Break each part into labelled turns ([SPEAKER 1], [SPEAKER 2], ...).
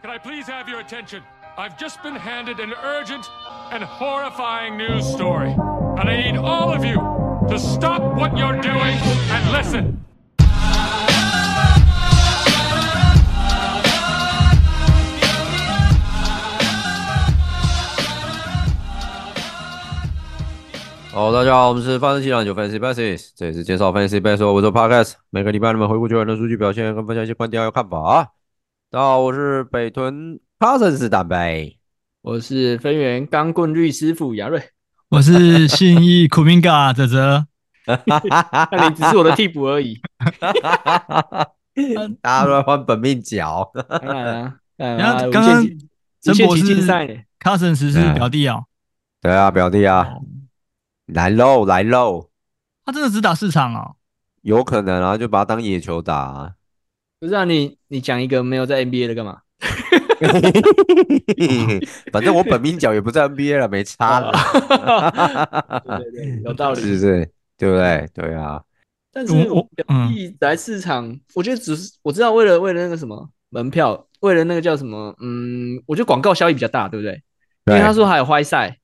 [SPEAKER 1] can I please have your attention? I've just been handed an urgent and horrifying news story. And I need all of you to stop what you're doing and listen.
[SPEAKER 2] 好，大家好，我们是范特西篮球 Fantasy Basis，这里是介绍 Fantasy Basis 我做 Podcast，每个礼拜我们回顾球员的数据表现，跟分享一些观点还有看法啊。大家好，我是北屯 Cousins 蛋白。
[SPEAKER 3] 我是分园钢棍律师傅杨瑞，
[SPEAKER 4] 我是信义苦明嘎哲哲，
[SPEAKER 3] 那你只是我的替补而已。
[SPEAKER 2] 大家都在换本命 角，
[SPEAKER 3] 当然啊，当
[SPEAKER 4] 然
[SPEAKER 3] 然
[SPEAKER 4] 后
[SPEAKER 3] 啊，
[SPEAKER 4] 刚刚
[SPEAKER 3] 陈
[SPEAKER 4] 陈博士
[SPEAKER 3] 竞赛呢，
[SPEAKER 4] Cousins
[SPEAKER 2] 哎
[SPEAKER 4] 是表弟哦，
[SPEAKER 2] 对啊，表弟啊，
[SPEAKER 3] 嗯
[SPEAKER 2] 来喽来喽，
[SPEAKER 4] 他真的只打市场哦，
[SPEAKER 2] 有可能啊，就把他当野球打、 啊。
[SPEAKER 3] 不是啊？你你讲一个没有在 NBA 的干嘛？
[SPEAKER 2] 反正我本命角也不在 NBA 了，没差了，
[SPEAKER 3] 哦对对对，有道
[SPEAKER 2] 是
[SPEAKER 3] 理
[SPEAKER 2] 不。是？对不对？对啊，
[SPEAKER 3] 但是
[SPEAKER 4] 我
[SPEAKER 3] 我
[SPEAKER 4] 我
[SPEAKER 3] 表
[SPEAKER 4] 嗯
[SPEAKER 3] 弟来市场，我觉得只是我知道为了为了那个什么门票，为了那个叫什么，嗯，我觉得广告效益比较大，对不对？因为
[SPEAKER 2] 对
[SPEAKER 3] 他说还有坏赛，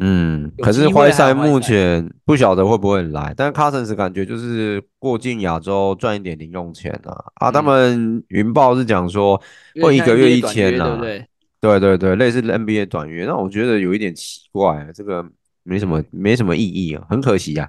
[SPEAKER 2] 嗯，
[SPEAKER 3] 有
[SPEAKER 2] 可是
[SPEAKER 3] 机会
[SPEAKER 2] 怀
[SPEAKER 3] 啊
[SPEAKER 2] 塞
[SPEAKER 3] 怀
[SPEAKER 2] 目
[SPEAKER 3] 塞
[SPEAKER 2] 前不晓得会不会来，但 Cousins 感觉就是过境亚洲赚一点零用钱啊啊！他
[SPEAKER 3] 嗯
[SPEAKER 2] 们云豹是讲说
[SPEAKER 3] 因
[SPEAKER 2] 会
[SPEAKER 3] 为
[SPEAKER 2] 哦一
[SPEAKER 3] 现
[SPEAKER 2] 个
[SPEAKER 3] 在
[SPEAKER 2] 月
[SPEAKER 3] NBA
[SPEAKER 2] 一
[SPEAKER 3] 短
[SPEAKER 2] 千
[SPEAKER 3] 约对
[SPEAKER 2] 啊
[SPEAKER 3] 不，对？
[SPEAKER 2] 对对对，类似 NBA 短约，那我觉得有一点奇怪，这个没什么没什么意义啊，很可惜呀。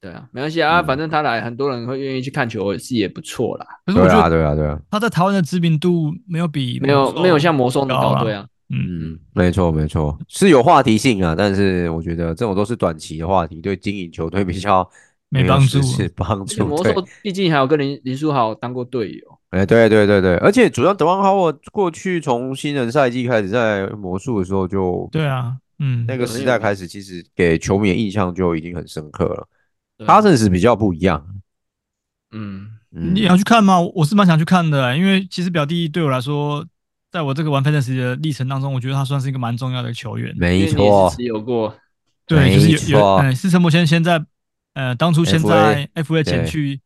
[SPEAKER 3] 对啊，没关系啊，
[SPEAKER 2] 嗯
[SPEAKER 3] 反正他来，很多人会愿意去看球，是也不错啦。
[SPEAKER 4] 可是我
[SPEAKER 2] 对
[SPEAKER 4] 觉
[SPEAKER 2] 啊
[SPEAKER 4] 得
[SPEAKER 2] 对啊对啊，
[SPEAKER 4] 他在台湾的知名度没有比
[SPEAKER 3] 没有没有像魔兽那么
[SPEAKER 4] 高
[SPEAKER 3] 高，
[SPEAKER 4] 啦
[SPEAKER 3] 对啊，
[SPEAKER 4] 嗯，
[SPEAKER 2] 嗯，没错没错，是有话题性啊，但是我觉得这种都是短期的话题，对经营球队比较
[SPEAKER 4] 没
[SPEAKER 2] 有
[SPEAKER 4] 帮
[SPEAKER 2] 实
[SPEAKER 4] 助
[SPEAKER 2] 质帮
[SPEAKER 3] 而且
[SPEAKER 2] 助，
[SPEAKER 3] 魔
[SPEAKER 2] 对。
[SPEAKER 3] 兽毕竟还有跟林林书豪当过队友，
[SPEAKER 2] 哎，对对对对，而且主要德王哈沃过去从新人赛季开始在魔术的时候就，
[SPEAKER 4] 对啊，嗯，
[SPEAKER 2] 那个
[SPEAKER 3] 有
[SPEAKER 2] 时
[SPEAKER 3] 印
[SPEAKER 2] 代
[SPEAKER 3] 象
[SPEAKER 2] 开始，其实给球迷的印象就已经很深刻了。
[SPEAKER 3] 对啊
[SPEAKER 2] 他认识比较不一样，
[SPEAKER 3] 嗯，
[SPEAKER 2] 嗯
[SPEAKER 4] 你，要去看吗？我是蛮想去看的、欸因为其实表弟对我来说，在我这个玩 fantasy 的历程当中，我觉得他算是一个蛮重要的球员。
[SPEAKER 3] 因
[SPEAKER 2] 没
[SPEAKER 3] 为你也
[SPEAKER 2] 错
[SPEAKER 3] 是，持有过，
[SPEAKER 4] 对，就
[SPEAKER 2] 没
[SPEAKER 4] 是有有，
[SPEAKER 2] 错
[SPEAKER 4] 哎、是陈柏谦先在，呃，当初先
[SPEAKER 2] FA
[SPEAKER 4] 在 FA 前
[SPEAKER 2] 对
[SPEAKER 4] 去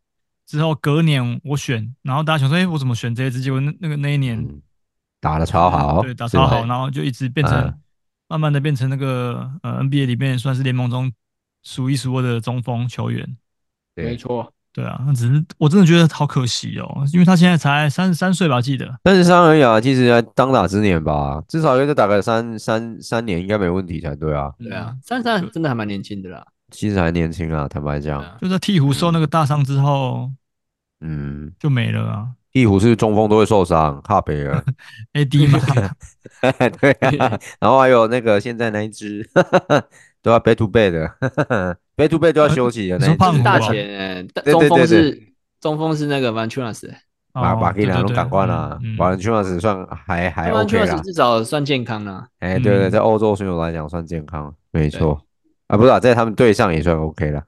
[SPEAKER 4] 之后，隔年我选，然后大家想说，哎、我怎么选这一支？结果那那个那一年、
[SPEAKER 2] 嗯，打得超好，
[SPEAKER 4] 对，打
[SPEAKER 2] 是
[SPEAKER 4] 超
[SPEAKER 2] 吧
[SPEAKER 4] 好，然后就一直变成、
[SPEAKER 2] 嗯
[SPEAKER 4] 慢慢的变成那个呃 NBA 里面算是联盟中数一数二的中锋球员。
[SPEAKER 2] 对
[SPEAKER 3] 没错，
[SPEAKER 4] 对啊，那只是我真的觉得好可惜哦，因为他现在才三十三岁吧，记得。
[SPEAKER 2] 但是伤而已啊，其实还当打之年吧，至少要再打个三三三年应该没问题才对啊。
[SPEAKER 3] 对啊，三十三真的还蛮年轻的啦，
[SPEAKER 2] 其实还年轻啊，坦白
[SPEAKER 3] 对
[SPEAKER 2] 讲，
[SPEAKER 3] 啊
[SPEAKER 4] 就在鹈鹕受那个大伤之后
[SPEAKER 2] 嗯，
[SPEAKER 4] 就没了啊
[SPEAKER 2] 鹈鹕是不是中锋都会受伤，哈贝尔。
[SPEAKER 4] ，AD 嘛，
[SPEAKER 2] 对 啊，然后还有那个现在那一只，都要 back to back 的，back to back 都要休息的
[SPEAKER 4] 呃你
[SPEAKER 2] 那
[SPEAKER 4] 说
[SPEAKER 2] 一
[SPEAKER 4] 胖虎
[SPEAKER 2] 只。
[SPEAKER 4] 吧
[SPEAKER 3] 大前欸但
[SPEAKER 2] 啊对
[SPEAKER 3] 中
[SPEAKER 2] 对
[SPEAKER 3] 锋
[SPEAKER 2] 对对
[SPEAKER 3] 是中锋是那个哎 Vanchunas，
[SPEAKER 2] 把
[SPEAKER 4] 哦
[SPEAKER 2] 把
[SPEAKER 4] 对
[SPEAKER 2] 给拿
[SPEAKER 4] 对
[SPEAKER 2] 拢
[SPEAKER 4] 对
[SPEAKER 2] 赶快啦
[SPEAKER 4] 嗯，
[SPEAKER 2] 把 c h a n 算还还
[SPEAKER 3] 啊
[SPEAKER 2] OK 啦
[SPEAKER 3] Vanchunas，至少算健康 啦，
[SPEAKER 2] 哎，对对，
[SPEAKER 4] 嗯
[SPEAKER 2] 在欧洲选手来讲算健康，没
[SPEAKER 3] 对
[SPEAKER 2] 错啊，不是啊，在他们队上也算 OK 了。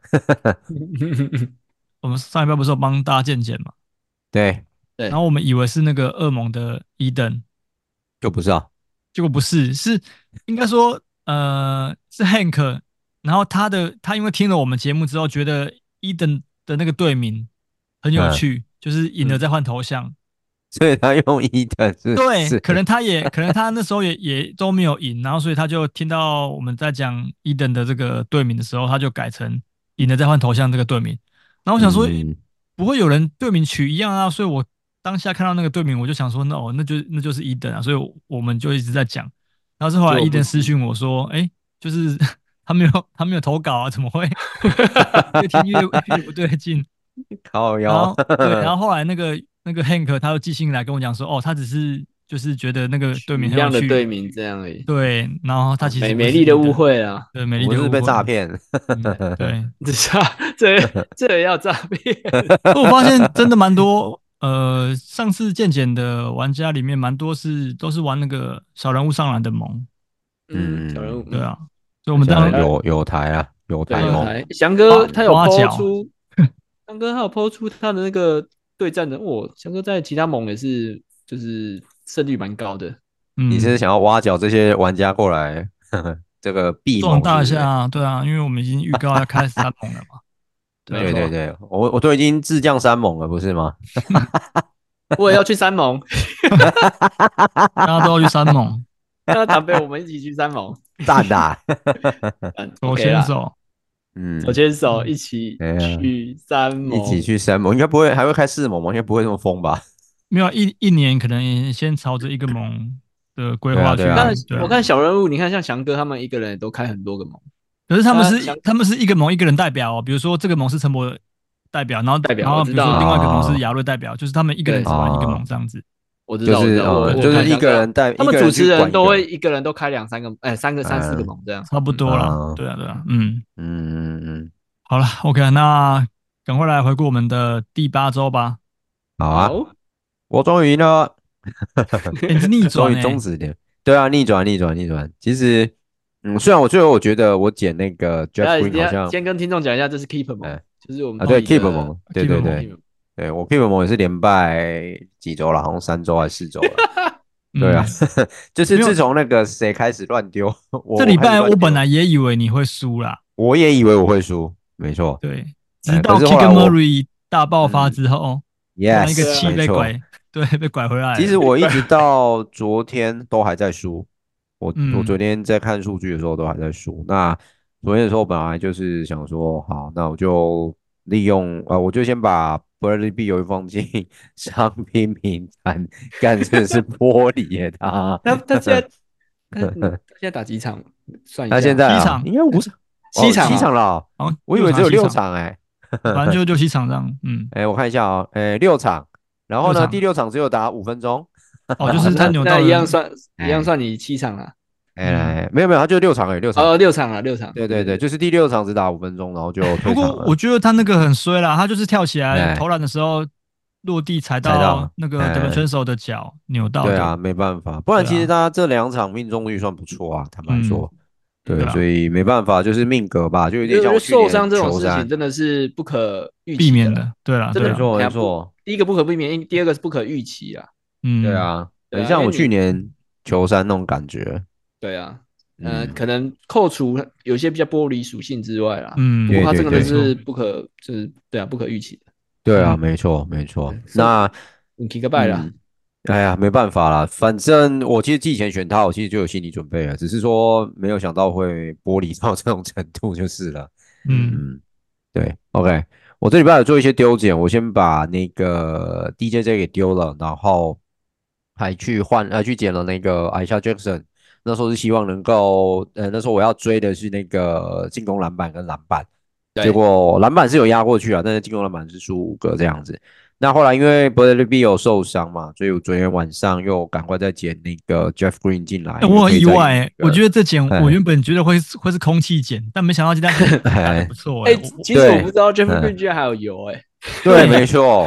[SPEAKER 4] 我们上一拜不是有帮大家健检嘛，
[SPEAKER 2] 对，
[SPEAKER 3] 对
[SPEAKER 4] 然后我们以为是那个恶魔的伊登，
[SPEAKER 2] 就不是啊，
[SPEAKER 4] 结果不是，是应该说呃是 Hank，然后他的他因为听了我们节目之后，觉得伊登的那个队名很有
[SPEAKER 2] 嗯
[SPEAKER 4] 趣，就是赢了
[SPEAKER 3] 嗯
[SPEAKER 4] 再换头像，
[SPEAKER 2] 所以他用一的是
[SPEAKER 4] 对，
[SPEAKER 2] 是
[SPEAKER 4] 可能他也可能他那时候也也都没有赢，然后所以他就听到我们在讲伊登的这个队名的时候，他就改成赢了再换头像这个队名。然后我想说，
[SPEAKER 2] 嗯
[SPEAKER 4] 不会有人队名取一样啊，所以我当下看到那个队名，我就想说，那哦，那就那就是伊登啊，所以我们就一直在讲。然后是后来
[SPEAKER 3] 就不
[SPEAKER 4] 伊登私讯我说，哎、就是 他没有他没有投稿啊，怎么会 越听越越不对劲？
[SPEAKER 2] 靠
[SPEAKER 4] 然后，
[SPEAKER 2] 腰
[SPEAKER 4] 哦对，然后后来那个那个 Hank 他又寄信来跟我讲说，哦，他只是就是觉得那个队名
[SPEAKER 3] 一
[SPEAKER 4] 很有
[SPEAKER 3] 样的
[SPEAKER 4] 趣，
[SPEAKER 3] 队名这样而 已，
[SPEAKER 4] 对，然后他其实
[SPEAKER 3] 美
[SPEAKER 4] 不是
[SPEAKER 3] 美丽的
[SPEAKER 4] 一个
[SPEAKER 3] 误，会啊，
[SPEAKER 4] 对，美丽
[SPEAKER 2] 我
[SPEAKER 4] 的
[SPEAKER 2] 就
[SPEAKER 4] 误
[SPEAKER 2] 是
[SPEAKER 4] 会
[SPEAKER 2] 被诈，骗，
[SPEAKER 4] 嗯对。
[SPEAKER 3] 这下这这也要诈骗，
[SPEAKER 4] 所以我发现真的蛮多呃，上次健检的玩家里面蛮多是都是玩那个小人物上篮的盟，
[SPEAKER 2] 嗯
[SPEAKER 3] 小人物，
[SPEAKER 4] 对啊，所以我们当
[SPEAKER 2] 现在
[SPEAKER 4] 然
[SPEAKER 2] 有有台啊，有
[SPEAKER 3] 对，
[SPEAKER 2] 台
[SPEAKER 3] 有
[SPEAKER 2] 盟，
[SPEAKER 3] 台翔哥
[SPEAKER 4] 八
[SPEAKER 3] 他有
[SPEAKER 4] 八角
[SPEAKER 3] PO 出，翔哥他有 PO 出他的那个对战的，哇，翔哥在其他盟也是就是胜率蛮高的，
[SPEAKER 4] 嗯
[SPEAKER 2] 你是想要挖角这些玩家过来， 呵呵这个避
[SPEAKER 4] 壮
[SPEAKER 2] 盟
[SPEAKER 4] 大一
[SPEAKER 2] 是不是
[SPEAKER 4] 下，啊，对啊，因为我们已经预告要开始三盟了嘛，
[SPEAKER 3] 没
[SPEAKER 2] 对
[SPEAKER 3] 错
[SPEAKER 2] 对，对，我我都已经自降三盟了，不是吗？
[SPEAKER 3] 我也要去三盟，
[SPEAKER 4] 大家都要去三盟，
[SPEAKER 3] 那唐北我们一起去三 盟，
[SPEAKER 2] 赞 的，啊
[SPEAKER 3] 嗯
[SPEAKER 4] 手
[SPEAKER 3] OK
[SPEAKER 4] 牵
[SPEAKER 3] 啦
[SPEAKER 4] 手，
[SPEAKER 2] 嗯，
[SPEAKER 3] 手牵手一起
[SPEAKER 2] 哎呀
[SPEAKER 3] 去三盟，
[SPEAKER 2] 一起去三盟，应该不会还会开四盟吗？应该不会这么疯吧？
[SPEAKER 4] 没有啊一一年可能也先朝着一个盟的规划去
[SPEAKER 2] 对啊
[SPEAKER 4] 玩
[SPEAKER 3] 那，
[SPEAKER 4] 对啊
[SPEAKER 3] 我看小人物，你看像翔哥他们一个人也都开很多个盟，
[SPEAKER 4] 可是他们
[SPEAKER 3] 大家
[SPEAKER 4] 是
[SPEAKER 3] 想
[SPEAKER 4] 他们是一个盟一个人代表哦，比如说这个盟是陈博代表，然后
[SPEAKER 3] 代表
[SPEAKER 4] 然后
[SPEAKER 3] 我
[SPEAKER 4] 比
[SPEAKER 3] 知
[SPEAKER 4] 如
[SPEAKER 3] 道
[SPEAKER 4] 说
[SPEAKER 3] 啊
[SPEAKER 4] 另外一个盟是亚瑞代表，就是他们一个人只玩一个盟这样子。
[SPEAKER 3] 我知
[SPEAKER 2] 就
[SPEAKER 3] 道，我
[SPEAKER 2] 是
[SPEAKER 3] 知道，我
[SPEAKER 2] 哦，
[SPEAKER 3] 我
[SPEAKER 2] 就是
[SPEAKER 3] 看
[SPEAKER 2] 一
[SPEAKER 3] 翔
[SPEAKER 2] 个
[SPEAKER 3] 哥
[SPEAKER 2] 人带，
[SPEAKER 3] 他们
[SPEAKER 2] 一个
[SPEAKER 3] 主
[SPEAKER 2] 去
[SPEAKER 3] 持人
[SPEAKER 2] 管一
[SPEAKER 3] 都
[SPEAKER 2] 个
[SPEAKER 3] 会，一个人都开两三个，哎，三个三四个
[SPEAKER 2] 嗯
[SPEAKER 3] 盟这样，
[SPEAKER 4] 差不多啦
[SPEAKER 2] 嗯，
[SPEAKER 4] 对啊，对啊，嗯，
[SPEAKER 2] 嗯嗯嗯，
[SPEAKER 4] 好了，OK，那赶快来回顾我们的第八周 吧。
[SPEAKER 2] 好啊，
[SPEAKER 3] 好，
[SPEAKER 2] 我终于赢了，
[SPEAKER 4] 欸你是逆
[SPEAKER 2] 终
[SPEAKER 4] 转
[SPEAKER 2] 于终
[SPEAKER 4] 欸，
[SPEAKER 2] 止点，对啊，逆转逆转逆转。其实，嗯，虽然我最后我觉得我捡那个
[SPEAKER 3] 等
[SPEAKER 2] Jeff
[SPEAKER 3] 一
[SPEAKER 2] Green 好
[SPEAKER 3] 下等一下
[SPEAKER 2] 像
[SPEAKER 3] 先跟听众讲一下，这是 Keep 盟
[SPEAKER 2] 哎，
[SPEAKER 3] 就是我们
[SPEAKER 2] 啊，对
[SPEAKER 3] 自己
[SPEAKER 2] Keep
[SPEAKER 3] 的
[SPEAKER 2] 盟，对对
[SPEAKER 4] Keep 盟
[SPEAKER 2] 对，对我 Keep 盟也是连败几周了，好像三周还是四周了。
[SPEAKER 4] 嗯
[SPEAKER 2] 对啊， 就是
[SPEAKER 4] 没有
[SPEAKER 2] 自从那个谁开始乱丢，我
[SPEAKER 4] 这礼拜
[SPEAKER 2] 我开始乱
[SPEAKER 4] 我
[SPEAKER 2] 丢
[SPEAKER 4] 本来也以为你会输啦，
[SPEAKER 2] 我也以为我会输，没错
[SPEAKER 4] 对，
[SPEAKER 2] 哎
[SPEAKER 4] 直到
[SPEAKER 2] 可是后来
[SPEAKER 4] Kick
[SPEAKER 2] 我嗯
[SPEAKER 4] Murray 大爆发之后，然后
[SPEAKER 2] ，yes，
[SPEAKER 4] 一个气
[SPEAKER 2] 没
[SPEAKER 4] 被
[SPEAKER 2] 错。
[SPEAKER 4] 拐，哎对，被拐回来了。
[SPEAKER 2] 其实 我一直到昨天都还在输，我我
[SPEAKER 4] 嗯
[SPEAKER 2] 昨天在看数据的时候都还在输。那昨天的时候本来就是想说，好，那我就利用啊、呃我就先把 Bradley B 由放 进伤兵名单，干 这是玻璃耶他，
[SPEAKER 3] 他他 现在他他现在打几场？算一下，
[SPEAKER 2] 他现在
[SPEAKER 4] 七
[SPEAKER 2] 啊
[SPEAKER 4] 场
[SPEAKER 2] 应该五场，
[SPEAKER 3] 七
[SPEAKER 2] 哦
[SPEAKER 3] 场啊
[SPEAKER 2] 七场了哦，
[SPEAKER 4] 好像
[SPEAKER 2] 我以为只有
[SPEAKER 4] 六
[SPEAKER 2] 六
[SPEAKER 4] 场
[SPEAKER 2] 场哎、
[SPEAKER 4] 还是七场，反正就六七场这样， 嗯，
[SPEAKER 2] 哎，我看一下啊、哦，哎，六场，然后
[SPEAKER 4] 六
[SPEAKER 2] 呢，
[SPEAKER 4] 场
[SPEAKER 2] 第六场只有打五分钟，
[SPEAKER 4] 哦，就是他
[SPEAKER 3] 那
[SPEAKER 4] 扭到
[SPEAKER 3] 那一样
[SPEAKER 4] 了
[SPEAKER 3] 算
[SPEAKER 2] 哎
[SPEAKER 3] 一样算你七场啊，
[SPEAKER 4] 嗯
[SPEAKER 2] 哎，没有没有，他就六场而已，六场，
[SPEAKER 3] 哦，六场啊，六场，
[SPEAKER 2] 对对对，就是第六场只打五分钟，然后就
[SPEAKER 4] 不
[SPEAKER 2] 退场
[SPEAKER 4] 过
[SPEAKER 2] 了。
[SPEAKER 4] 我觉得他那个很衰啦，他就是跳起来
[SPEAKER 2] 哎
[SPEAKER 4] 投篮的时候落地踩
[SPEAKER 2] 踩
[SPEAKER 4] 到
[SPEAKER 2] 到
[SPEAKER 4] 那个得分
[SPEAKER 2] 哎
[SPEAKER 4] 选手的脚，扭到的。
[SPEAKER 2] 对啊，没办法，不然
[SPEAKER 4] 对啊嗯
[SPEAKER 2] 其实他这两场命中率算不错啊，坦白说，
[SPEAKER 4] 对
[SPEAKER 2] 对
[SPEAKER 4] 啊，
[SPEAKER 2] 所以没办法，就是命格吧，就有
[SPEAKER 3] 因
[SPEAKER 2] 点像
[SPEAKER 3] 为
[SPEAKER 2] 我去年
[SPEAKER 3] 受伤这种事
[SPEAKER 2] 球
[SPEAKER 3] 情
[SPEAKER 2] 衫
[SPEAKER 3] 真的是不可预期
[SPEAKER 4] 避免
[SPEAKER 3] 的，
[SPEAKER 4] 的。对啦，
[SPEAKER 3] 真
[SPEAKER 4] 对
[SPEAKER 2] 没
[SPEAKER 3] 的
[SPEAKER 4] 啦，
[SPEAKER 2] 错没
[SPEAKER 3] 还不
[SPEAKER 2] 错，
[SPEAKER 3] 第一个不可避免，第二个是不可预期啊，
[SPEAKER 4] 嗯，
[SPEAKER 2] 对，啊，
[SPEAKER 3] 对啊
[SPEAKER 2] 很像
[SPEAKER 3] 因
[SPEAKER 2] 我
[SPEAKER 3] 为你
[SPEAKER 2] 去年球衫那种感觉，
[SPEAKER 3] 对啊，呃，
[SPEAKER 2] 嗯，
[SPEAKER 3] 可能扣除有些比较玻璃属性之外啦，啊
[SPEAKER 4] 嗯，
[SPEAKER 3] 不
[SPEAKER 2] 对
[SPEAKER 3] 过他
[SPEAKER 2] 对
[SPEAKER 3] 这个真的
[SPEAKER 2] 对
[SPEAKER 3] 是不可，就是对啊，不可预期的，
[SPEAKER 2] 对啊，
[SPEAKER 4] 嗯
[SPEAKER 2] 没错没错
[SPEAKER 3] 对，所以
[SPEAKER 2] 那
[SPEAKER 3] 你 kick b y 啦
[SPEAKER 2] 嗯，哎呀，没办法啦，反正我其实季前选他，我其实就有心理准备了，只是说没有想到会剥离到这种程度就是了。
[SPEAKER 4] 嗯，
[SPEAKER 2] 嗯，对，OK，我这礼拜有做一些丢捡，我先把那个 DJJ 给丢了，然后还去换呃去捡了那个 Aisha Jackson。那时候是希望能够，呃，那时候我要追的是那个进攻篮板跟篮板，
[SPEAKER 3] 对
[SPEAKER 2] 结果篮板是有压过去啊，但是进攻篮板是输五个这样子。那后来因为 Bradley b 有受伤嘛，所以我昨天晚上又赶快再捡那个 Jeff Green 进来。
[SPEAKER 4] 但我
[SPEAKER 2] 可
[SPEAKER 4] 很
[SPEAKER 2] 以
[SPEAKER 4] 意
[SPEAKER 2] 再
[SPEAKER 4] 外欸，我觉得这减
[SPEAKER 2] 哎
[SPEAKER 4] 我原本觉得会是会是空气减，但没想到今天打得不错
[SPEAKER 3] 哎、
[SPEAKER 4] 欸我
[SPEAKER 3] 其实我
[SPEAKER 2] 对
[SPEAKER 3] 不知道 Jeff
[SPEAKER 2] 嗯
[SPEAKER 3] Green 居然还有油哎、
[SPEAKER 2] 对，没错，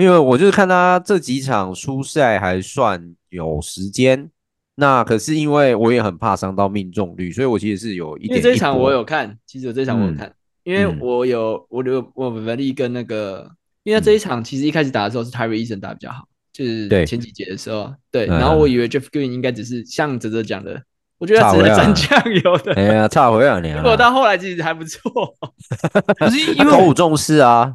[SPEAKER 2] 因为我就是看他这几场初赛还算有时间，那可是因为我也很怕伤到命中率，所以我其实是有一
[SPEAKER 3] 因为
[SPEAKER 2] 点
[SPEAKER 3] 这一
[SPEAKER 2] 一
[SPEAKER 3] 场
[SPEAKER 2] 波
[SPEAKER 3] 我有看，其实我这一场我有看，因为
[SPEAKER 2] 嗯
[SPEAKER 3] 我有我有我有能力跟那个，因为他这一场其实一开始打的时候是 Tyree Eason 打得比较好，就是
[SPEAKER 2] 对
[SPEAKER 3] 前几节的时候啊，对，
[SPEAKER 2] 嗯
[SPEAKER 3] 然后我以为 Jeff Green 应该只是像哲哲讲的，我觉得他
[SPEAKER 2] 差
[SPEAKER 3] 只是
[SPEAKER 2] 回来
[SPEAKER 3] 沾
[SPEAKER 2] 了
[SPEAKER 3] 酱油的，
[SPEAKER 2] 哎呀，差回啊两年
[SPEAKER 3] 结果
[SPEAKER 2] 了，
[SPEAKER 3] 到后来其实还不错，
[SPEAKER 4] 可是因
[SPEAKER 2] 他
[SPEAKER 4] 为
[SPEAKER 2] 投五中四啊，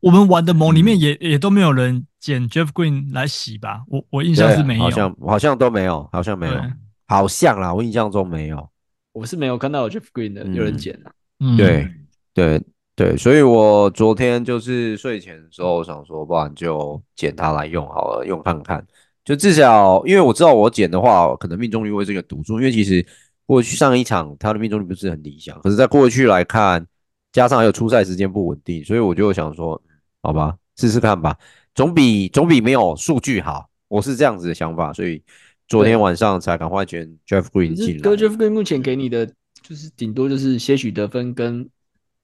[SPEAKER 4] 我们玩的盟里
[SPEAKER 2] 嗯
[SPEAKER 4] 面也也都没有人捡 Jeff Green 来洗吧，我我印象
[SPEAKER 2] 对
[SPEAKER 4] 是没有，
[SPEAKER 2] 好像好像都没有，好像没有
[SPEAKER 4] 对，
[SPEAKER 2] 好像啦，我印象中没有，
[SPEAKER 3] 我是没有看到有 Jeff Green 的有人捡啊，
[SPEAKER 4] 嗯
[SPEAKER 2] 对，对对，所以我昨天就是睡前的时候我想说，不然就捡它来用好了，用看看。就至少，因为我知道我捡的话，可能命中率会是一个赌注，因为其实过去上一场它的命中率不是很理想，可是在过去来看，加上还有初赛时间不稳定，所以我就想说，嗯好吧，试试看吧，总比总比没有数据好，我是这样子的想法，所以昨天
[SPEAKER 3] 对
[SPEAKER 2] 晚上才赶快捡 Jeff Green
[SPEAKER 3] 可是
[SPEAKER 2] 进
[SPEAKER 3] 哥
[SPEAKER 2] 来。
[SPEAKER 3] Jeff Green 目前给你的就是顶多就是些许得分跟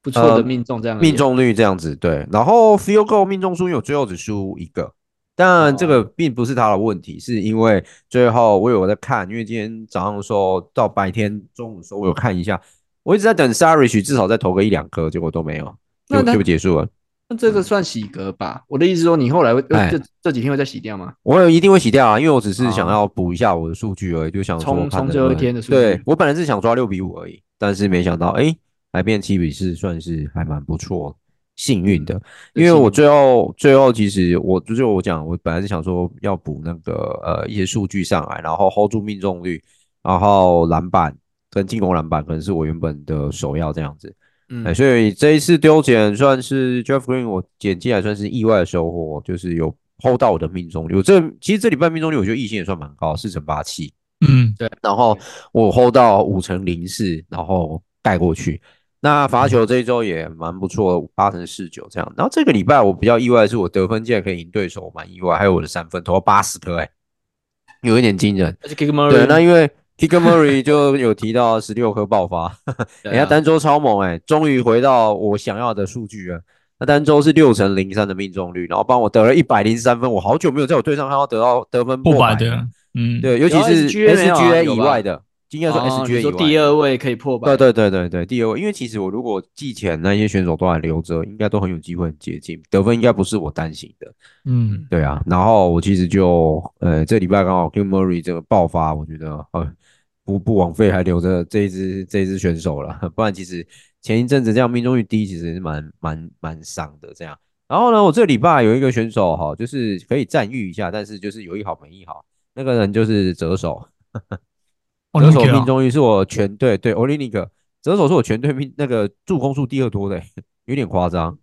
[SPEAKER 3] 不错的
[SPEAKER 2] 呃
[SPEAKER 3] 命中这样而已，啊
[SPEAKER 2] 命中率这样子，对。然后 field goal 命中数有最后只输一个，但这
[SPEAKER 3] 哦
[SPEAKER 2] 个并不是他的问题，是因为最后我有在看，因为今天早上的时候到白天中午的时候我有看一下，我一直在等 Sarish 至少再投个一两颗，结果都没有，
[SPEAKER 3] 那
[SPEAKER 2] 就
[SPEAKER 3] 他
[SPEAKER 2] 就结束了。
[SPEAKER 3] 那这个算洗格吧？我的意思说，你后来会
[SPEAKER 2] 嗯哎
[SPEAKER 3] 这这几天会再洗掉吗？
[SPEAKER 2] 我一定会洗掉啊，因为我只是
[SPEAKER 3] 啊
[SPEAKER 2] 想要补一下我的数据而已，就想说
[SPEAKER 3] 冲
[SPEAKER 2] 看
[SPEAKER 3] 冲
[SPEAKER 2] 能
[SPEAKER 3] 最
[SPEAKER 2] 不
[SPEAKER 3] 后一
[SPEAKER 2] 能
[SPEAKER 3] 天的数
[SPEAKER 2] 对
[SPEAKER 3] 据
[SPEAKER 2] 我本来是想抓六比五而已，但是没想到哎，还变七比四，算是还蛮不错，幸运的。因为
[SPEAKER 3] 幸
[SPEAKER 2] 我
[SPEAKER 3] 运
[SPEAKER 2] 最后最后其实我就是我讲，我本来是想说要补那个呃一些数据上来，然后 hold 住命中率，然后篮板跟进攻篮板可能是我原本的首要这样子。
[SPEAKER 3] 嗯
[SPEAKER 2] 哎，所以这一次丢捡算是 Jeff Green 我捡进来算是意外的收获，就是有 hold 到我的命中率。我这其实这礼拜命中率我觉得意线也算蛮高，四成八七，
[SPEAKER 4] 嗯，
[SPEAKER 2] 然后我 hold 到五成零四，然后盖过去。那罚球这一周也蛮不错，八成四九这样。然后这个礼拜我比较意外的是，我得分竟然可以赢对手，我蛮意外。还有我的三分投到八十颗，哎，有一点惊人。
[SPEAKER 3] 而且 Kick Murray
[SPEAKER 2] 对，那因为 Kicker Murray 就有提到十六颗爆发，人
[SPEAKER 3] 对
[SPEAKER 2] 家
[SPEAKER 3] 啊
[SPEAKER 2] 单周超猛哎、终于回到我想要的数据了。那单周是六成零三的命中率，然后帮我得了一百零三分，我好久没有在我队上看到得到得分
[SPEAKER 4] 破
[SPEAKER 2] 百
[SPEAKER 4] 百的，嗯，
[SPEAKER 2] 对，尤其
[SPEAKER 3] 有啊
[SPEAKER 2] 是
[SPEAKER 3] SGA 没有啊
[SPEAKER 2] SGA
[SPEAKER 3] 有
[SPEAKER 2] 以
[SPEAKER 3] 吧
[SPEAKER 2] 外的，应该说
[SPEAKER 3] 哦
[SPEAKER 2] SGA
[SPEAKER 3] 你
[SPEAKER 2] 以外
[SPEAKER 3] 说
[SPEAKER 2] 的，
[SPEAKER 3] 第二位可以破百，
[SPEAKER 2] 啊对对对对对，第二位，因为其实我如果季前那些选手都还留着，应该都很有机会很接近得分，应该不是我担心的。
[SPEAKER 4] 嗯，
[SPEAKER 2] 对啊，然后我其实就呃，这礼拜刚好 Kim Murray 这个爆发，我觉得呃不不枉费还留着这一支这一支选手了， 不然其实前一阵子这样命中率低，其实是蛮蛮蛮伤的这样。然后呢，我这礼拜有一个选手哈，就是可以赞誉一下，但是就是有一好没一好，那个人就是折手，
[SPEAKER 4] 哦，
[SPEAKER 2] 折
[SPEAKER 4] 那
[SPEAKER 2] 手
[SPEAKER 4] 个
[SPEAKER 2] 命
[SPEAKER 4] 啊
[SPEAKER 2] 中率是我全队对 o l i n i c 折手是我全队命那个助攻数第二多的、 有点夸张。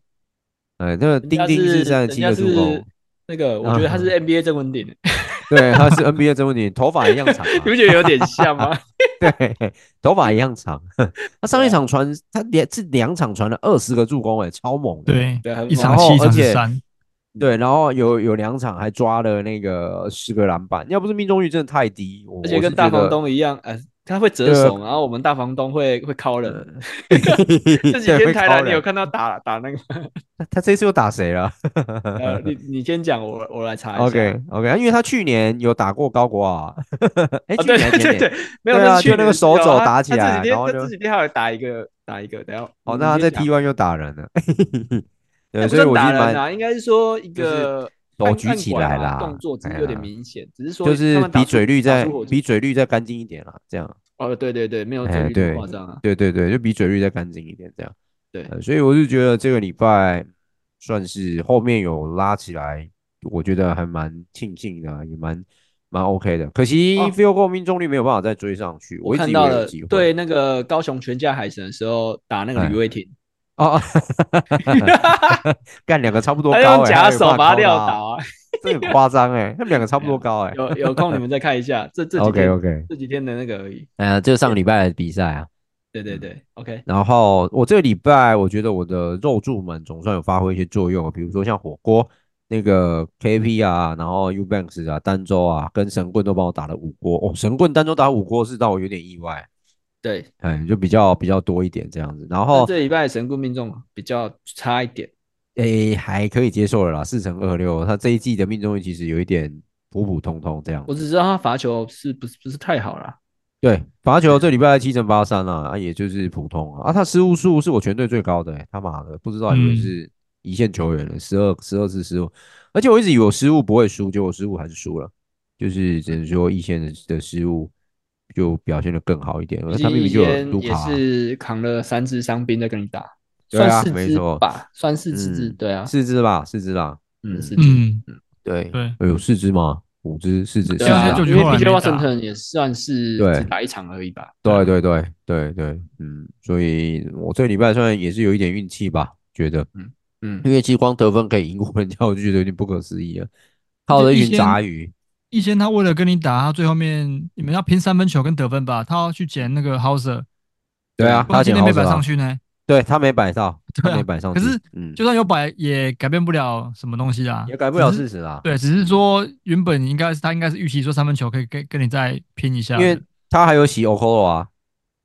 [SPEAKER 2] 哎，那个
[SPEAKER 3] 人
[SPEAKER 2] 丁
[SPEAKER 3] 家
[SPEAKER 2] 丁
[SPEAKER 3] 是
[SPEAKER 2] 三十七
[SPEAKER 3] 人
[SPEAKER 2] 个
[SPEAKER 3] 家
[SPEAKER 2] 助
[SPEAKER 3] 是
[SPEAKER 2] 攻。
[SPEAKER 3] 那个我觉得他
[SPEAKER 2] 嗯
[SPEAKER 3] 是 NBA 郑文鼎，
[SPEAKER 2] 对，他是 NBA 真问题，头发一样长、
[SPEAKER 3] 你不
[SPEAKER 2] 啊，
[SPEAKER 3] 觉得有点 像吗？
[SPEAKER 2] 对，头发一样长。 他上一
[SPEAKER 3] 对啊
[SPEAKER 2] 场传，他连是两场传了二十个助攻、欸，哎，超猛的。
[SPEAKER 4] 对，
[SPEAKER 3] 对，很
[SPEAKER 4] 一场
[SPEAKER 2] 然后
[SPEAKER 3] 猛
[SPEAKER 4] 七，一场
[SPEAKER 2] 而且
[SPEAKER 4] 十三，
[SPEAKER 2] 对，然后有有两场还抓了那个十个篮板，要不是命中率真的太低，我
[SPEAKER 3] 而且跟 大房，东一样，呃，他会折
[SPEAKER 2] 啊
[SPEAKER 3] 手嘛，然后我们大房东会会敲人。这
[SPEAKER 2] 这
[SPEAKER 3] 几天台南你有看到打打 那个？
[SPEAKER 2] 他这次又打谁了
[SPEAKER 3] 呃，你你先讲，我我来查一下。啊
[SPEAKER 2] ？OK OK，因为他去年有打过高国啊， 哎、
[SPEAKER 3] 啊，
[SPEAKER 2] 去
[SPEAKER 3] 对
[SPEAKER 2] 年前
[SPEAKER 3] 对
[SPEAKER 2] 年，
[SPEAKER 3] 对对，没有
[SPEAKER 2] 对啊
[SPEAKER 3] 是去
[SPEAKER 2] 就那个
[SPEAKER 3] 年
[SPEAKER 2] 手
[SPEAKER 3] 有啊
[SPEAKER 2] 肘
[SPEAKER 3] 他
[SPEAKER 2] 打起
[SPEAKER 3] 他
[SPEAKER 2] 来
[SPEAKER 3] 这几
[SPEAKER 2] 然后
[SPEAKER 3] 天
[SPEAKER 2] 就
[SPEAKER 3] 他这几天还有打一个打一个，等一下
[SPEAKER 2] 哦，那
[SPEAKER 3] 你
[SPEAKER 2] 他在
[SPEAKER 3] 先讲
[SPEAKER 2] T1 又打人了， 对，
[SPEAKER 3] 那不
[SPEAKER 2] 所以
[SPEAKER 3] 算
[SPEAKER 2] 我
[SPEAKER 3] 打
[SPEAKER 2] 是蛮
[SPEAKER 3] 人啊，应该是说一
[SPEAKER 2] 就是
[SPEAKER 3] 个
[SPEAKER 2] 手
[SPEAKER 3] 按
[SPEAKER 2] 哦举
[SPEAKER 3] 按
[SPEAKER 2] 起
[SPEAKER 3] 管
[SPEAKER 2] 来
[SPEAKER 3] 嘛
[SPEAKER 2] 啦
[SPEAKER 3] 动作只
[SPEAKER 2] 哎
[SPEAKER 3] 是有点
[SPEAKER 2] 呀
[SPEAKER 3] 明显，只是说
[SPEAKER 2] 就
[SPEAKER 3] 他
[SPEAKER 2] 是
[SPEAKER 3] 们打
[SPEAKER 2] 比
[SPEAKER 3] 出
[SPEAKER 2] 嘴绿
[SPEAKER 3] 打
[SPEAKER 2] 再
[SPEAKER 3] 出火箭
[SPEAKER 2] 比嘴绿再干净一点啦，这样，
[SPEAKER 3] 哦，对对对，没有
[SPEAKER 2] 哎
[SPEAKER 3] 嘴绿
[SPEAKER 2] 对
[SPEAKER 3] 那么夸张啊，
[SPEAKER 2] 对对对，就比嘴绿再干净一点，这样，
[SPEAKER 3] 对
[SPEAKER 2] 呃所以我是觉得这个礼拜算是后面有拉起来，我觉得还蛮庆幸的，啊也蛮蛮 OK 的，可惜
[SPEAKER 3] 哦
[SPEAKER 2] field goal 命中率没有办法再追上去，我一直
[SPEAKER 3] 看
[SPEAKER 2] 以
[SPEAKER 3] 到
[SPEAKER 2] 为有
[SPEAKER 3] 了
[SPEAKER 2] 机会，
[SPEAKER 3] 对那个高雄全家海神的时候打那个
[SPEAKER 2] 哎
[SPEAKER 3] 吕卫廷，
[SPEAKER 2] 哦， 干两个差不多
[SPEAKER 3] 他
[SPEAKER 2] 高，
[SPEAKER 3] 用
[SPEAKER 2] 哎
[SPEAKER 3] 假
[SPEAKER 2] 还有
[SPEAKER 3] 手
[SPEAKER 2] 办法
[SPEAKER 3] 把他
[SPEAKER 2] 扣
[SPEAKER 3] 撂
[SPEAKER 2] 到啊
[SPEAKER 3] 倒，啊，
[SPEAKER 2] 这很夸张哎，他们两个差不多高哎
[SPEAKER 3] 有有空你们再看一下， 这这几
[SPEAKER 2] ，OK
[SPEAKER 3] 天
[SPEAKER 2] OK，
[SPEAKER 3] 这几天的那个而已，
[SPEAKER 2] 呃，就上个礼拜的比赛啊。
[SPEAKER 3] 对对对，OK，
[SPEAKER 2] 然后我这个礼拜，我觉得我的肉柱们总算有发挥一些作用，比如说像火锅那个 KP 啊，然后 U Banks 啊、单周啊，跟神棍都帮我打了五锅哦。神棍单周打五锅是让我有点意外，
[SPEAKER 3] 对，
[SPEAKER 2] 嗯，就比较比较多一点这样子。然
[SPEAKER 3] 那
[SPEAKER 2] 后
[SPEAKER 3] 这礼拜的神棍命中比较差一点，
[SPEAKER 2] 诶还可以接受了啦，四乘二六，他这一季的命中率其实有一点普普通通这样
[SPEAKER 3] 我
[SPEAKER 2] 子。
[SPEAKER 3] 只知道他罚球是不是不是太好啦。
[SPEAKER 2] 对，罚球这礼拜七乘八三啊，啊也就是普通啊，啊他失误数是我全队最高的、欸，他妈的不知道以为
[SPEAKER 4] 嗯
[SPEAKER 2] 是一线球员了，十二十二次失误，而且我一直以为我失误不会输，结果失误还是输了，就是只能说一线的的失误就表现的更好一点，而他明明就有
[SPEAKER 3] 今
[SPEAKER 2] 卢
[SPEAKER 3] 天也
[SPEAKER 2] 卡啊，
[SPEAKER 3] 是扛了三支伤兵在跟你打，
[SPEAKER 2] 对啊
[SPEAKER 3] 算四
[SPEAKER 2] 没
[SPEAKER 3] 支
[SPEAKER 2] 错
[SPEAKER 3] 吧，算四支，
[SPEAKER 2] 嗯
[SPEAKER 3] 对啊，
[SPEAKER 2] 四支吧，四支啦，
[SPEAKER 3] 嗯，四支，
[SPEAKER 4] 嗯，
[SPEAKER 2] 对，
[SPEAKER 4] 对，
[SPEAKER 2] 哎有四支吗？五支，四支，
[SPEAKER 3] 对
[SPEAKER 2] 四
[SPEAKER 3] 啊
[SPEAKER 2] 支，
[SPEAKER 4] 就觉
[SPEAKER 3] 因
[SPEAKER 4] 得
[SPEAKER 3] 为
[SPEAKER 4] 后来
[SPEAKER 3] PJ
[SPEAKER 4] 没打
[SPEAKER 3] Washington 也算是
[SPEAKER 2] 对
[SPEAKER 3] 只打一场而已吧，
[SPEAKER 2] 对对对对对，嗯，所以我这礼拜算也是有一点运气吧，觉得。
[SPEAKER 3] 嗯，
[SPEAKER 2] 因为其实光得分可以赢过人家，我就觉得有点不可思议啊了。靠着
[SPEAKER 4] 一
[SPEAKER 2] 一群
[SPEAKER 4] 些
[SPEAKER 2] 杂鱼，
[SPEAKER 4] 一先他为了跟你打，他最后面你们要拼三分球跟得分吧，他要去捡那个 Hauser，
[SPEAKER 2] 对啊，
[SPEAKER 4] 他
[SPEAKER 2] 他
[SPEAKER 4] 今天
[SPEAKER 2] 捡好
[SPEAKER 4] 没
[SPEAKER 2] 手
[SPEAKER 4] 摆上
[SPEAKER 2] 啊，
[SPEAKER 4] 去呢，
[SPEAKER 2] 对他没摆到，
[SPEAKER 4] 对
[SPEAKER 2] 他没
[SPEAKER 4] 啊
[SPEAKER 2] 摆上去。
[SPEAKER 4] 可是
[SPEAKER 2] 嗯，
[SPEAKER 4] 就算有摆也改变不了什么东西啊，
[SPEAKER 2] 也改不了
[SPEAKER 4] 只是
[SPEAKER 2] 事实啊，
[SPEAKER 4] 对，只是说原本应该是他应该是预期说三分球可以跟跟你再拼一下
[SPEAKER 2] 因
[SPEAKER 4] 的，
[SPEAKER 2] 为他还有洗 o k o 啊，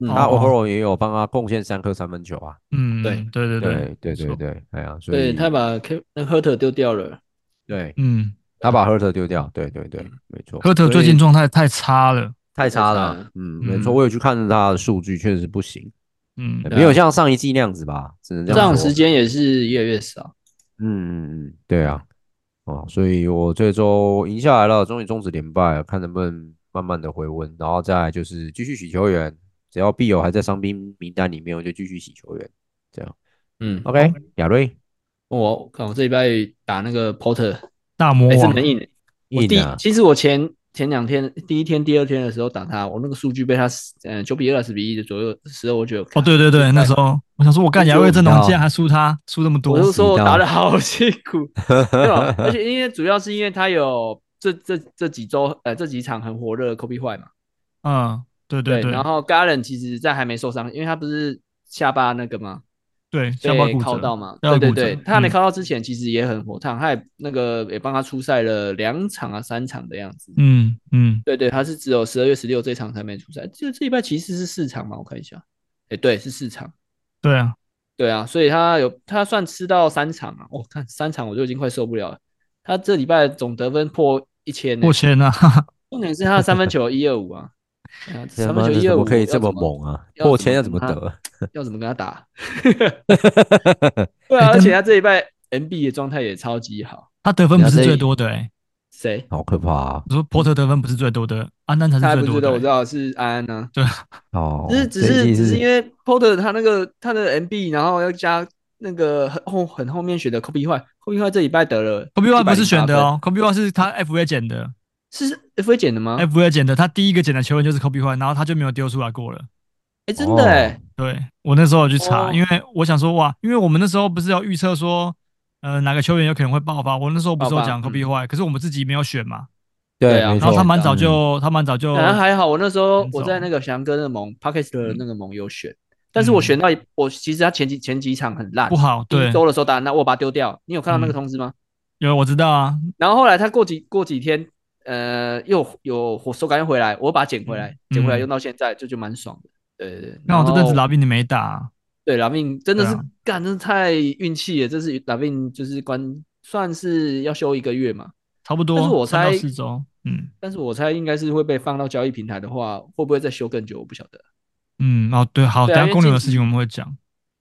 [SPEAKER 2] 嗯，他
[SPEAKER 4] 哦
[SPEAKER 2] overall 也有帮他贡献三颗三分球啊。
[SPEAKER 4] 嗯，
[SPEAKER 3] 对
[SPEAKER 4] 对对
[SPEAKER 2] 对对
[SPEAKER 4] 没
[SPEAKER 2] 对
[SPEAKER 4] 错
[SPEAKER 2] 对，哎呀，所
[SPEAKER 3] 对
[SPEAKER 2] 以
[SPEAKER 3] 他把 K 那 Herter 丢掉了，
[SPEAKER 2] 对
[SPEAKER 4] 嗯，
[SPEAKER 2] 他把赫特丢掉，对对对，没错。
[SPEAKER 4] 科特
[SPEAKER 2] 所
[SPEAKER 4] 最
[SPEAKER 2] 以
[SPEAKER 4] 近状态太差了，
[SPEAKER 2] 太差
[SPEAKER 3] 太差
[SPEAKER 2] 了
[SPEAKER 3] 了，
[SPEAKER 2] 嗯，没错，
[SPEAKER 4] 嗯
[SPEAKER 2] 我有去看他的数据，确实不行，
[SPEAKER 4] 嗯，
[SPEAKER 3] 啊
[SPEAKER 2] 没有像上一季那样子吧，只能这
[SPEAKER 3] 上
[SPEAKER 2] 样
[SPEAKER 3] 场
[SPEAKER 2] 说
[SPEAKER 3] 时。间也是越来越少。
[SPEAKER 2] 嗯嗯嗯，对啊，哦，所以我这周赢下来了，终于终止连败了，看能不能慢慢的回温，然后再来就是继续洗球员，只要必友还在伤兵名单里面，我就继续洗球员。
[SPEAKER 3] 嗯，
[SPEAKER 2] OK，亚瑞
[SPEAKER 3] 我看我这礼拜打那个 Porter
[SPEAKER 4] 大魔
[SPEAKER 2] 哎
[SPEAKER 3] 还是
[SPEAKER 4] 王
[SPEAKER 3] 很，硬的。我
[SPEAKER 2] 硬
[SPEAKER 3] 第
[SPEAKER 2] 啊，
[SPEAKER 3] 其实我前前两天第一天、第二天的时候打他，我那个数据被他嗯九比二、十比一的左右的时候，我觉得
[SPEAKER 4] 哦，对对对，那时候我想说，我干亚瑞阵容竟然还输他，输那么多
[SPEAKER 3] 我，就说我
[SPEAKER 2] 知道
[SPEAKER 3] 打的好辛苦，对吧？而且因为主要是因为他有这这这几周呃这几场很火热的 Kobe White 嘛，
[SPEAKER 4] 嗯，对对对，
[SPEAKER 3] 然后 Garland 其实在还没受伤，因为他不是下巴那个嘛
[SPEAKER 4] 对下巴
[SPEAKER 3] 被
[SPEAKER 4] 骨
[SPEAKER 3] 敲
[SPEAKER 4] 折
[SPEAKER 3] 到嘛，
[SPEAKER 4] 下巴
[SPEAKER 3] 对对
[SPEAKER 4] 骨折
[SPEAKER 3] 对，他还没
[SPEAKER 4] 嗯
[SPEAKER 3] 敲到之前其实也很火烫，他也那个也帮他出赛了两场啊三场的样子。
[SPEAKER 4] 嗯嗯，
[SPEAKER 3] 对对，他是只有十二月十六这场才没出赛，就这礼拜其实是四场嘛，我看一下，哎，对，是四场，
[SPEAKER 4] 对啊，
[SPEAKER 3] 对啊，所以他有他算吃到三场啊，我、看三场我就已经快受不了了。他这礼拜总得分破一千、
[SPEAKER 4] 破千啊， 哈哈
[SPEAKER 3] 重点是他的三分球一二五 啊，哎呀
[SPEAKER 2] 他
[SPEAKER 3] 三
[SPEAKER 2] 妈
[SPEAKER 3] 分
[SPEAKER 2] 的
[SPEAKER 3] 球一
[SPEAKER 2] 怎
[SPEAKER 3] 二
[SPEAKER 2] 么
[SPEAKER 3] 五
[SPEAKER 2] 可以这
[SPEAKER 3] 么
[SPEAKER 2] 么，猛啊？
[SPEAKER 3] 要
[SPEAKER 2] 破
[SPEAKER 3] 怎
[SPEAKER 2] 千
[SPEAKER 3] 么
[SPEAKER 2] 要怎么
[SPEAKER 3] 跟他
[SPEAKER 2] 得？
[SPEAKER 3] 要怎么跟 他打？
[SPEAKER 4] 哎
[SPEAKER 3] 对啊，而
[SPEAKER 4] 但
[SPEAKER 3] 且他这礼拜 NB 的状态也超级好，
[SPEAKER 4] 他得分不是最多的哎，
[SPEAKER 3] 谁？
[SPEAKER 2] 好可怕啊！
[SPEAKER 4] 我说波特得分不是最多的，安南才
[SPEAKER 3] 他还
[SPEAKER 4] 是
[SPEAKER 3] 不
[SPEAKER 4] 最
[SPEAKER 3] 知
[SPEAKER 4] 多欸
[SPEAKER 3] 道，我知
[SPEAKER 4] 的，
[SPEAKER 3] 道是安安呢、
[SPEAKER 2] 哦，
[SPEAKER 3] 只是只
[SPEAKER 2] 这一季
[SPEAKER 3] 是只是因
[SPEAKER 2] 为
[SPEAKER 3] 为 Porter 他那个他的 MB，然后要加那个很后很后面选的 Kobe White，Kobe White 这礼拜得了
[SPEAKER 4] 科比万不是选的
[SPEAKER 3] 108
[SPEAKER 4] 哦，科比万是他 FA 捡的
[SPEAKER 3] 分，是 FA 捡的吗？哎、
[SPEAKER 4] ，FA 捡的，他第一个捡的球员就是科比万，然后他就没有丢出来过了。
[SPEAKER 3] 真的哎、
[SPEAKER 4] 对我那时候有去查，
[SPEAKER 3] 哦
[SPEAKER 4] 因为我想说哇，因为我们那时候不是要预测说，呃，哪个球员有可能会爆发。我那时候不是有
[SPEAKER 3] 爆发嗯
[SPEAKER 4] 讲科比坏，可是我们自己没有选嘛。
[SPEAKER 2] 对
[SPEAKER 3] 对啊
[SPEAKER 2] 没
[SPEAKER 4] 然后
[SPEAKER 2] 错嗯
[SPEAKER 4] 他蛮早就，他蛮早就，
[SPEAKER 3] 反正还好，我那时候
[SPEAKER 4] 哦很啊
[SPEAKER 3] 我
[SPEAKER 4] 少
[SPEAKER 3] 在那个翔哥的盟 Pockets 的那个盟有选，但是我选到一我其实他前几前几场很烂
[SPEAKER 4] 嗯不，好。
[SPEAKER 3] 第
[SPEAKER 4] 对
[SPEAKER 3] 一，周的时候打那我把它丢掉，你有看到那个
[SPEAKER 4] 嗯
[SPEAKER 3] 通知吗？
[SPEAKER 4] 有我知道啊，
[SPEAKER 3] 然后后来他过几过几天，呃，又有火手感又回来，我把它捡回来，
[SPEAKER 4] 嗯
[SPEAKER 3] 捡回来
[SPEAKER 4] 嗯
[SPEAKER 3] 用到现在，这就蛮爽的。对对对，
[SPEAKER 4] 那我这
[SPEAKER 3] 然
[SPEAKER 4] 阵
[SPEAKER 3] 后
[SPEAKER 4] 子老兵你没打，
[SPEAKER 3] 对，拉命真的
[SPEAKER 4] 对
[SPEAKER 3] 是
[SPEAKER 4] 啊
[SPEAKER 3] 干、真的太运气了。这是拉命就是关，算是要休一个月嘛。
[SPEAKER 4] 差不
[SPEAKER 3] 但是
[SPEAKER 4] 多
[SPEAKER 3] 我
[SPEAKER 4] 三到
[SPEAKER 3] 猜
[SPEAKER 4] 四周。嗯
[SPEAKER 3] 但是我猜应该是会被放到交易平台的话，会不会再休更久？我不晓得。
[SPEAKER 4] 嗯，哦对，好，
[SPEAKER 3] 对
[SPEAKER 4] 等
[SPEAKER 3] 啊
[SPEAKER 4] 一
[SPEAKER 3] 因
[SPEAKER 4] 下
[SPEAKER 3] 为
[SPEAKER 4] 公牛的
[SPEAKER 3] 近
[SPEAKER 4] 事情我们会讲。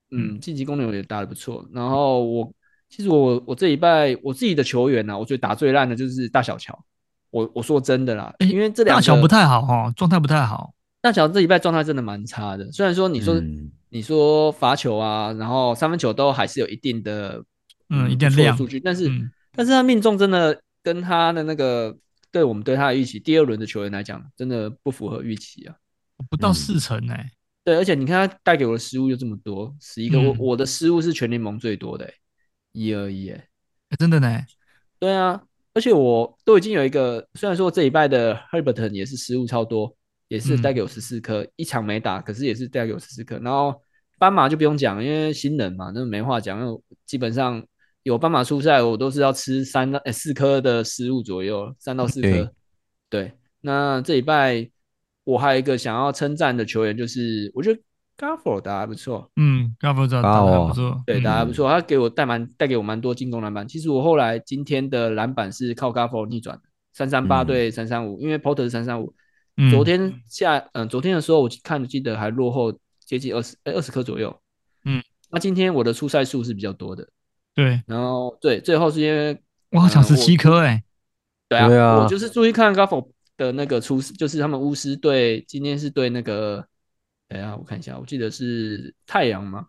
[SPEAKER 3] 嗯，晋级公牛也打得不错。然后我其实我我这一拜我自己的球员呢、啊我觉得打最烂的就是大小乔。我我说真的啦，
[SPEAKER 4] 诶
[SPEAKER 3] 因为这
[SPEAKER 4] 大
[SPEAKER 3] 两个
[SPEAKER 4] 小不太好哦，状态不太好。
[SPEAKER 3] 大乔这一拜状态真的蛮差的。虽然说你说、
[SPEAKER 2] 嗯
[SPEAKER 3] 你说罚球啊，然后三分球都还是有一定的
[SPEAKER 4] 嗯一定
[SPEAKER 3] 不错的
[SPEAKER 4] 量
[SPEAKER 3] 数据，但是、
[SPEAKER 4] 嗯
[SPEAKER 3] 但是他命中真的跟他的那个对我们对他的预期，第二轮的球员来讲，真的不符合预期啊。
[SPEAKER 4] 不到
[SPEAKER 2] 嗯
[SPEAKER 4] 四成哎。
[SPEAKER 3] 对，而且你看他带给我的失误就这么多，十一个，我
[SPEAKER 4] 嗯
[SPEAKER 3] 我的失误是全联盟最多的、欸，一二一，哎，
[SPEAKER 4] 诶欸真的呢，
[SPEAKER 3] 对啊，而且我都已经有一个，虽然说这一拜的 Herbert 也是失误超多，也是带给我十四颗，一场没打，可是也是带给我十四颗。然后斑马就不用讲，因为新人嘛，那没话讲，因为我基本上有斑马出赛，我都是要吃三到哎四颗的失误左右，三到四
[SPEAKER 2] 对
[SPEAKER 3] 颗。对，那这一拜我还有一个想要称赞的球员，就是我觉得 Gafford 啊打得还不错，
[SPEAKER 4] 嗯，高弗扎
[SPEAKER 2] 打
[SPEAKER 4] 打的
[SPEAKER 2] 哦
[SPEAKER 4] 不错，
[SPEAKER 3] 对，
[SPEAKER 4] 嗯
[SPEAKER 3] 打得还
[SPEAKER 2] 嗯
[SPEAKER 3] 不错，他给我带蛮带给我蛮多进攻篮板。其实我后来今天的篮板是靠 Gafford 逆转的，三三八
[SPEAKER 2] 嗯
[SPEAKER 3] 对三三五，因为 Porter 是三三五。
[SPEAKER 4] 嗯
[SPEAKER 3] 昨天下嗯、呃昨天的时候我看记得还落后接近二十哎二十颗左右。
[SPEAKER 4] 嗯，
[SPEAKER 3] 那今天我的出赛数是比较多的，
[SPEAKER 4] 对，
[SPEAKER 3] 然后对，最后是因为
[SPEAKER 4] 我好想
[SPEAKER 3] 呃
[SPEAKER 4] 十
[SPEAKER 3] 我
[SPEAKER 4] 七颗哎，
[SPEAKER 3] 对啊，
[SPEAKER 2] 对啊
[SPEAKER 3] 我就是注意看 Gafford 的那个出，就是他们巫师队今天是对那个，等一下我看一下，我记得是太阳吗？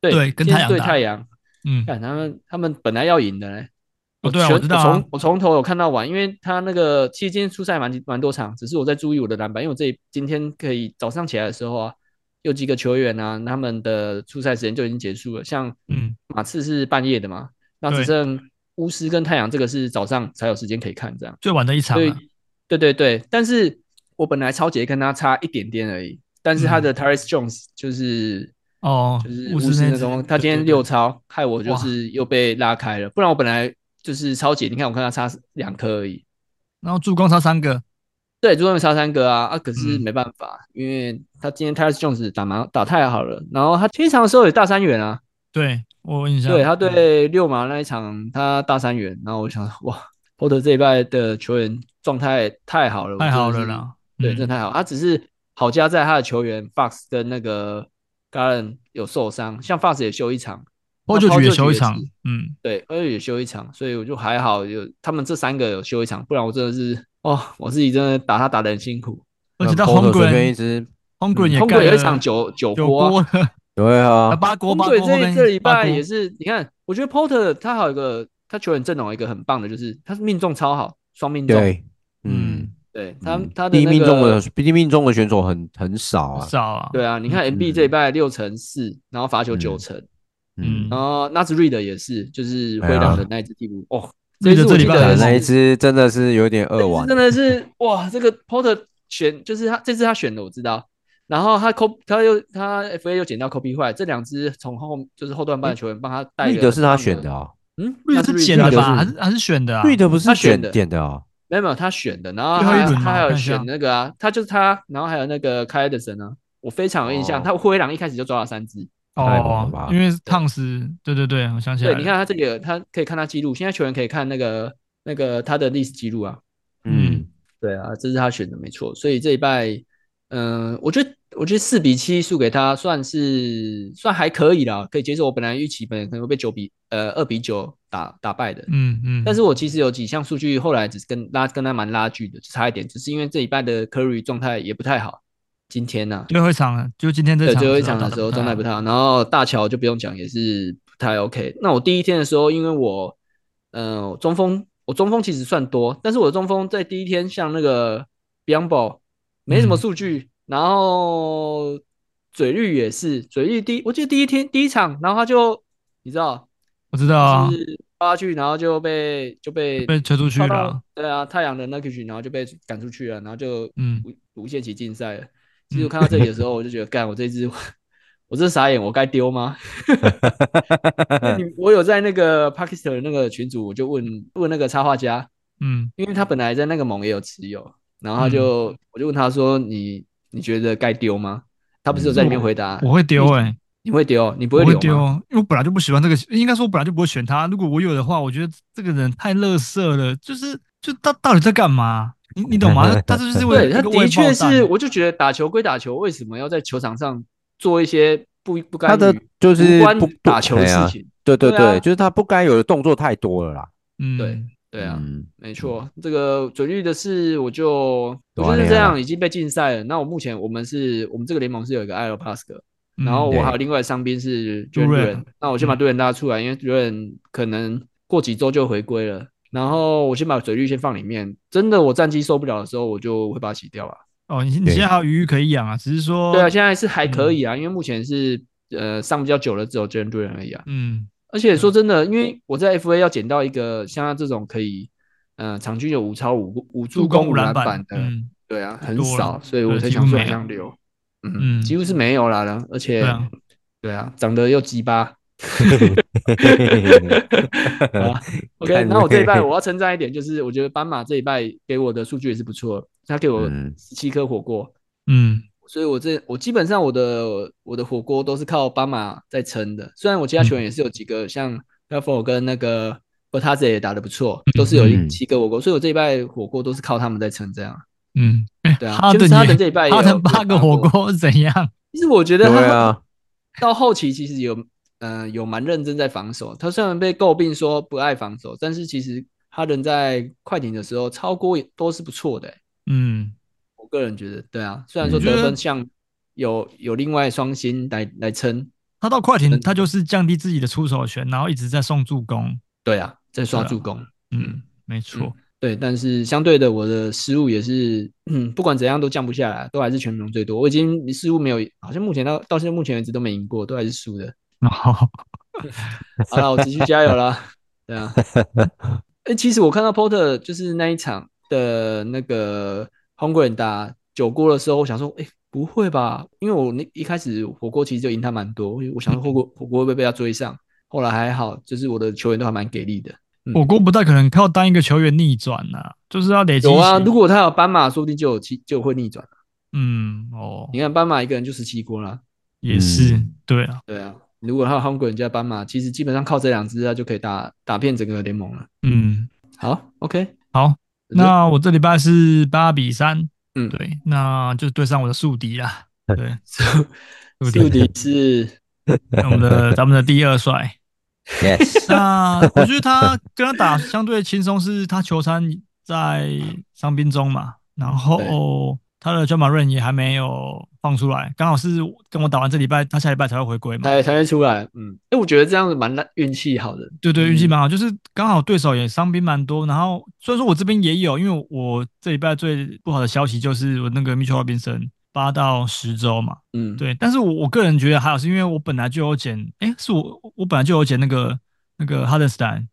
[SPEAKER 3] 对
[SPEAKER 4] 对跟
[SPEAKER 3] 今天
[SPEAKER 4] 太阳
[SPEAKER 3] 对
[SPEAKER 4] 打
[SPEAKER 3] 太阳。
[SPEAKER 4] 嗯，
[SPEAKER 3] 看他们，他们本来要赢的嘞。
[SPEAKER 4] 哦对啊
[SPEAKER 3] 全
[SPEAKER 4] 我知道啊
[SPEAKER 3] 从我从头有看到完，因为他那个其实今天出赛蛮蛮多场，只是我在注意我的篮板，因为我这里今天可以早上起来的时候啊，有几个球员啊，他们的出赛时间就已经结束了。像
[SPEAKER 4] 嗯
[SPEAKER 3] 马刺是半夜的嘛，那
[SPEAKER 4] 对
[SPEAKER 3] 只剩巫师跟太阳这个是早上才有时间可以看这样。
[SPEAKER 4] 最晚的一场
[SPEAKER 3] 对
[SPEAKER 4] 啊，
[SPEAKER 3] 对对对，但是我本来超杰跟他差一点点而已，但是他
[SPEAKER 4] 嗯
[SPEAKER 3] 的 Terrence Jones 就是
[SPEAKER 4] 哦
[SPEAKER 3] 就是，
[SPEAKER 4] 巫
[SPEAKER 3] 巫
[SPEAKER 4] 师
[SPEAKER 3] 师
[SPEAKER 4] 那
[SPEAKER 3] 那
[SPEAKER 4] 种，
[SPEAKER 3] 种，他今天六
[SPEAKER 4] 场，
[SPEAKER 3] 超，害我就
[SPEAKER 4] 哇
[SPEAKER 3] 是又被拉开了。不然我本来就是超姐，你看我跟他差两颗而已。
[SPEAKER 4] 然后助攻差三个，
[SPEAKER 3] 对，朱恩杀三个啊啊！可是
[SPEAKER 4] 嗯
[SPEAKER 3] 没办法，因为他今天 t y r e Jones 打蛮打太好了，然后他前一场的时候也大三元啊，
[SPEAKER 4] 对我有印象，
[SPEAKER 3] 对他对六马那一场他大三元，然后我想哇，Porter 这一拜的球员状态太好了，我
[SPEAKER 4] 太好
[SPEAKER 3] 真
[SPEAKER 4] 了
[SPEAKER 3] 的是
[SPEAKER 4] 啦，
[SPEAKER 3] 对，
[SPEAKER 4] 嗯
[SPEAKER 3] 真的太好。他只是好加在他的球员 Fox 跟那个 Garland 有受伤，像 Fox 也休一场，
[SPEAKER 4] 我
[SPEAKER 3] 那
[SPEAKER 4] 就
[SPEAKER 3] Paul
[SPEAKER 4] 觉
[SPEAKER 3] George
[SPEAKER 4] 得休一
[SPEAKER 3] 也
[SPEAKER 4] 场
[SPEAKER 3] 是，
[SPEAKER 4] 嗯，
[SPEAKER 3] 对，二也休一场，所以我就还好有他们这三个有休一场，不然我真的是哦，我自己真的打他打得很辛苦。
[SPEAKER 4] 而且到
[SPEAKER 2] Porter 随便一
[SPEAKER 4] Hungry
[SPEAKER 2] 直
[SPEAKER 4] Hungry 也
[SPEAKER 3] 通
[SPEAKER 4] 盖
[SPEAKER 3] 过有
[SPEAKER 4] 了
[SPEAKER 3] 一场九九
[SPEAKER 4] 九
[SPEAKER 3] 波
[SPEAKER 4] 锅
[SPEAKER 3] 啊，
[SPEAKER 4] 了，
[SPEAKER 2] 对啊
[SPEAKER 4] 啊，八锅八锅
[SPEAKER 3] 通鬼
[SPEAKER 4] 后
[SPEAKER 3] 这
[SPEAKER 4] 面
[SPEAKER 3] 这礼
[SPEAKER 4] 八
[SPEAKER 3] 拜
[SPEAKER 4] 锅
[SPEAKER 3] 也是，你看，我觉得 Porter 他还有一个他球员阵容有一个很棒的，就是他是命中超好，双命中，
[SPEAKER 2] 对，嗯
[SPEAKER 4] 嗯，
[SPEAKER 3] 对他
[SPEAKER 2] 嗯
[SPEAKER 3] 他的
[SPEAKER 2] 低
[SPEAKER 3] 那
[SPEAKER 2] 命中的
[SPEAKER 3] 个
[SPEAKER 2] 低命中的选手很很少啊，
[SPEAKER 4] 少啊，
[SPEAKER 3] 对啊，你看 M B 这一拜六乘四，然后罚球
[SPEAKER 2] 嗯
[SPEAKER 3] 九成，
[SPEAKER 4] 嗯
[SPEAKER 2] 嗯，
[SPEAKER 3] 然后 Nas Reed 也是，就是灰
[SPEAKER 2] 哎呀
[SPEAKER 3] 狼的那一支替补哦，
[SPEAKER 4] Reed
[SPEAKER 3] 一支
[SPEAKER 4] 这
[SPEAKER 3] 我
[SPEAKER 4] 礼
[SPEAKER 3] 记
[SPEAKER 4] 拜
[SPEAKER 3] 得
[SPEAKER 4] 很
[SPEAKER 3] 是
[SPEAKER 2] 啊那一支真的是有点二
[SPEAKER 3] 这
[SPEAKER 2] 完
[SPEAKER 3] 次真， 的是哇，这个 Porter 选就是他这次他选的我知道，然后他 Co 他又他 FA 又捡到 Kobe 坏，这两支从后就是后段班的球员帮他带一
[SPEAKER 2] 瑞
[SPEAKER 3] 个
[SPEAKER 2] 德是他
[SPEAKER 3] 很棒
[SPEAKER 2] 选的，啊，
[SPEAKER 3] 嗯，
[SPEAKER 4] 瑞
[SPEAKER 3] 那
[SPEAKER 4] 是
[SPEAKER 3] 绿
[SPEAKER 4] 捡的
[SPEAKER 3] 的
[SPEAKER 4] 吧？
[SPEAKER 2] 是
[SPEAKER 4] 还是还是选的啊？
[SPEAKER 2] 瑞德不是
[SPEAKER 3] 他选
[SPEAKER 2] 选
[SPEAKER 3] 的
[SPEAKER 2] 点的啊，
[SPEAKER 3] 没有没有他选的，然后
[SPEAKER 4] 最后一
[SPEAKER 3] 还
[SPEAKER 4] 轮吗
[SPEAKER 3] 他还
[SPEAKER 4] 我
[SPEAKER 3] 有
[SPEAKER 4] 看一下
[SPEAKER 3] 选那个啊，他就是他，然后还有那个 k a i d e r s o n 啊，我非常有印象，
[SPEAKER 2] 哦
[SPEAKER 3] 他灰狼一开始就抓了三支，
[SPEAKER 2] 太猛了
[SPEAKER 4] 哦
[SPEAKER 2] 吧，
[SPEAKER 4] 因为烫死，对对对，我想起来
[SPEAKER 2] 啊
[SPEAKER 3] 对，
[SPEAKER 4] 了，
[SPEAKER 3] 你看他这个他可以看他记录，现在球员可以看那个那个他的历史记录啊，
[SPEAKER 4] 嗯
[SPEAKER 2] 嗯，
[SPEAKER 3] 对啊，这是他选的没错，所以这一拜，嗯、我觉得我觉得四比七输给他算是算还可以啦，可以接受。我本来预期本来可能会被九比呃二比九打打败的，
[SPEAKER 4] 嗯嗯，
[SPEAKER 3] 但是我其实有几项数据后来只是跟拉跟他蛮拉锯的，就差一点，只是因为这一拜的 Curry 状态也不太好，今天呢、
[SPEAKER 4] 最后一场了，就今天这
[SPEAKER 3] 对，
[SPEAKER 4] 场
[SPEAKER 3] 最后一场
[SPEAKER 4] 打
[SPEAKER 3] 的
[SPEAKER 4] 得
[SPEAKER 3] 时候
[SPEAKER 4] 太
[SPEAKER 3] 状态
[SPEAKER 4] 好
[SPEAKER 3] 不太好，然后大乔就不用讲，也是不太 OK。那我第一天的时候，因为我，嗯、我中锋我中锋其实算多，但是我的中锋在第一天像那个 Biombo 没什么
[SPEAKER 4] 嗯
[SPEAKER 3] 数据，然后嘴绿也是嘴绿第一，我记得第一天第一场，然后他就你知道，
[SPEAKER 4] 我知道啊
[SPEAKER 3] 就，是发去，然后就被就被
[SPEAKER 4] 被推出去
[SPEAKER 3] 抓到
[SPEAKER 4] 了，
[SPEAKER 3] 对啊，太阳的那个局，然后就被赶出去了，然后就
[SPEAKER 4] 嗯
[SPEAKER 3] 无无限期禁赛了。其实我看到这里的 时候，我就觉得，干我这只，我这傻眼，我该丢 吗？那你我有在那个 Pakistan 的那个群组，我就问问那个插画家，
[SPEAKER 4] 嗯
[SPEAKER 3] 因为他本来在那个盟也有持有，然后他就、我就问他说，你你觉得该丢吗？他不是有在里面回答，
[SPEAKER 4] 嗯我会丢哎、
[SPEAKER 3] 你会丢，你不
[SPEAKER 4] 我
[SPEAKER 3] 会
[SPEAKER 4] 会
[SPEAKER 3] 留
[SPEAKER 4] 丢
[SPEAKER 3] 吗？，
[SPEAKER 4] 因为我本来就不喜欢这个，应该说我本来就不会选他。如果我有的话，我觉得这个人太乐色了，就是就他到底在干嘛？你你懂吗？他就是为了
[SPEAKER 3] 对
[SPEAKER 4] 一
[SPEAKER 3] 他
[SPEAKER 4] 个为
[SPEAKER 3] 的
[SPEAKER 4] 报
[SPEAKER 3] 确
[SPEAKER 4] 蛋
[SPEAKER 3] 是，我就觉得打球归打球，为什么要在球场上做一些不不该
[SPEAKER 2] 他的
[SPEAKER 3] 与
[SPEAKER 2] 就是
[SPEAKER 3] 无关
[SPEAKER 2] 不
[SPEAKER 3] 打球的
[SPEAKER 2] 哎呀
[SPEAKER 3] 事情？
[SPEAKER 2] 对对
[SPEAKER 3] 对啊
[SPEAKER 2] 对，就是他不该有的动作太多了啦，
[SPEAKER 4] 嗯，
[SPEAKER 3] 对对啊，
[SPEAKER 2] 嗯
[SPEAKER 3] 没错，这个嘴绿的事，我就我
[SPEAKER 2] 对啊
[SPEAKER 3] 就是这
[SPEAKER 2] 对啊
[SPEAKER 3] 样，已经被禁赛了。那我目前我们是我们这个联盟是有一个 i l p a s k
[SPEAKER 4] 嗯
[SPEAKER 3] 然后我
[SPEAKER 2] 对
[SPEAKER 3] 还有另外伤兵是 j u r
[SPEAKER 4] Duren
[SPEAKER 3] n 那我先把
[SPEAKER 4] 嗯
[SPEAKER 3] d u r n 拉出来，因为 d u r n 可能过几周就回归了。然后我先把嘴绿先放里面，真的我战绩受不了的时候，我就会把它洗掉啊。
[SPEAKER 4] 哦，你你现在还有余裕可以养啊，只是说
[SPEAKER 2] 哦
[SPEAKER 3] 对啊，现在是还
[SPEAKER 2] 嗯
[SPEAKER 3] 可以啊，因为目前是呃上比较久了，只有 j u r n d u r n 而已啊。
[SPEAKER 4] 嗯
[SPEAKER 3] 而且说真的，因为我在 FA 要捡到一个像他这种可以，呃，场均有五超五五助攻五篮
[SPEAKER 4] 篮
[SPEAKER 3] 板的，
[SPEAKER 4] 嗯
[SPEAKER 3] 对啊，
[SPEAKER 4] 太
[SPEAKER 3] 很
[SPEAKER 4] 多
[SPEAKER 3] 少
[SPEAKER 4] 了，
[SPEAKER 3] 所以我
[SPEAKER 4] 对
[SPEAKER 3] 才
[SPEAKER 4] 几
[SPEAKER 3] 想
[SPEAKER 4] 乎
[SPEAKER 3] 说
[SPEAKER 4] 没
[SPEAKER 3] 好
[SPEAKER 4] 有
[SPEAKER 3] 像留，
[SPEAKER 4] 嗯
[SPEAKER 3] 嗯，几乎是没有啦了，而且
[SPEAKER 4] 对啊，
[SPEAKER 3] 对啊，长得又 鸡巴。啊 OK，
[SPEAKER 2] 看
[SPEAKER 3] 那我这一拜
[SPEAKER 2] 你
[SPEAKER 3] 我要称赞一点，就是我觉得斑马这一拜给我的数据也是不错，他给我
[SPEAKER 2] 嗯
[SPEAKER 3] 十七颗火锅，
[SPEAKER 4] 嗯
[SPEAKER 3] 所以我这我基本上我的我的火锅都是靠斑马在撑的。虽然我其他
[SPEAKER 4] 嗯
[SPEAKER 3] 球员也是有几个，像 r a f f o 跟那个 b e t a z 也打得不错，都是有一
[SPEAKER 2] 嗯
[SPEAKER 3] 七个火锅，所以我这一拜火锅都是靠他们在撑这样。
[SPEAKER 4] 嗯，
[SPEAKER 3] 对啊，
[SPEAKER 4] 哈
[SPEAKER 3] 就
[SPEAKER 4] 登
[SPEAKER 3] 是哈
[SPEAKER 4] 也
[SPEAKER 3] 登这一拜也
[SPEAKER 4] 哈
[SPEAKER 3] 有
[SPEAKER 4] 登八个火，
[SPEAKER 3] 有打过
[SPEAKER 4] 锅是怎样？
[SPEAKER 3] 其实我觉得
[SPEAKER 2] 对
[SPEAKER 3] 他
[SPEAKER 2] 啊，
[SPEAKER 3] 到后期其实有嗯、呃有蛮认真在防守。他虽然被诟病说不爱防守，但是其实哈登在快艇的时候超过也都是不错的欸、
[SPEAKER 4] 嗯，
[SPEAKER 3] 我个人觉得，对啊，虽然说
[SPEAKER 4] 我觉得
[SPEAKER 3] 得分项有有另外双星来来撑，
[SPEAKER 4] 他到快
[SPEAKER 3] 真
[SPEAKER 4] 艇，
[SPEAKER 3] 的
[SPEAKER 4] 他就是降低自己的出手权，然后一直在送助攻。
[SPEAKER 3] 对啊，在刷
[SPEAKER 4] 对啊
[SPEAKER 3] 助攻，
[SPEAKER 4] 嗯，没错。
[SPEAKER 3] 对，但是相对的，我的失误也是，嗯，不管怎样都降不下来，都还是全联盟最多。我已经失误没有，好像目前到到现在目前为止都没赢过，都还是输的。
[SPEAKER 4] 然
[SPEAKER 3] 嗯
[SPEAKER 4] 后
[SPEAKER 3] 好了，我持续加油啦。对啊，哎、其实我看到 Porter 就是那一场的那个 Hungry 打九锅的时候，我想说，哎、不会吧？因为我那一开始火锅其实就赢他蛮多，我想说火锅火锅会不会被他追上？后来还好，就是我的球员都还蛮给力的。
[SPEAKER 2] 嗯
[SPEAKER 4] 火锅不太可能靠单一个球员逆转呐、就是要累积。
[SPEAKER 3] 有啊，如果他有斑马，说不定就有七就会逆转。
[SPEAKER 4] 嗯哦，
[SPEAKER 3] 你看斑马一个人就十七锅啦，
[SPEAKER 4] 也是、
[SPEAKER 2] 嗯
[SPEAKER 4] 对啊，
[SPEAKER 3] 对啊。如果他有夯过人家斑马，其实基本上靠这两支他就可以打打遍整个联盟了。
[SPEAKER 4] 嗯，
[SPEAKER 3] 好，OK，
[SPEAKER 4] 好，嗯那我这礼拜是八比三，
[SPEAKER 3] 嗯
[SPEAKER 4] 对，那就对上我的宿敌 啦，对， 宿
[SPEAKER 3] 宿
[SPEAKER 4] 敌，
[SPEAKER 3] 敌是
[SPEAKER 4] 我们 的咱们的第二帅。
[SPEAKER 2] Yes，
[SPEAKER 4] 那我觉得他跟他打相对轻松，是他球参在伤兵中嘛，然后他的 j a m a r n 也还没有放出来，刚好是跟我打完这礼拜，他下礼拜才会回归嘛。
[SPEAKER 3] 才才会出来。嗯，哎，我觉得这样子蛮烂运气好的。
[SPEAKER 4] 对对，
[SPEAKER 3] 嗯
[SPEAKER 4] 运气蛮好，就是刚好对手也伤兵蛮多，然后虽然说我这边也有，因为我这礼拜最不好的消息就是我那个 Mitchell Robinson 八到十周嘛，
[SPEAKER 3] 嗯，
[SPEAKER 4] 对，但是我我个人觉得还好，是因为我本来就有捡，诶，是我我本来就有捡那个那个 Hardenstein，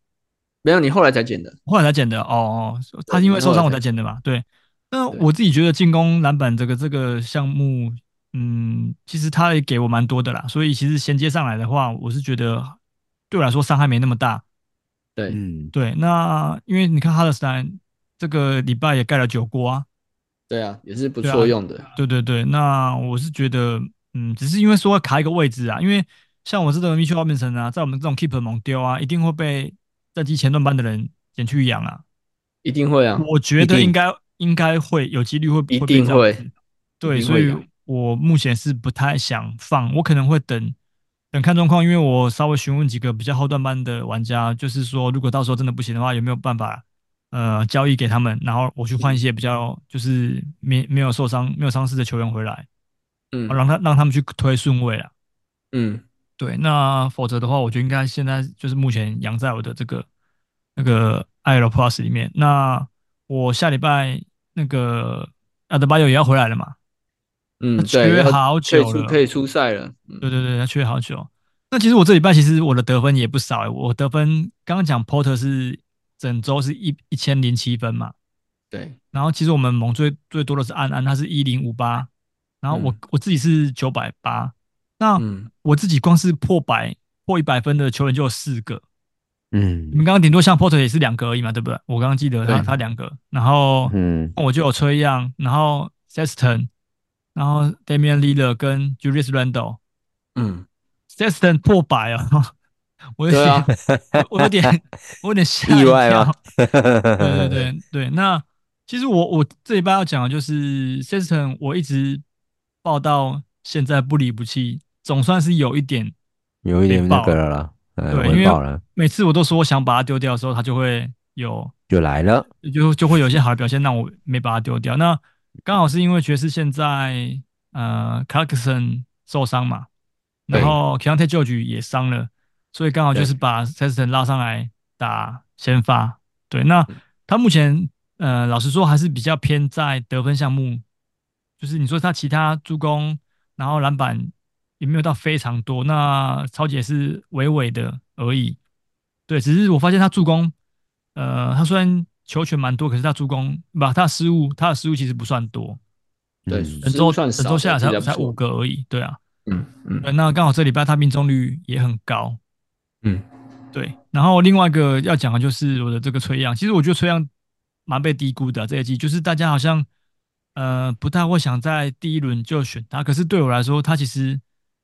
[SPEAKER 3] 没有你后来才捡的。
[SPEAKER 4] 后来才捡的哦，哦他因为受伤我才捡的嘛。对，那
[SPEAKER 3] 对
[SPEAKER 4] 我自己觉得进攻篮板这个这个项目，嗯，其实他也给我蛮多的啦，所以其实衔接上来的话，我是觉得对我来说伤害没那么大。
[SPEAKER 3] 对，
[SPEAKER 2] 嗯，
[SPEAKER 4] 对，那因为你看哈德斯坦这个礼拜也盖了九锅啊，
[SPEAKER 3] 对啊，也是不
[SPEAKER 4] 对啊
[SPEAKER 3] 错用的。
[SPEAKER 4] 对对对，那我是觉得，嗯，只是因为说要卡一个位置啊，因为像我这种 Mitchell Robinson 啊，在我们这种 keeper 猛丢啊，一定会被在击前段班的人捡去养啊。
[SPEAKER 3] 一定会啊，
[SPEAKER 4] 我觉
[SPEAKER 2] 一
[SPEAKER 4] 得
[SPEAKER 2] 定
[SPEAKER 4] 应该应该会有几率会
[SPEAKER 3] 一
[SPEAKER 4] 会被
[SPEAKER 3] 定
[SPEAKER 4] 这样
[SPEAKER 3] 会
[SPEAKER 4] 子对，
[SPEAKER 3] 一定
[SPEAKER 4] 所
[SPEAKER 3] 会
[SPEAKER 4] 以
[SPEAKER 3] 的
[SPEAKER 4] 我目前是不太想放，我可能会等等看状况，因为我稍微询问几个比较后段班的玩家，就是说如果到时候真的不行的话，有没有办法呃交易给他们，然后我去换一些比较就是没没有受伤没有伤势的球员回来，
[SPEAKER 3] 嗯
[SPEAKER 4] 让他让他们去推顺位啊。
[SPEAKER 3] 嗯，
[SPEAKER 4] 对，那否则的话，我觉得应该现在就是目前养在我的这个那个 IL Plus 里面。那我下礼拜那个阿德巴约也要回来了嘛？
[SPEAKER 3] 嗯，
[SPEAKER 4] 他
[SPEAKER 3] 对，
[SPEAKER 4] 缺
[SPEAKER 3] 要
[SPEAKER 4] 好
[SPEAKER 3] 退
[SPEAKER 4] 久
[SPEAKER 3] 出
[SPEAKER 4] 了
[SPEAKER 3] 可以出赛了。嗯
[SPEAKER 4] 对对对，他缺好久。那其实我这礼拜其实我的得分也不少、欸，我得分刚刚讲 Porter 是整周是一一千零七分嘛，
[SPEAKER 3] 对，
[SPEAKER 4] 然后其实我们盟最最多的是安安，他是一零五八，然后我、我自己是九百八，那
[SPEAKER 3] 嗯，
[SPEAKER 4] 我自己光是破百破一百分的球员就有四个，你
[SPEAKER 2] 嗯
[SPEAKER 4] 们刚刚顶多像 Porter 也是两个而已嘛，对不对？我刚刚记得他
[SPEAKER 3] 对
[SPEAKER 4] 他两个，然后
[SPEAKER 2] 嗯
[SPEAKER 4] 我就有崔样，然后 Sexton，然后 Damian l i l l a r 跟 Julius Randle。
[SPEAKER 3] 嗯，
[SPEAKER 4] Sexton 破百哦， 我有
[SPEAKER 3] 对
[SPEAKER 4] 点，
[SPEAKER 3] 啊
[SPEAKER 4] 我有点，我有点吓一
[SPEAKER 2] 意外
[SPEAKER 4] 跳
[SPEAKER 2] 吗嗯
[SPEAKER 4] 对对
[SPEAKER 2] 对
[SPEAKER 4] 对对，那其实我我这一半要讲的就是 Sexton，我一直报到现在不离不弃，总算是有一点，
[SPEAKER 2] 有一点那个了啦，嗯，
[SPEAKER 4] 对，
[SPEAKER 2] 回
[SPEAKER 4] 因
[SPEAKER 2] 报
[SPEAKER 4] 为
[SPEAKER 2] 了
[SPEAKER 4] 每次我都说我想把它丢掉的时候，它就会有
[SPEAKER 2] 就来了，
[SPEAKER 4] 就就会有一些好的表现，让我没把它丢掉。那刚好是因为爵士现在呃 Clarkson 受伤嘛，然后 k a n t e j o g e 也伤了，所以刚好就是
[SPEAKER 3] 对
[SPEAKER 4] 把 Sexton 拉上来打先发。对，那他目前呃老实说还是比较偏在得分项目，就是你说他其他助攻，然后篮板也没有到非常多，那超姐是微微的而已。对，只是我发现他助攻，呃，他虽然球权蛮多，可是他助攻不，他的失误，他的失误其实不算多，
[SPEAKER 3] 对
[SPEAKER 2] 嗯
[SPEAKER 4] 本
[SPEAKER 3] 失误
[SPEAKER 4] 周
[SPEAKER 3] 算
[SPEAKER 4] 本
[SPEAKER 3] 少
[SPEAKER 4] 周下来
[SPEAKER 3] 这
[SPEAKER 4] 才
[SPEAKER 3] 比较
[SPEAKER 4] 才
[SPEAKER 3] 不错
[SPEAKER 4] 五个而已。对啊，
[SPEAKER 3] 嗯
[SPEAKER 4] 对
[SPEAKER 3] 嗯
[SPEAKER 4] 那刚好这礼拜他命中率也很高。
[SPEAKER 3] 嗯，
[SPEAKER 4] 对，然后另外一个要讲的就是我的这个崔样，其实我觉得崔样蛮被低估的、啊这一季，就是大家好像呃不太会想在第一轮就选他，可是对我来说，他其实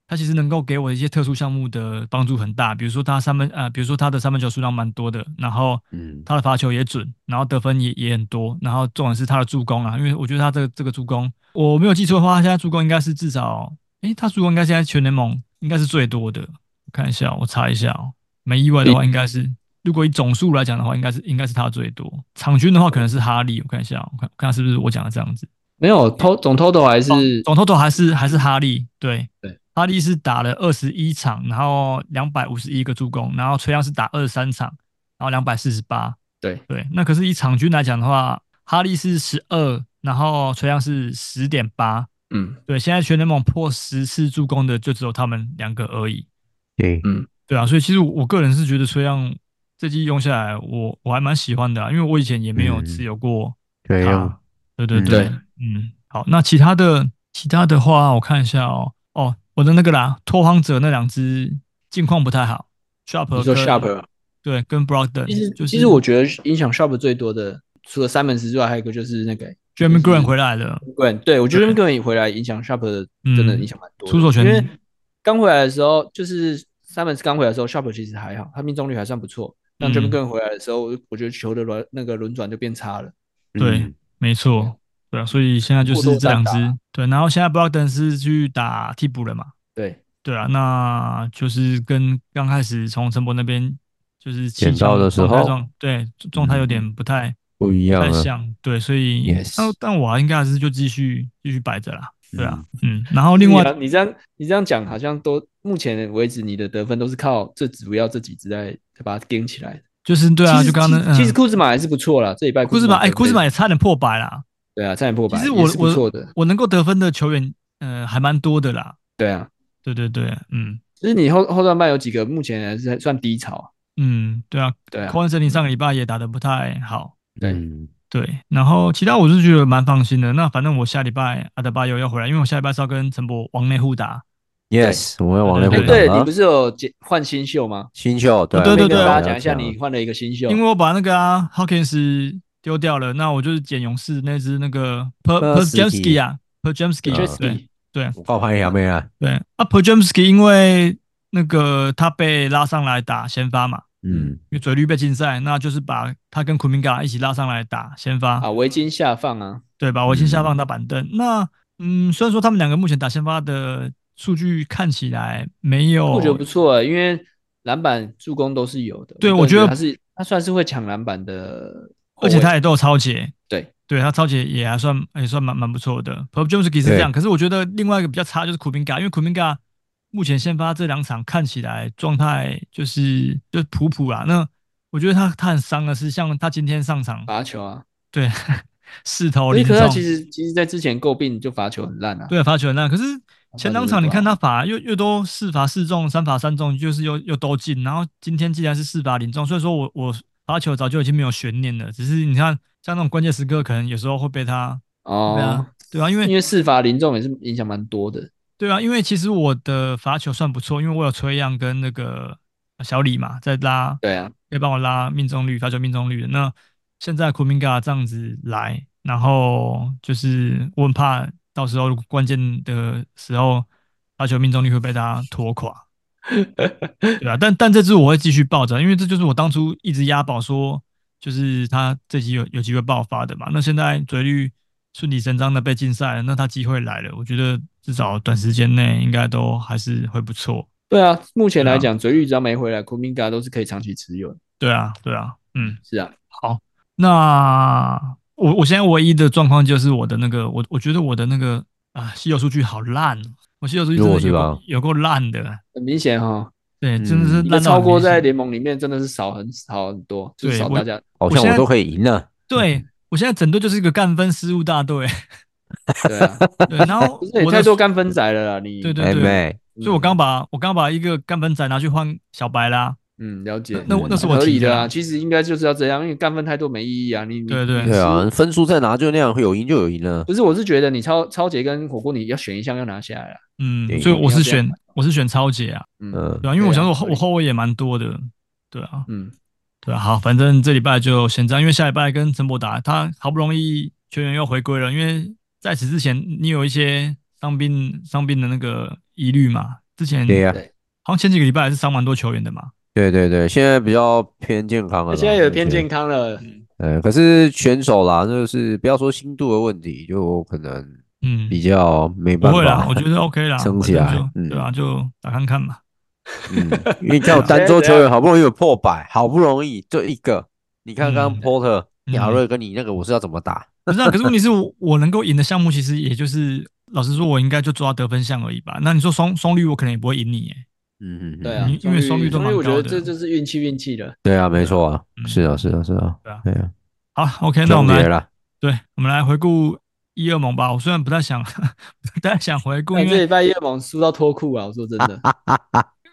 [SPEAKER 4] 他其实能够给我一些特殊项目的帮助很大，比如说他三分呃，比如说他的三分球数量蛮多的，然后
[SPEAKER 2] 嗯
[SPEAKER 4] 他的罚球也准，然后得分也也很多，然后重点是他的助攻啊，因为我觉得他这个这个助攻，我没有记错的话，他现在助攻应该是至少，诶，他助攻应该现在全联盟应该是最多的，我看一下，我查一下哦。没意外的话，应该是如果以总数来讲的话，应该是应该是他最多。场均的话，可能是哈利。我看一下，哦我看我看是不是我讲的这样子。
[SPEAKER 3] 没有偷总 total 还是
[SPEAKER 4] 总 total 还是还是哈利，对
[SPEAKER 3] 对，
[SPEAKER 4] 哈利是打了二十一场，然后两百五十一个助攻，然后崔杨是打二十三场，然后两百四十八。
[SPEAKER 3] 对
[SPEAKER 4] 对，那可是以场均来讲的话，哈利是十二，然后崔杨是十点八。
[SPEAKER 3] 嗯
[SPEAKER 4] 对，现在全联盟破十次助攻的就只有他们两个而已。
[SPEAKER 2] 对
[SPEAKER 4] 对啊，所以其实我我个人是觉得崔样这季用下来我，我还蛮喜欢的、啊，因为我以前也没有
[SPEAKER 2] 嗯
[SPEAKER 4] 持有过
[SPEAKER 2] 对
[SPEAKER 4] 他。
[SPEAKER 2] 用
[SPEAKER 4] 对对
[SPEAKER 2] 嗯
[SPEAKER 4] 对，
[SPEAKER 3] 对
[SPEAKER 4] 嗯，好，那其他的其他的话，我看一下哦，哦，我的那个啦，拓荒者那两只近况不太好，Sharp
[SPEAKER 3] 你说
[SPEAKER 4] 跟
[SPEAKER 3] sharp
[SPEAKER 4] 对，跟 Brogdon，
[SPEAKER 3] 其实
[SPEAKER 4] 就是
[SPEAKER 3] 其实我觉得影响 Sharp 最多的，除了三本之外，还有一个就是那个
[SPEAKER 4] Jeremy Green 回来了，
[SPEAKER 3] Green，对我觉得 Jeremy Green 回来影响 Sharp 的
[SPEAKER 4] 嗯
[SPEAKER 3] 真的影响蛮多的，
[SPEAKER 4] 出手权
[SPEAKER 3] 因为刚回来的时候，就是三本刚回来的时候，Sharp 其实还好，他命中率还算不错。但
[SPEAKER 4] 嗯
[SPEAKER 3] Jeremy Green 回来的时候，我觉得球的轮那个轮转就变差了。
[SPEAKER 4] 对
[SPEAKER 2] 嗯
[SPEAKER 4] 没错，对啊，所以现在就
[SPEAKER 3] 过
[SPEAKER 4] 是
[SPEAKER 3] 多
[SPEAKER 4] 这两
[SPEAKER 3] 单打
[SPEAKER 4] 支，对，然后现在 Brogdon 是去打替补了嘛，
[SPEAKER 3] 对，
[SPEAKER 4] 对啊，那就是跟刚开始从陈博那边就是
[SPEAKER 2] 捡
[SPEAKER 4] 气象
[SPEAKER 2] 到的时候
[SPEAKER 4] 状态状对状态有点不太、
[SPEAKER 2] 不一
[SPEAKER 4] 不
[SPEAKER 2] 样
[SPEAKER 4] 太
[SPEAKER 2] 啊。
[SPEAKER 4] 像，对，所以
[SPEAKER 2] Yes
[SPEAKER 4] 但但我应该还是就继续继续摆着啦，对啊，嗯，然后另外
[SPEAKER 3] 你啊你这样你这样讲，好像都目前为止你的得分都是靠这主要这几支在在把它顶起来。
[SPEAKER 4] 就是对啊，
[SPEAKER 3] 其实
[SPEAKER 4] 就刚刚那
[SPEAKER 3] 其实其实
[SPEAKER 4] 嗯
[SPEAKER 3] 库兹马还是不错啦，这一拜
[SPEAKER 4] 库兹马，哎，库兹马
[SPEAKER 3] 得分
[SPEAKER 4] 也差点破百啦，
[SPEAKER 3] 对啊，差点破百，
[SPEAKER 4] 其实我
[SPEAKER 3] 也是不错的。
[SPEAKER 4] 我能够得分的球员，呃，还蛮多的啦，
[SPEAKER 3] 对啊，
[SPEAKER 4] 对对对，嗯
[SPEAKER 3] 就是你后后段班有几个目前还是算低潮啊，
[SPEAKER 4] 嗯，对啊，
[SPEAKER 3] 对啊
[SPEAKER 4] 科，文森林上个礼拜也打得不太好，
[SPEAKER 3] 对
[SPEAKER 2] 嗯
[SPEAKER 4] 对，然后其他我是觉得蛮放心的。那反正我下礼拜阿德巴又要回来，因为我下礼拜是要跟陈博往内互打。
[SPEAKER 2] ，yes，我们要往内
[SPEAKER 4] 对
[SPEAKER 2] 部
[SPEAKER 4] 对
[SPEAKER 3] 对
[SPEAKER 2] 打
[SPEAKER 3] 你
[SPEAKER 2] 啊
[SPEAKER 3] 不。是有解换新秀吗？
[SPEAKER 2] 新秀，对
[SPEAKER 4] 对对
[SPEAKER 3] 可以
[SPEAKER 4] 对
[SPEAKER 3] 跟大
[SPEAKER 4] 我
[SPEAKER 3] 家讲一下，你换了一个新秀，
[SPEAKER 4] 因为我把那个啊 Hawkins 丢掉了，那我就是捡勇士那只那个 Per Per
[SPEAKER 2] Perjemski
[SPEAKER 4] Jamsky 啊，Per Jamsky，
[SPEAKER 2] Perjemski
[SPEAKER 4] 对对
[SPEAKER 2] 我告潘亚妹啊，
[SPEAKER 4] 对啊，Per Jamsky 因为那个他被拉上来打先发嘛，
[SPEAKER 2] 嗯，
[SPEAKER 4] 因为嘴绿被禁赛，那就是把他跟 Kuminga 一起拉上来打先发。
[SPEAKER 3] 啊，围巾下放啊，
[SPEAKER 4] 对吧？我已经下放到板凳。那嗯，虽然说他们两个目前打先发的数据看起来没有，
[SPEAKER 3] 我觉得不错、欸，因为篮板、助攻都是有的。
[SPEAKER 4] 对
[SPEAKER 3] 个
[SPEAKER 4] 我
[SPEAKER 3] 人
[SPEAKER 4] 觉
[SPEAKER 3] 觉
[SPEAKER 4] 得
[SPEAKER 3] 他是他算是会抢篮板的
[SPEAKER 4] 而
[SPEAKER 3] 后卫，
[SPEAKER 4] 且他也都有超节，
[SPEAKER 3] 对
[SPEAKER 4] 对他超节也还算也算蛮蛮不错的。p o p j o n s k i 是这样，可是我觉得另外一个比较差就是苦明嘎，因为苦明嘎目前先发这两场看起来状态就是就普普啦。那我觉得他他很伤的是，像他今天上场
[SPEAKER 3] 罚球啊，
[SPEAKER 4] 对 势头
[SPEAKER 3] 所以
[SPEAKER 4] 零
[SPEAKER 3] 可
[SPEAKER 4] 中
[SPEAKER 3] 是，他其实其实在之前诟病就罚球很烂啊，
[SPEAKER 4] 哦对罚球很烂，可是前两场你看
[SPEAKER 3] 罚球很不
[SPEAKER 4] 他
[SPEAKER 3] 好
[SPEAKER 4] 罚又又都四罚四中，三罚三中，就是又又都进。然后今天既然是四罚零中，所以说我我罚球早就已经没有悬念了。只是你看像那种关键时刻，可能有时候会被他对
[SPEAKER 3] 哦
[SPEAKER 4] 啊，对啊，因
[SPEAKER 3] 因
[SPEAKER 4] 为
[SPEAKER 3] 为四罚零中也是影响蛮多的。
[SPEAKER 4] 对啊，因为其实我的罚球算不错，因为我有崔样跟那个小李嘛在拉，
[SPEAKER 3] 对啊，
[SPEAKER 4] 可以帮我拉命中率、罚球命中率的。那现在库明嘎这样子来，然后就是我很怕到时候如果关键的时候罚球命中率会被他拖垮，对啊，但但这支我会继续抱着，因为这就是我当初一直押宝说，就是他这集有有机会爆发的嘛。那现在嘴绿顺理成章的被禁赛了，那他机会来了，我觉得至少短时间内应该都还是会不错。
[SPEAKER 3] 对啊，目前
[SPEAKER 4] 对啊
[SPEAKER 3] 来讲，嘴绿只要没回来，库明嘎都是可以长期持有的。
[SPEAKER 4] 对啊，对啊，嗯。
[SPEAKER 3] 是啊，
[SPEAKER 4] 好，那我我现在唯一的状况就是我的那个，我我觉得我的那个啊，稀有数据好烂哦，我稀有数据真
[SPEAKER 2] 弱
[SPEAKER 4] 的
[SPEAKER 2] 是
[SPEAKER 4] 有
[SPEAKER 2] 吧
[SPEAKER 4] 够有够烂的，
[SPEAKER 3] 很明显哈，
[SPEAKER 4] 对，
[SPEAKER 2] 嗯
[SPEAKER 4] 真的是
[SPEAKER 3] 你的
[SPEAKER 4] 烂到
[SPEAKER 3] 超
[SPEAKER 4] 很
[SPEAKER 3] 过
[SPEAKER 4] 明显
[SPEAKER 3] 在联盟里面真的是少很少很多，就是
[SPEAKER 4] 对
[SPEAKER 3] 少
[SPEAKER 4] 我
[SPEAKER 3] 大家
[SPEAKER 2] 好
[SPEAKER 4] 我
[SPEAKER 2] 像
[SPEAKER 4] 现在
[SPEAKER 2] 我都可以赢了。
[SPEAKER 4] 对我现在整队就是一个干分失误大队，
[SPEAKER 3] 对啊，
[SPEAKER 4] 对，然后
[SPEAKER 3] 不是也
[SPEAKER 4] 我
[SPEAKER 3] 太
[SPEAKER 4] 的
[SPEAKER 3] 多，干分仔了啦，你
[SPEAKER 4] 对对
[SPEAKER 2] 哎妹，
[SPEAKER 4] 所以我刚把我刚把一个干分仔拿去换小白啦，
[SPEAKER 3] 嗯，了解。
[SPEAKER 4] 那
[SPEAKER 2] 我那
[SPEAKER 4] 是我
[SPEAKER 3] 合
[SPEAKER 4] 提
[SPEAKER 3] 理
[SPEAKER 4] 的
[SPEAKER 3] 的
[SPEAKER 4] 啊
[SPEAKER 3] 啊，其实应该就是要这样，因为干分太多没意义啊。你你
[SPEAKER 4] 对对
[SPEAKER 3] 你
[SPEAKER 2] 对啊
[SPEAKER 3] 是，
[SPEAKER 2] 分数在哪就那样，有赢就有赢了。
[SPEAKER 3] 不是，我是觉得你超超杰跟火锅你要选一项要拿下来啊。
[SPEAKER 4] 嗯，
[SPEAKER 2] 对
[SPEAKER 4] 所以我是
[SPEAKER 3] 你要这样
[SPEAKER 4] 选我是选超姐啊，
[SPEAKER 3] 嗯
[SPEAKER 2] 嗯
[SPEAKER 4] 对啊，因为我
[SPEAKER 3] 对
[SPEAKER 4] 想
[SPEAKER 3] 啊
[SPEAKER 4] 说我后
[SPEAKER 3] 合理
[SPEAKER 4] 我后卫也蛮多的，对啊，
[SPEAKER 3] 嗯，
[SPEAKER 4] 对啊，好，反正这礼拜就先这样，因为下礼拜跟陈博达，他好不容易球员又回归了，因为在此之前你有一些伤病伤病的那个疑虑嘛，之前
[SPEAKER 2] 对呀、
[SPEAKER 3] 对
[SPEAKER 4] 好像前几个礼拜还是伤蛮多球员的嘛，
[SPEAKER 2] 对对对，现在比较偏健康了
[SPEAKER 3] 那
[SPEAKER 2] 啦。
[SPEAKER 3] 现在有偏
[SPEAKER 2] 对
[SPEAKER 3] 健康了，
[SPEAKER 2] 呃，可是选手啦，就是不要说心度的问题，就我可能
[SPEAKER 4] 嗯，
[SPEAKER 2] 比较没
[SPEAKER 4] 不
[SPEAKER 2] 办
[SPEAKER 4] 会啦
[SPEAKER 2] 法，，
[SPEAKER 4] 我觉得 OK 啦，
[SPEAKER 2] 撑起
[SPEAKER 4] 反
[SPEAKER 2] 来
[SPEAKER 4] 正就
[SPEAKER 2] 嗯
[SPEAKER 4] 对啊，就打看看嘛，
[SPEAKER 2] 嗯，因为你 看我单周球员好不容易有破百，好不容易就一个，你看刚
[SPEAKER 4] 嗯
[SPEAKER 2] 刚 Porter、
[SPEAKER 4] 嗯
[SPEAKER 2] 亚瑞跟你那个，我是要怎么打？
[SPEAKER 4] 不是啊，可是问题是我我能够赢的项目，其实也就是老实说，我应该就抓得分项而已吧。那你说双双率，我可能也不会赢你耶、
[SPEAKER 2] 嗯嗯，嗯
[SPEAKER 3] 对啊
[SPEAKER 4] 因，因为
[SPEAKER 3] 双
[SPEAKER 4] 双率都蛮
[SPEAKER 3] 我觉
[SPEAKER 4] 高
[SPEAKER 3] 得
[SPEAKER 4] 的
[SPEAKER 3] 这就是运气运气了。
[SPEAKER 2] 对啊，没错啊，
[SPEAKER 4] 嗯
[SPEAKER 2] 是啊，是啊，是啊，
[SPEAKER 4] 对啊
[SPEAKER 2] 对啊，
[SPEAKER 4] 好，OK，那我
[SPEAKER 2] 终
[SPEAKER 4] 们来
[SPEAKER 2] 结了，
[SPEAKER 4] 对，我们来回顾一二盟吧。我虽然不太想， 不太想回顾，
[SPEAKER 3] 但
[SPEAKER 4] 因
[SPEAKER 3] 这礼
[SPEAKER 4] 为
[SPEAKER 3] 拜夜盟输到脱裤啊！我说真 的，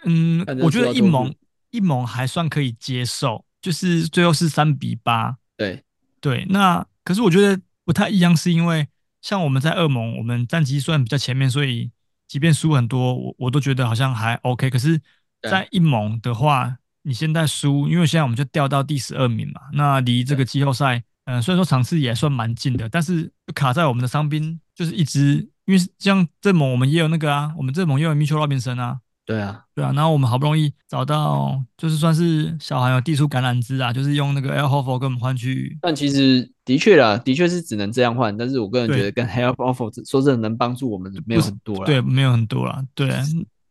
[SPEAKER 4] 嗯
[SPEAKER 3] 看，这
[SPEAKER 4] 我觉
[SPEAKER 3] 主
[SPEAKER 4] 得
[SPEAKER 3] 要
[SPEAKER 4] 一
[SPEAKER 3] 都是
[SPEAKER 4] 盟一盟还算可以接受，就是最后是三比八。
[SPEAKER 3] 对
[SPEAKER 4] 对，那可是我觉得不太一样，是因为像我们在二盟，我们战绩虽然比较前面，所以即便输很多，我我都觉得好像还 OK。可是，
[SPEAKER 3] 对
[SPEAKER 4] 在一盟的话，你现在输，因为现在我们就掉到第十二名嘛，那离这个季后赛，嗯、虽然说场次也算蛮近的，但是就卡在我们的伤兵就是一直，因为像这盟我们也有那个啊，我们这盟也有 Mitchell Robinson 啊，
[SPEAKER 3] 对啊，
[SPEAKER 4] 对啊，然后我们好不容易找到，就是算是小孩有递出橄榄枝啊，就是用那个 L Hoffo 跟我们换去，
[SPEAKER 3] 但其实的确啦，的确是只能这样换，但是我个人觉得跟 Help Offer 说真的能帮助我们的没有很多了，
[SPEAKER 4] 对，，没有很多啦，对，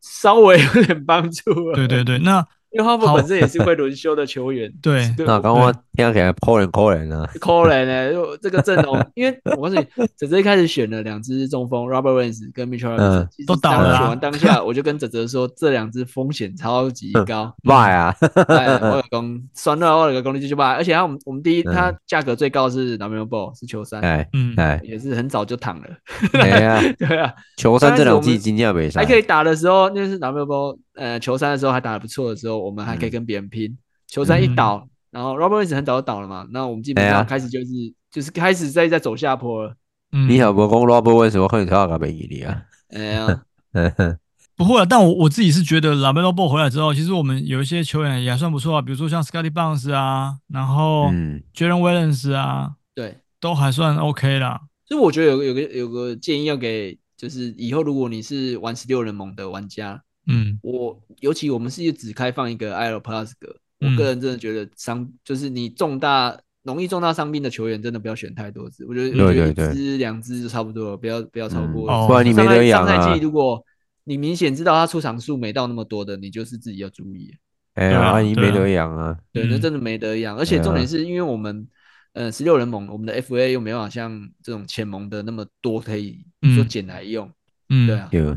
[SPEAKER 3] 稍微有点帮助啊了，
[SPEAKER 4] 对对 对，那
[SPEAKER 3] 因为 Offer
[SPEAKER 4] 好，
[SPEAKER 3] 本身也是会轮休的球员
[SPEAKER 4] 对
[SPEAKER 3] 对
[SPEAKER 2] 那刚刚听起来扣人扣人啊，
[SPEAKER 3] 扣人呢，就这个阵容，因为我告诉你，泽泽一开始选了两支中锋 Robert Williams 跟 Mitchell Robinson，
[SPEAKER 2] 嗯
[SPEAKER 3] 其实
[SPEAKER 4] 都倒
[SPEAKER 3] 当
[SPEAKER 4] 了啊
[SPEAKER 3] 选完当下，我就跟泽泽说，这两支风险超级
[SPEAKER 4] 嗯
[SPEAKER 3] 高，
[SPEAKER 2] 卖啊，
[SPEAKER 3] 哎，我有攻，酸了我有个功力就去卖，而且他我们我们第一，
[SPEAKER 2] 嗯
[SPEAKER 3] 他价格最高是 n u m b e Ball 是球三，
[SPEAKER 2] 哎
[SPEAKER 4] 嗯，
[SPEAKER 2] 哎
[SPEAKER 3] 也是很早就躺了，
[SPEAKER 2] 哎呀，
[SPEAKER 3] 对啊，
[SPEAKER 2] 球三这两季金价没上
[SPEAKER 3] 还，可以打的时候，那是 n u m b e Ball 呃球三的时候还打得不错的时候，我们还可以跟别人拼，球三一倒，然后 Robert Williams 很早就倒了嘛，那我们基本
[SPEAKER 2] 哎呀
[SPEAKER 3] 上开始就是就是开始在在走下坡了，
[SPEAKER 4] 嗯
[SPEAKER 2] 你小伯公 Robert 为什么很跳个美伊利啊？
[SPEAKER 3] 哎呀，
[SPEAKER 2] 嗯哼
[SPEAKER 4] 不会啊，但我我自己是觉得 l a b e l o b 回来之后，其实我们有一些球员也还算不错啊，比如说像 Scotty Barnes 啊，然后
[SPEAKER 2] 嗯，
[SPEAKER 4] Jalen Williams 啊，
[SPEAKER 3] 对。
[SPEAKER 4] 都还算 OK 啦。
[SPEAKER 3] 所以我觉得有个有个有个建议要给，就是以后如果你是玩十六人盟的玩家，
[SPEAKER 4] 嗯
[SPEAKER 3] 我尤其我们是只开放一个 IL Plus 格，我
[SPEAKER 4] 嗯
[SPEAKER 3] 个人真的觉得伤、就是你重大容易重大伤病的球员，真的不要选太多支，我觉得
[SPEAKER 2] 对
[SPEAKER 3] 我觉得
[SPEAKER 2] 对对
[SPEAKER 3] 一支两支就差不多了，不要不要超
[SPEAKER 4] 嗯
[SPEAKER 3] 过。
[SPEAKER 4] 哦
[SPEAKER 2] 不然你没
[SPEAKER 3] 上
[SPEAKER 2] 得
[SPEAKER 3] 赛
[SPEAKER 2] 养
[SPEAKER 3] 上赛
[SPEAKER 2] 啊
[SPEAKER 3] 季。如果你明显知道他出场数没到那么多的，你就是自己要注意。
[SPEAKER 2] 哎
[SPEAKER 4] 对啊
[SPEAKER 2] 呀，你
[SPEAKER 4] 对
[SPEAKER 2] 没
[SPEAKER 4] 啊
[SPEAKER 2] 得养啊。
[SPEAKER 3] 对，那
[SPEAKER 4] 嗯
[SPEAKER 3] 真的没得养。而且
[SPEAKER 2] 对啊
[SPEAKER 3] 重点是因为我们，呃，十六人盟，我们的 FA 又没办法像这种前盟的那么多可以
[SPEAKER 4] 嗯
[SPEAKER 3] 说捡来用，
[SPEAKER 4] 嗯，
[SPEAKER 3] 对啊，
[SPEAKER 2] 有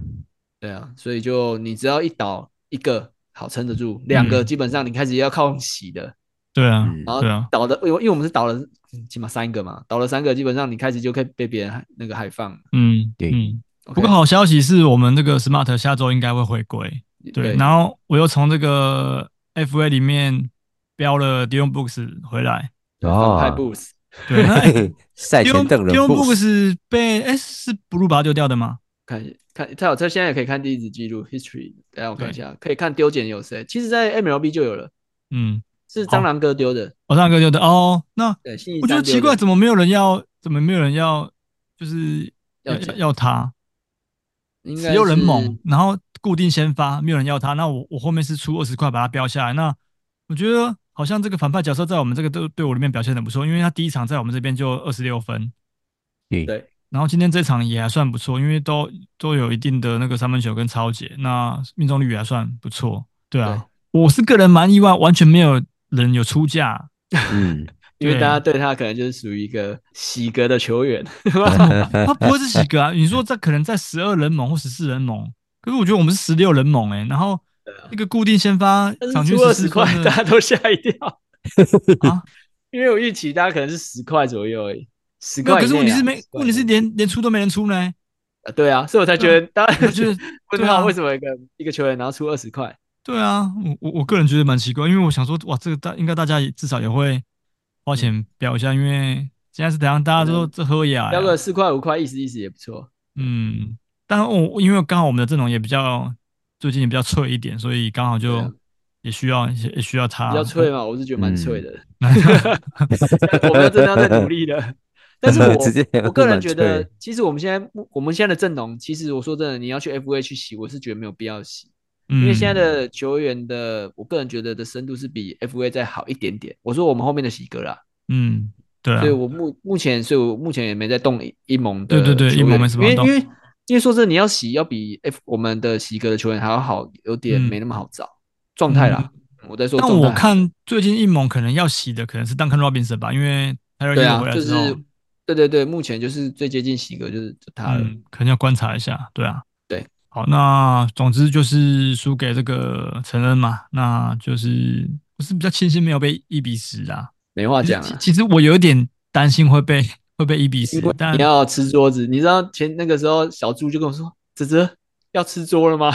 [SPEAKER 3] 对啊，所以就你只要一倒一个好撑得住，两个
[SPEAKER 4] 嗯
[SPEAKER 3] 基本上你开始要靠洗的，
[SPEAKER 4] 对啊，
[SPEAKER 2] 嗯
[SPEAKER 3] 然后
[SPEAKER 4] 对啊，
[SPEAKER 3] 倒的，因为因为我们是倒了嗯起码三个嘛，倒了三个基本上你开始就可以被别人海那个海放。
[SPEAKER 4] 嗯
[SPEAKER 2] 对
[SPEAKER 4] 嗯。
[SPEAKER 3] OK，
[SPEAKER 4] 不过好消息是我们这个 Smart 下周应该会回归，对。然后我又从这个 FA 里面标了 Dion Books 回来，
[SPEAKER 3] 反派
[SPEAKER 2] 啊，
[SPEAKER 3] boost，
[SPEAKER 4] 对， 那
[SPEAKER 2] 赛
[SPEAKER 4] Dion
[SPEAKER 2] 前等人
[SPEAKER 4] Dion
[SPEAKER 2] 不
[SPEAKER 4] Books 被哎是 Blue 把它丢掉的吗？
[SPEAKER 3] 看看，他有他现在也可以看地址记录 history，等一下我看一
[SPEAKER 4] 对
[SPEAKER 3] 下，可以看丢捡有谁，其实在 MLB 就有了，
[SPEAKER 4] 嗯，
[SPEAKER 3] 是蟑螂哥丢的。
[SPEAKER 4] 我上个丢的哦。那
[SPEAKER 3] 对，信义
[SPEAKER 4] 我觉得
[SPEAKER 3] 三
[SPEAKER 4] 奇
[SPEAKER 3] 六
[SPEAKER 4] 怪，
[SPEAKER 3] 的
[SPEAKER 4] 怎么没有人要？怎么没有人要？就是要
[SPEAKER 3] 要
[SPEAKER 4] 要
[SPEAKER 3] 钱
[SPEAKER 4] 要他，
[SPEAKER 3] 应
[SPEAKER 4] 只
[SPEAKER 3] 该
[SPEAKER 4] 有人猛
[SPEAKER 3] 是，
[SPEAKER 4] 然后固定先发，没有人要他。那我我后面是出二十块把他标下来。那我觉得好像这个反派角色在我们这个队队伍里面表现的不错，因为他第一场在我们这边就二十六分，
[SPEAKER 2] 对
[SPEAKER 3] 对，
[SPEAKER 4] 然后今天这场也还算不错，因为都都有一定的那个三分球跟超解，那命中率也还算不错。对啊，我是个人蛮意外，完全没有人有出 价。
[SPEAKER 2] 嗯，
[SPEAKER 3] 因为
[SPEAKER 4] 对
[SPEAKER 3] 大家对他可能就是属于一个喜格的球员，
[SPEAKER 4] 他不会是几个啊？你说这可能在十二人盟或十四人盟，可是我觉得我们是十六人盟哎、然后一个固定先发
[SPEAKER 3] 啊但
[SPEAKER 4] 场
[SPEAKER 3] 是
[SPEAKER 4] 均
[SPEAKER 3] 出二
[SPEAKER 4] 14
[SPEAKER 3] 十块
[SPEAKER 4] 分的
[SPEAKER 3] 大家都吓一跳，
[SPEAKER 4] 啊，
[SPEAKER 3] 因为我预期大家可能是十块左右而已，十
[SPEAKER 4] 没有
[SPEAKER 3] 块
[SPEAKER 4] 可
[SPEAKER 3] 以内
[SPEAKER 4] 是问题
[SPEAKER 3] 啊。
[SPEAKER 4] 是没
[SPEAKER 3] 10，块以
[SPEAKER 4] 问题是
[SPEAKER 3] 内
[SPEAKER 4] 连连出都没人出呢，
[SPEAKER 3] 啊对啊，所以我才觉得大
[SPEAKER 4] 嗯我
[SPEAKER 3] 家
[SPEAKER 4] 觉得
[SPEAKER 3] 不知
[SPEAKER 4] 对啊
[SPEAKER 3] 道为什么一个一个球员然后出二十块，
[SPEAKER 4] 对啊，我我我个人觉得蛮奇怪，因为我想说哇，这个大应该大家也至少也会花钱标一下，因为现在是怎样，大家都
[SPEAKER 3] 嗯
[SPEAKER 4] 这喝哎呀、
[SPEAKER 3] 标个四块五块意思意思也不错。
[SPEAKER 4] 嗯，但我因为刚好我们的阵容也比较最近也比较脆一点，所以刚好
[SPEAKER 3] 对
[SPEAKER 4] 就
[SPEAKER 3] 啊
[SPEAKER 4] 也需要也需要他
[SPEAKER 3] 比较脆嘛，我是觉得蛮脆的。
[SPEAKER 4] 嗯
[SPEAKER 3] 我
[SPEAKER 2] 我
[SPEAKER 3] 们真的要再努 力了。但是我
[SPEAKER 2] 直接
[SPEAKER 3] 我个人
[SPEAKER 2] 蛮
[SPEAKER 3] 觉
[SPEAKER 2] 脆
[SPEAKER 3] 得，其实我们现在我们现在的阵容，其实我说真的，你要去 FA 去洗，我是觉得没有必要洗，
[SPEAKER 4] 嗯
[SPEAKER 3] 因为现在的球员的，我个人觉得的深度是比 FA 再好一点点。我说我们后面的洗格啦，
[SPEAKER 4] 嗯，嗯对啊
[SPEAKER 3] 所以，我目目前，所以我目前也没在动一一盟的
[SPEAKER 4] 对对对
[SPEAKER 3] 球员
[SPEAKER 4] 一盟没什么
[SPEAKER 3] 因为
[SPEAKER 4] 动
[SPEAKER 3] 因为因为说真的，你要洗要比 F 我们的洗格的球员还要好，有点
[SPEAKER 4] 嗯
[SPEAKER 3] 没那么好找状态啦。我在说
[SPEAKER 4] 但
[SPEAKER 3] 状态，
[SPEAKER 4] 我看最近一盟可能要洗的可能是 Duncan Robinson 吧，因为 t y r e
[SPEAKER 3] 对
[SPEAKER 4] Hero
[SPEAKER 3] 啊
[SPEAKER 4] 回，来
[SPEAKER 3] 就
[SPEAKER 4] 之
[SPEAKER 3] 是
[SPEAKER 4] 后，
[SPEAKER 3] 对对对，目前就是最接近喜格就是就他了。
[SPEAKER 4] 嗯，可能要观察一下，对啊，
[SPEAKER 3] 对。
[SPEAKER 4] 好，那总之就是输给这个陈恩嘛，那就是我是比较庆幸没有被一比十啊。
[SPEAKER 3] 没话讲
[SPEAKER 4] 其实
[SPEAKER 3] 啊。
[SPEAKER 4] 其实我有点担心会被会被一比十
[SPEAKER 3] 因为，
[SPEAKER 4] 但
[SPEAKER 3] 你要吃桌子，你知道前那个时候小猪就跟我说：“泽泽要吃桌了吗？”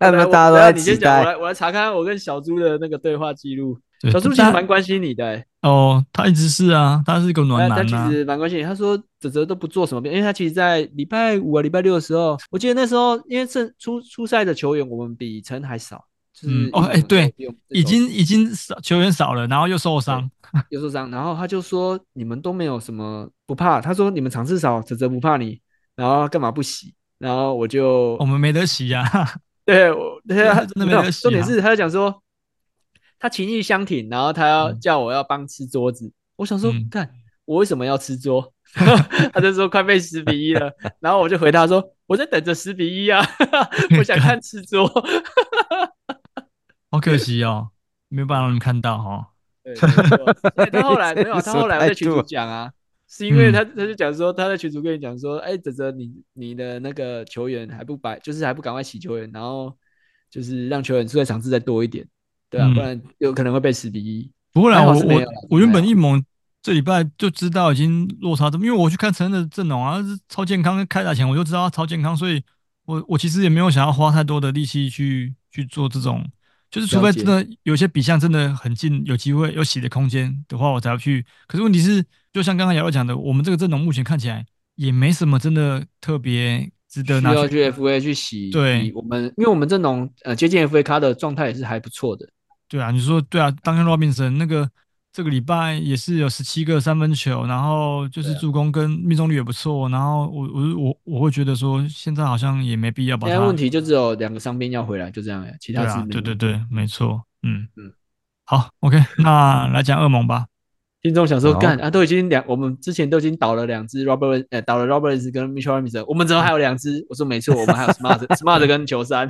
[SPEAKER 2] 看他
[SPEAKER 3] 我来
[SPEAKER 2] 们
[SPEAKER 3] 我
[SPEAKER 2] 大家都
[SPEAKER 3] 等下
[SPEAKER 2] 在
[SPEAKER 3] 你先
[SPEAKER 2] 期
[SPEAKER 3] 讲，我
[SPEAKER 2] 待，
[SPEAKER 3] 来我来查看我跟小猪的那个对话记录。
[SPEAKER 4] 对
[SPEAKER 3] 小猪其实
[SPEAKER 4] 但
[SPEAKER 3] 蛮关心你的、欸，
[SPEAKER 4] 哦，他一直是啊，他是一个暖
[SPEAKER 3] 他他
[SPEAKER 4] 男
[SPEAKER 3] 其
[SPEAKER 4] 啊，
[SPEAKER 3] 实蛮关心你。他说泽泽都不做什么变，因为他其实，在礼拜五啊、礼拜六的时候，我记得那时候因为正初初赛的球员，我们比陈还少，就是
[SPEAKER 4] 嗯哦哎对，已经已经少球员少了，然后又受伤，
[SPEAKER 3] 又受伤，然后他就说你们都没有什么不怕，他说你们场次少，泽泽不怕你，然后干嘛不洗？然后我就
[SPEAKER 4] 我们没得洗呀、啊。
[SPEAKER 3] 对，我对啊，
[SPEAKER 4] 真的没
[SPEAKER 3] 没有
[SPEAKER 4] 得洗
[SPEAKER 3] 重点
[SPEAKER 4] 啊
[SPEAKER 3] 是，他就讲说他情意相挺，然后他要
[SPEAKER 4] 嗯
[SPEAKER 3] 叫我要帮吃桌子。我想说
[SPEAKER 4] 嗯，
[SPEAKER 3] 干、我为什么要吃桌？ 他就说快被十比一了，然后我就回答说我在等着十比一啊， 我 想看吃桌。
[SPEAKER 4] 好可惜哦，没有办法让你们看到哦。
[SPEAKER 3] 对，没 错所以他后来没
[SPEAKER 2] 这
[SPEAKER 3] 有，
[SPEAKER 2] 是
[SPEAKER 3] 他
[SPEAKER 2] 什么
[SPEAKER 3] 后来我
[SPEAKER 2] 态
[SPEAKER 3] 在群
[SPEAKER 2] 度
[SPEAKER 3] 主
[SPEAKER 2] 啊
[SPEAKER 3] 讲啊，是因为
[SPEAKER 4] 嗯
[SPEAKER 3] 他他就讲说他在群主跟你讲说，哎，泽泽你你的那个球员还不白，就是还不赶快洗球员，然后就是让球员出赛场次再多一点，对啊，
[SPEAKER 4] 嗯
[SPEAKER 3] 不然有可能会被十比一。
[SPEAKER 4] 不过啦，
[SPEAKER 3] 还好
[SPEAKER 4] 我
[SPEAKER 3] 是没
[SPEAKER 4] 我
[SPEAKER 3] 有啦
[SPEAKER 4] 我原
[SPEAKER 3] 没有
[SPEAKER 4] 本一盟这礼拜就知道已经落差这么，因为我去看陈恩的阵容啊，是超健康。开打前我就知道他超健康，所以我我其实也没有想要花太多的力气去去做这种，就是除非
[SPEAKER 3] 了解
[SPEAKER 4] 真的有些比项真的很近，有机会有洗的空间的话，我才要去。可是问题是，就像刚刚姚乐讲的，我们这个阵容目前看起来也没什么真的特别值得
[SPEAKER 3] 需
[SPEAKER 4] 拿
[SPEAKER 3] 要
[SPEAKER 4] 去
[SPEAKER 3] 去 FA 去洗，
[SPEAKER 4] 对
[SPEAKER 3] 我们因为我们阵容呃接近 FA 咖的状态也是还不错的，
[SPEAKER 4] 对啊，你说对啊，当天 Robinson 那个这个礼拜也是有十七个三分球，然后就是
[SPEAKER 3] 啊
[SPEAKER 4] 助攻跟命中率也不错，然后我我我我会觉得说现在好像也没必要把
[SPEAKER 3] 现
[SPEAKER 4] 它
[SPEAKER 3] 在问题就只有两个伤兵要回来，就这样、欸，其
[SPEAKER 4] 对
[SPEAKER 3] 他是
[SPEAKER 4] 啊
[SPEAKER 3] 没，
[SPEAKER 4] 对
[SPEAKER 3] 有
[SPEAKER 4] 对对，没错，嗯
[SPEAKER 3] 嗯，
[SPEAKER 4] 好，OK，那来讲噩梦 吧，
[SPEAKER 3] 听众想说，
[SPEAKER 2] 好
[SPEAKER 3] 干啊，都已经两，我们之前都已经倒了两只 Robert，呃，倒了 Roberts 跟 Mitchell Robinson，我们怎么还有两只？我说没错，我们还有 Smart Smart 跟球三。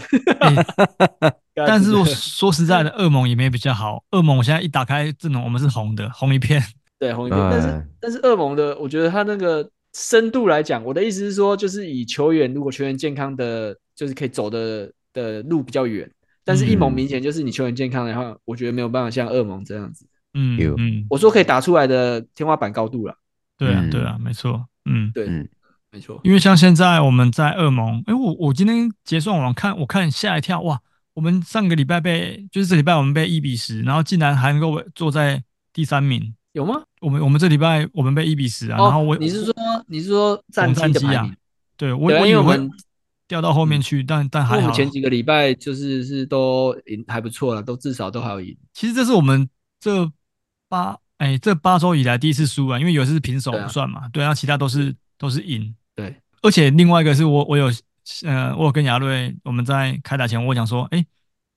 [SPEAKER 4] 但是我
[SPEAKER 3] 我
[SPEAKER 4] 说实在的，噩梦也没比较好，噩梦我现在一打开阵容，我们是红的，红一片，
[SPEAKER 3] 对红一边，但是
[SPEAKER 2] 哎
[SPEAKER 3] 但是恶魔的，我觉得他那个深度来讲，我的意思是说，就是以球员如果球员健康的，就是可以走的的路比较远。但是一盟
[SPEAKER 2] 嗯
[SPEAKER 3] 明显就是你球员健康的话，我觉得没有办法像恶魔这样子。
[SPEAKER 4] 嗯
[SPEAKER 2] 有
[SPEAKER 4] 嗯，
[SPEAKER 3] 我说可以打出来的天花板高度了，
[SPEAKER 4] 对啊
[SPEAKER 2] 嗯
[SPEAKER 4] 对啊，没错，嗯。
[SPEAKER 3] 对，
[SPEAKER 2] 嗯
[SPEAKER 3] 没错。
[SPEAKER 4] 因为像现在我们在恶盟，哎，我我今天结算网看，我看吓一跳，哇，我们上个礼拜被，就是这礼拜我们被一比十，然后竟然还能够坐在第三名。
[SPEAKER 3] 有吗？
[SPEAKER 4] 我们我们这礼拜我们被一比十啊，然后我
[SPEAKER 3] 哦、你是说你是说战绩
[SPEAKER 4] 战
[SPEAKER 3] 的
[SPEAKER 4] 绩
[SPEAKER 3] 排
[SPEAKER 4] 啊
[SPEAKER 3] 名？
[SPEAKER 4] 对我
[SPEAKER 3] 对啊
[SPEAKER 4] 我
[SPEAKER 3] 因
[SPEAKER 4] 以
[SPEAKER 3] 为
[SPEAKER 4] 为
[SPEAKER 3] 我
[SPEAKER 4] 会
[SPEAKER 3] 们嗯
[SPEAKER 4] 掉到后面去，但但
[SPEAKER 3] 因
[SPEAKER 4] 还
[SPEAKER 3] 为我
[SPEAKER 4] 好啊
[SPEAKER 3] 们，前几个礼拜就是是都赢还不错了，都至少都还有赢。
[SPEAKER 4] 其实这是我们这八哎这八周以来第一次输啊，因为有一次是平手
[SPEAKER 3] 对啊
[SPEAKER 4] 不算嘛，对啊，其他都是都是赢，
[SPEAKER 3] 对，
[SPEAKER 4] 而且另外一个是我我有呃，我有跟亚瑞我们在开打前，我有讲说，哎、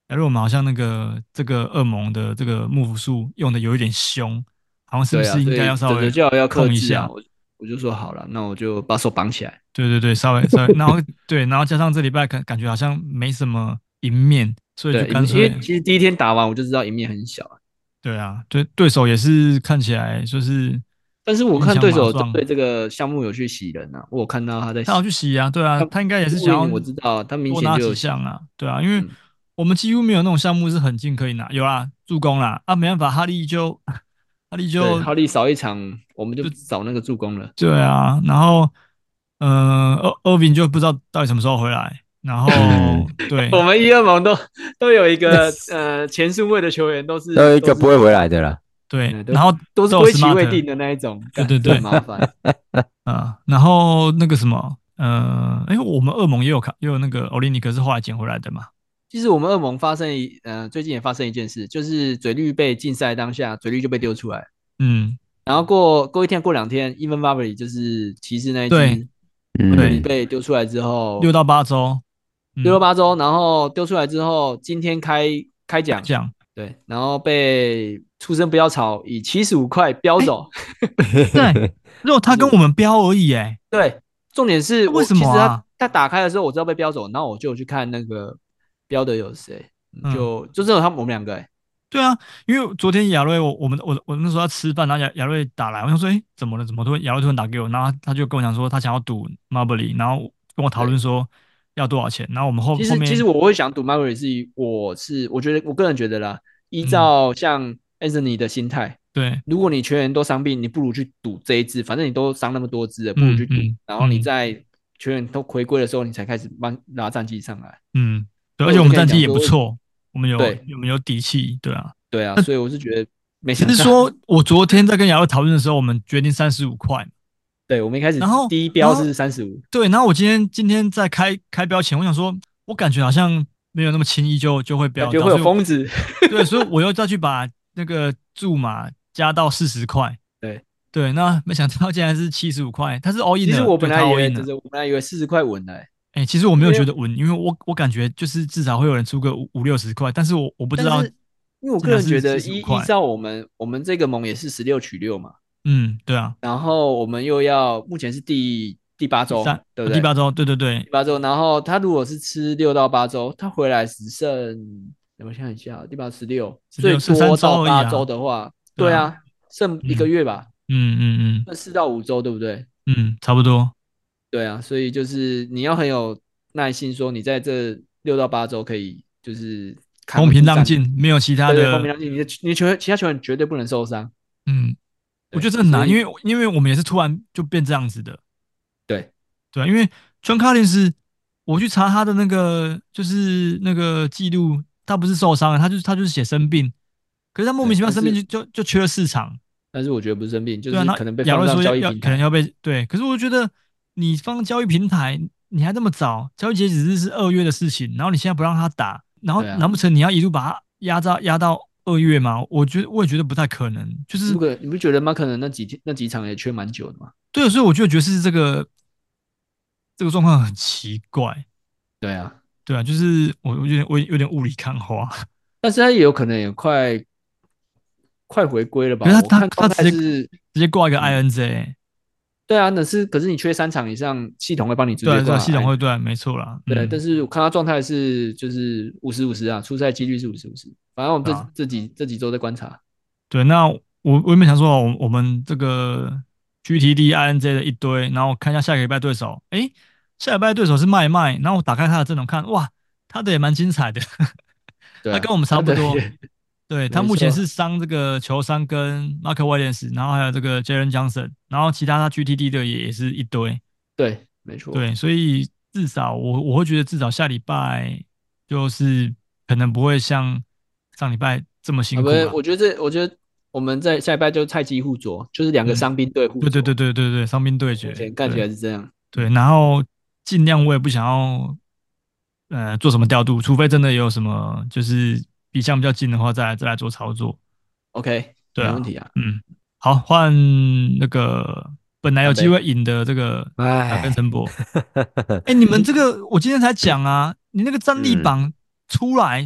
[SPEAKER 4] 亚瑞我们好像那个这个恶魔的这个幕府术用的有一点凶，好像是不
[SPEAKER 3] 对啊，
[SPEAKER 4] 是应该要稍微
[SPEAKER 3] 就要克
[SPEAKER 4] 控一
[SPEAKER 3] 制
[SPEAKER 4] 下
[SPEAKER 3] 啊。？我我就说好了，那我就把手绑起来。
[SPEAKER 4] 对对对，稍微稍 微，然后对，然后加上这礼拜感感觉好像没什么赢面，所以
[SPEAKER 3] 对，
[SPEAKER 4] 就
[SPEAKER 3] 因
[SPEAKER 4] 干
[SPEAKER 3] 为因
[SPEAKER 4] 脆
[SPEAKER 3] 为其实第一天打完我就知道赢面很小啊，
[SPEAKER 4] 对啊，对对手也是看起来就是
[SPEAKER 3] 但是我
[SPEAKER 4] 影
[SPEAKER 3] 看
[SPEAKER 4] 响
[SPEAKER 3] 对
[SPEAKER 4] 马
[SPEAKER 3] 手
[SPEAKER 4] 壮
[SPEAKER 3] 对这个项目有去洗人啊，我有看到他在洗
[SPEAKER 4] 他要去洗啊，对啊，他应该也是想要
[SPEAKER 3] 我知道他明
[SPEAKER 4] 多
[SPEAKER 3] 显
[SPEAKER 4] 拿
[SPEAKER 3] 就有
[SPEAKER 4] 几项啊，对啊，因为
[SPEAKER 3] 嗯
[SPEAKER 4] 我们几乎没有那种项目是很近可以拿，有啦，助攻啦，啊，没办法，哈利就哈利就
[SPEAKER 3] 对哈利少一场，我们就少那个助攻了。
[SPEAKER 4] 对啊，然后嗯，欧欧宾就不知道到底什么时候回来，然后
[SPEAKER 2] 嗯
[SPEAKER 4] 对
[SPEAKER 3] 我们一二盟都都有一个呃前顺位的球员都是
[SPEAKER 2] 都有一个
[SPEAKER 3] 是
[SPEAKER 2] 不会回来的了。
[SPEAKER 4] 对
[SPEAKER 3] 嗯，都
[SPEAKER 4] 然后
[SPEAKER 3] 都是
[SPEAKER 4] 都有
[SPEAKER 3] 归期
[SPEAKER 4] Smart
[SPEAKER 3] 未定的那一种，
[SPEAKER 4] 对
[SPEAKER 3] 干
[SPEAKER 4] 对对
[SPEAKER 3] 很麻烦。
[SPEAKER 4] 啊，然后那个什么，呃，哎，我们恶盟也有看，也有那个欧利尼克是后来捡回来的嘛，
[SPEAKER 3] 其实我们恶盟发生一，呃，最近也发生一件事，就是嘴绿被禁赛当下，嘴绿就被丢出来，
[SPEAKER 4] 嗯，
[SPEAKER 3] 然后过过一天过两天，Even b a r b e r y 就是骑士那一
[SPEAKER 4] 对
[SPEAKER 3] 支，
[SPEAKER 4] 对
[SPEAKER 2] 嗯，
[SPEAKER 3] 被丢出来之后，
[SPEAKER 4] 六到八周，嗯
[SPEAKER 3] 哦六到八周，然后丢出来之后，今天开开奖，
[SPEAKER 4] 这样，
[SPEAKER 3] 对，然后被畜生不要吵以七十五块
[SPEAKER 4] 哎
[SPEAKER 3] 标走，
[SPEAKER 4] 对，如果他跟我们标而已，哎，
[SPEAKER 3] 对，重点是我
[SPEAKER 4] 为什么啊
[SPEAKER 3] 其实他他打开的时候我知道被标走，然后我就有去看那个标的有谁，
[SPEAKER 4] 嗯
[SPEAKER 3] 就就只有他们我们两个、欸，
[SPEAKER 4] 对啊，因为昨天亚瑞我我们我我那时候要吃饭，然后亚亚瑞打来，我想说，哎、怎么了？怎么突然亚瑞突然打给我？然后他他就跟我讲说，他想要赌 Marbury，然后跟我讨论说要多少钱。然后我们后
[SPEAKER 3] 其
[SPEAKER 4] 后
[SPEAKER 3] 实
[SPEAKER 4] 面
[SPEAKER 3] 其实我会想赌 m a r r y 是以我是我觉得我个人觉得啦，依
[SPEAKER 4] 嗯
[SPEAKER 3] 照像 Anthony 的心态，
[SPEAKER 4] 对
[SPEAKER 3] 如果你全员都伤病，你不如去赌这一支，反正你都伤那么多支了，不如去赌，
[SPEAKER 4] 嗯嗯
[SPEAKER 3] 然后你
[SPEAKER 4] 嗯
[SPEAKER 3] 在全员都回归的时候，你才开始慢拿战绩上来。
[SPEAKER 4] 嗯对，
[SPEAKER 3] 我
[SPEAKER 4] 而且我们
[SPEAKER 3] 就跟
[SPEAKER 4] 战
[SPEAKER 3] 你
[SPEAKER 4] 绩也
[SPEAKER 3] 讲
[SPEAKER 4] 不
[SPEAKER 3] 说
[SPEAKER 4] 错，我们有
[SPEAKER 3] 对
[SPEAKER 4] 我们有底气，对啊。
[SPEAKER 3] 对啊，所以我是觉得没
[SPEAKER 4] 只
[SPEAKER 3] 想到。
[SPEAKER 4] 是说我昨天在跟亚瑞讨论的时候，我们决定三十五块，
[SPEAKER 3] 对我们一开始
[SPEAKER 4] 然后
[SPEAKER 3] 第一标
[SPEAKER 4] 然后
[SPEAKER 3] 是三十五，
[SPEAKER 4] 对，然后我今天今天在开开标前，我想说，我感觉好像没有那么轻易就就会飙
[SPEAKER 3] 感
[SPEAKER 4] 到，
[SPEAKER 3] 觉会有
[SPEAKER 4] 所以
[SPEAKER 3] 疯子。
[SPEAKER 4] 对，所以我又再去把那个注码加到四十块。
[SPEAKER 3] 对
[SPEAKER 4] 对，那没想到竟然是七十五块，它是 all in
[SPEAKER 3] 其
[SPEAKER 4] 的，
[SPEAKER 3] 实我本
[SPEAKER 4] 对
[SPEAKER 3] 来
[SPEAKER 4] 它
[SPEAKER 3] 以
[SPEAKER 4] all
[SPEAKER 3] 为
[SPEAKER 4] in 的
[SPEAKER 3] 就是我本来以为四十块稳的欸，
[SPEAKER 4] 哎、其实我没有
[SPEAKER 3] 因为
[SPEAKER 4] 觉得稳，因为我我感觉就是至少会有人出个五五六十块，但是我我不知道
[SPEAKER 3] 但是，因为我个人觉得
[SPEAKER 4] 竟然是45
[SPEAKER 3] 依
[SPEAKER 4] 块
[SPEAKER 3] 依照我们我们这个盟也是十六取六嘛，
[SPEAKER 4] 嗯，对啊，
[SPEAKER 3] 然后我们又要目前是第第八周
[SPEAKER 4] 三，哦
[SPEAKER 3] 对不对？
[SPEAKER 4] 第八周，对对对
[SPEAKER 3] 第，八周，然后他如果是吃六到八周，他回来只剩我想一下，第八十六，最
[SPEAKER 4] 16剩三
[SPEAKER 3] 多
[SPEAKER 4] 周
[SPEAKER 3] 到
[SPEAKER 4] 而已啊
[SPEAKER 3] 八周的话，
[SPEAKER 4] 对
[SPEAKER 3] 对
[SPEAKER 4] 啊
[SPEAKER 3] 啊，剩一个月吧，
[SPEAKER 4] 嗯嗯
[SPEAKER 3] 那四到五周，对不对？
[SPEAKER 4] 嗯嗯，差不多，
[SPEAKER 3] 对啊，所以就是你要很有耐心，说你在这六到八周可以就是扛
[SPEAKER 4] 公平
[SPEAKER 3] 住
[SPEAKER 4] 浪
[SPEAKER 3] 战
[SPEAKER 4] 静，没有其他
[SPEAKER 3] 对对
[SPEAKER 4] 的，
[SPEAKER 3] 公平浪静，你的你的球员其他球员绝对不能受伤。
[SPEAKER 4] 嗯，我
[SPEAKER 3] 对
[SPEAKER 4] 觉得这很
[SPEAKER 3] 所
[SPEAKER 4] 难，
[SPEAKER 3] 以
[SPEAKER 4] 因为因为我们也是突然就变这样子的，
[SPEAKER 3] 对
[SPEAKER 4] 对啊，因为 John Collins，我去查他的那个就是那个记录，他不是受伤了，他就是他就是写生病，可是他莫名
[SPEAKER 3] 对
[SPEAKER 4] 其妙
[SPEAKER 3] 但
[SPEAKER 4] 生病就是就就缺了四场，
[SPEAKER 3] 但是我觉得不是生病，就
[SPEAKER 4] 对啊，
[SPEAKER 3] 是
[SPEAKER 4] 那
[SPEAKER 3] 可能被
[SPEAKER 4] 亚
[SPEAKER 3] 放
[SPEAKER 4] 瑞
[SPEAKER 3] 上
[SPEAKER 4] 说
[SPEAKER 3] 交
[SPEAKER 4] 要
[SPEAKER 3] 易
[SPEAKER 4] 要
[SPEAKER 3] 平
[SPEAKER 4] 可能
[SPEAKER 3] 台。
[SPEAKER 4] 要被对，可是我觉得你放交易平台，你还这么早，交易截止日是二月的事情，然后你现在不让他打，然后
[SPEAKER 3] 对啊
[SPEAKER 4] 难不成你要一路把他压到压到二月吗？我觉得我也觉得不太可能，就是
[SPEAKER 3] 如果你不觉得吗？可能那几天那几场也缺蛮久的嘛。
[SPEAKER 4] 对，所以我就觉得爵士这个这个状况很奇怪，
[SPEAKER 3] 对啊，
[SPEAKER 4] 对啊，就是我我有点我有点雾里看花，
[SPEAKER 3] 但是他也有可能也快快回归了吧？
[SPEAKER 4] 可是
[SPEAKER 3] 我
[SPEAKER 4] 他
[SPEAKER 3] 看
[SPEAKER 4] 他
[SPEAKER 3] 状
[SPEAKER 4] 他
[SPEAKER 3] 态
[SPEAKER 4] 直接
[SPEAKER 3] 是，
[SPEAKER 4] 直接挂
[SPEAKER 3] 嗯
[SPEAKER 4] 一个 INJ，、欸
[SPEAKER 3] 对啊，那是可是你缺三场以上，系统会帮你直
[SPEAKER 4] 对啊
[SPEAKER 3] 接
[SPEAKER 4] 对
[SPEAKER 3] 挂
[SPEAKER 4] 啊，系统
[SPEAKER 3] 哎
[SPEAKER 4] 会对啊，没错啦，
[SPEAKER 3] 对，
[SPEAKER 4] 嗯
[SPEAKER 3] 但是我看他状态是就是五十五十啊，出赛几率是五十五十。反正我们这、
[SPEAKER 4] 对啊
[SPEAKER 3] 这几这几周在观察，
[SPEAKER 4] 对，那我我原本想说，哦我我们这个 GTD INJ 的一堆，然后看一下下个礼拜对手，诶，下礼拜对手是麦麦，然后我打开他的阵容看，哇，他的也蛮精彩的，
[SPEAKER 3] 对、
[SPEAKER 4] 他
[SPEAKER 3] 啊，
[SPEAKER 4] 跟我们差不多
[SPEAKER 3] 对
[SPEAKER 4] 对他
[SPEAKER 3] 没
[SPEAKER 4] 目前
[SPEAKER 3] 错
[SPEAKER 4] 是伤这个球伤跟 Mark Williams，然后还有这个 Jalen Johnson，然后其他他 GTD 的也也是一堆，
[SPEAKER 3] 对，没错，
[SPEAKER 4] 对，所以至少我我会觉得至少下礼拜就是可能不会像上礼拜这么辛
[SPEAKER 3] 啊，
[SPEAKER 4] 苦
[SPEAKER 3] 不
[SPEAKER 4] 了
[SPEAKER 3] 是，，我觉得这，我觉得我们在下一拜就菜鸡互啄，就是两个
[SPEAKER 4] 嗯
[SPEAKER 3] 伤兵队互
[SPEAKER 4] 对对
[SPEAKER 3] 啄。
[SPEAKER 4] 对对对对，伤兵对
[SPEAKER 3] 目
[SPEAKER 4] 决
[SPEAKER 3] 前看起
[SPEAKER 4] 对
[SPEAKER 3] 来是这样。
[SPEAKER 4] 对，然后尽量我也不想要，呃，做什么调度，除非真的有什么就是比项比较近的话，再来再来做操作。
[SPEAKER 3] OK，
[SPEAKER 4] 对啊
[SPEAKER 3] 没问题啊。
[SPEAKER 4] 嗯，好，换那个本来有机会赢的这个打
[SPEAKER 2] 哎
[SPEAKER 4] 跟，陈博。 哎、你们这个我今天才讲啊，你那个战力
[SPEAKER 3] 嗯
[SPEAKER 4] 榜出来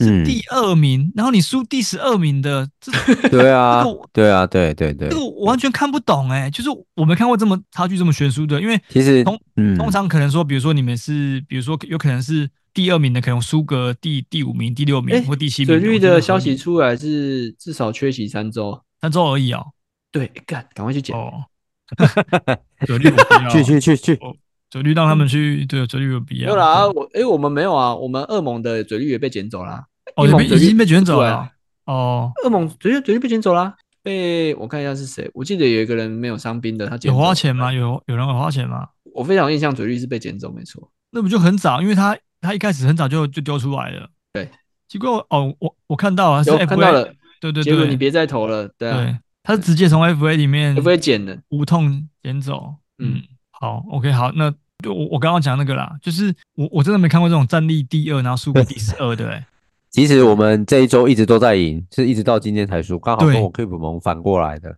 [SPEAKER 4] 是
[SPEAKER 2] 嗯
[SPEAKER 4] 第二名，然后你输第十二名的， 这
[SPEAKER 2] 对啊
[SPEAKER 4] 这个我，
[SPEAKER 2] 对啊，对对对
[SPEAKER 4] 这，个我完全看不懂哎、就是我没看过这么差距这么悬殊的，因为
[SPEAKER 2] 其实
[SPEAKER 4] 通
[SPEAKER 2] 嗯，
[SPEAKER 4] 通常可能说，比如说你们是，比如说有可能是第二名的，可能输个第第五名、第六名
[SPEAKER 3] 诶
[SPEAKER 4] 或第七名。
[SPEAKER 3] 水
[SPEAKER 4] 我
[SPEAKER 3] 绿
[SPEAKER 4] 觉得合
[SPEAKER 3] 的
[SPEAKER 4] 理
[SPEAKER 3] 消息，出来是至少缺席三周。
[SPEAKER 4] 三周而已哦。
[SPEAKER 3] 对，赶赶快去捡。
[SPEAKER 4] 哦，水绿我不要，
[SPEAKER 2] 去去去去，
[SPEAKER 4] 水绿让他们去，对，水绿有必
[SPEAKER 3] 嗯没
[SPEAKER 4] 要。
[SPEAKER 3] 有啦，我哎、我们没有啊，我们恶猛的嘴绿也被捡走啦。
[SPEAKER 4] 哦，
[SPEAKER 3] 一
[SPEAKER 4] 你
[SPEAKER 3] 猛
[SPEAKER 4] 们
[SPEAKER 3] 嘴
[SPEAKER 4] 已经
[SPEAKER 3] 绿
[SPEAKER 4] 被卷走
[SPEAKER 3] 出来
[SPEAKER 4] 了。哦，
[SPEAKER 3] 恶猛嘴绿嘴绿被捡走啦，被我看一下是谁，我记得有一个人没有伤兵的，他捡
[SPEAKER 4] 有
[SPEAKER 3] 走
[SPEAKER 4] 花钱吗？有有人有花钱吗？
[SPEAKER 3] 我非常有印象，嘴绿是被捡走，没错。
[SPEAKER 4] 那不就很早，因为他他一开始很早就就丢出来了。
[SPEAKER 3] 对，
[SPEAKER 4] 结果哦，我我看到了，是
[SPEAKER 3] 有
[SPEAKER 4] FA
[SPEAKER 3] 看到了，
[SPEAKER 4] 对对
[SPEAKER 3] 结果
[SPEAKER 4] 对，
[SPEAKER 3] 你别再投了，对啊，
[SPEAKER 4] 对，他是直接从 FA 里面
[SPEAKER 3] 会不会捡的？
[SPEAKER 4] 无痛捡走。
[SPEAKER 3] 嗯
[SPEAKER 4] 嗯，好，OK，好，那就我我刚刚讲那个啦，就是我我真的没看过这种战力第二，然后输给第十二的、欸，
[SPEAKER 2] 其实我们这一周一直都在赢，是一直到今天才输，刚好
[SPEAKER 4] 对
[SPEAKER 2] 跟我 Keep 盟反过来的。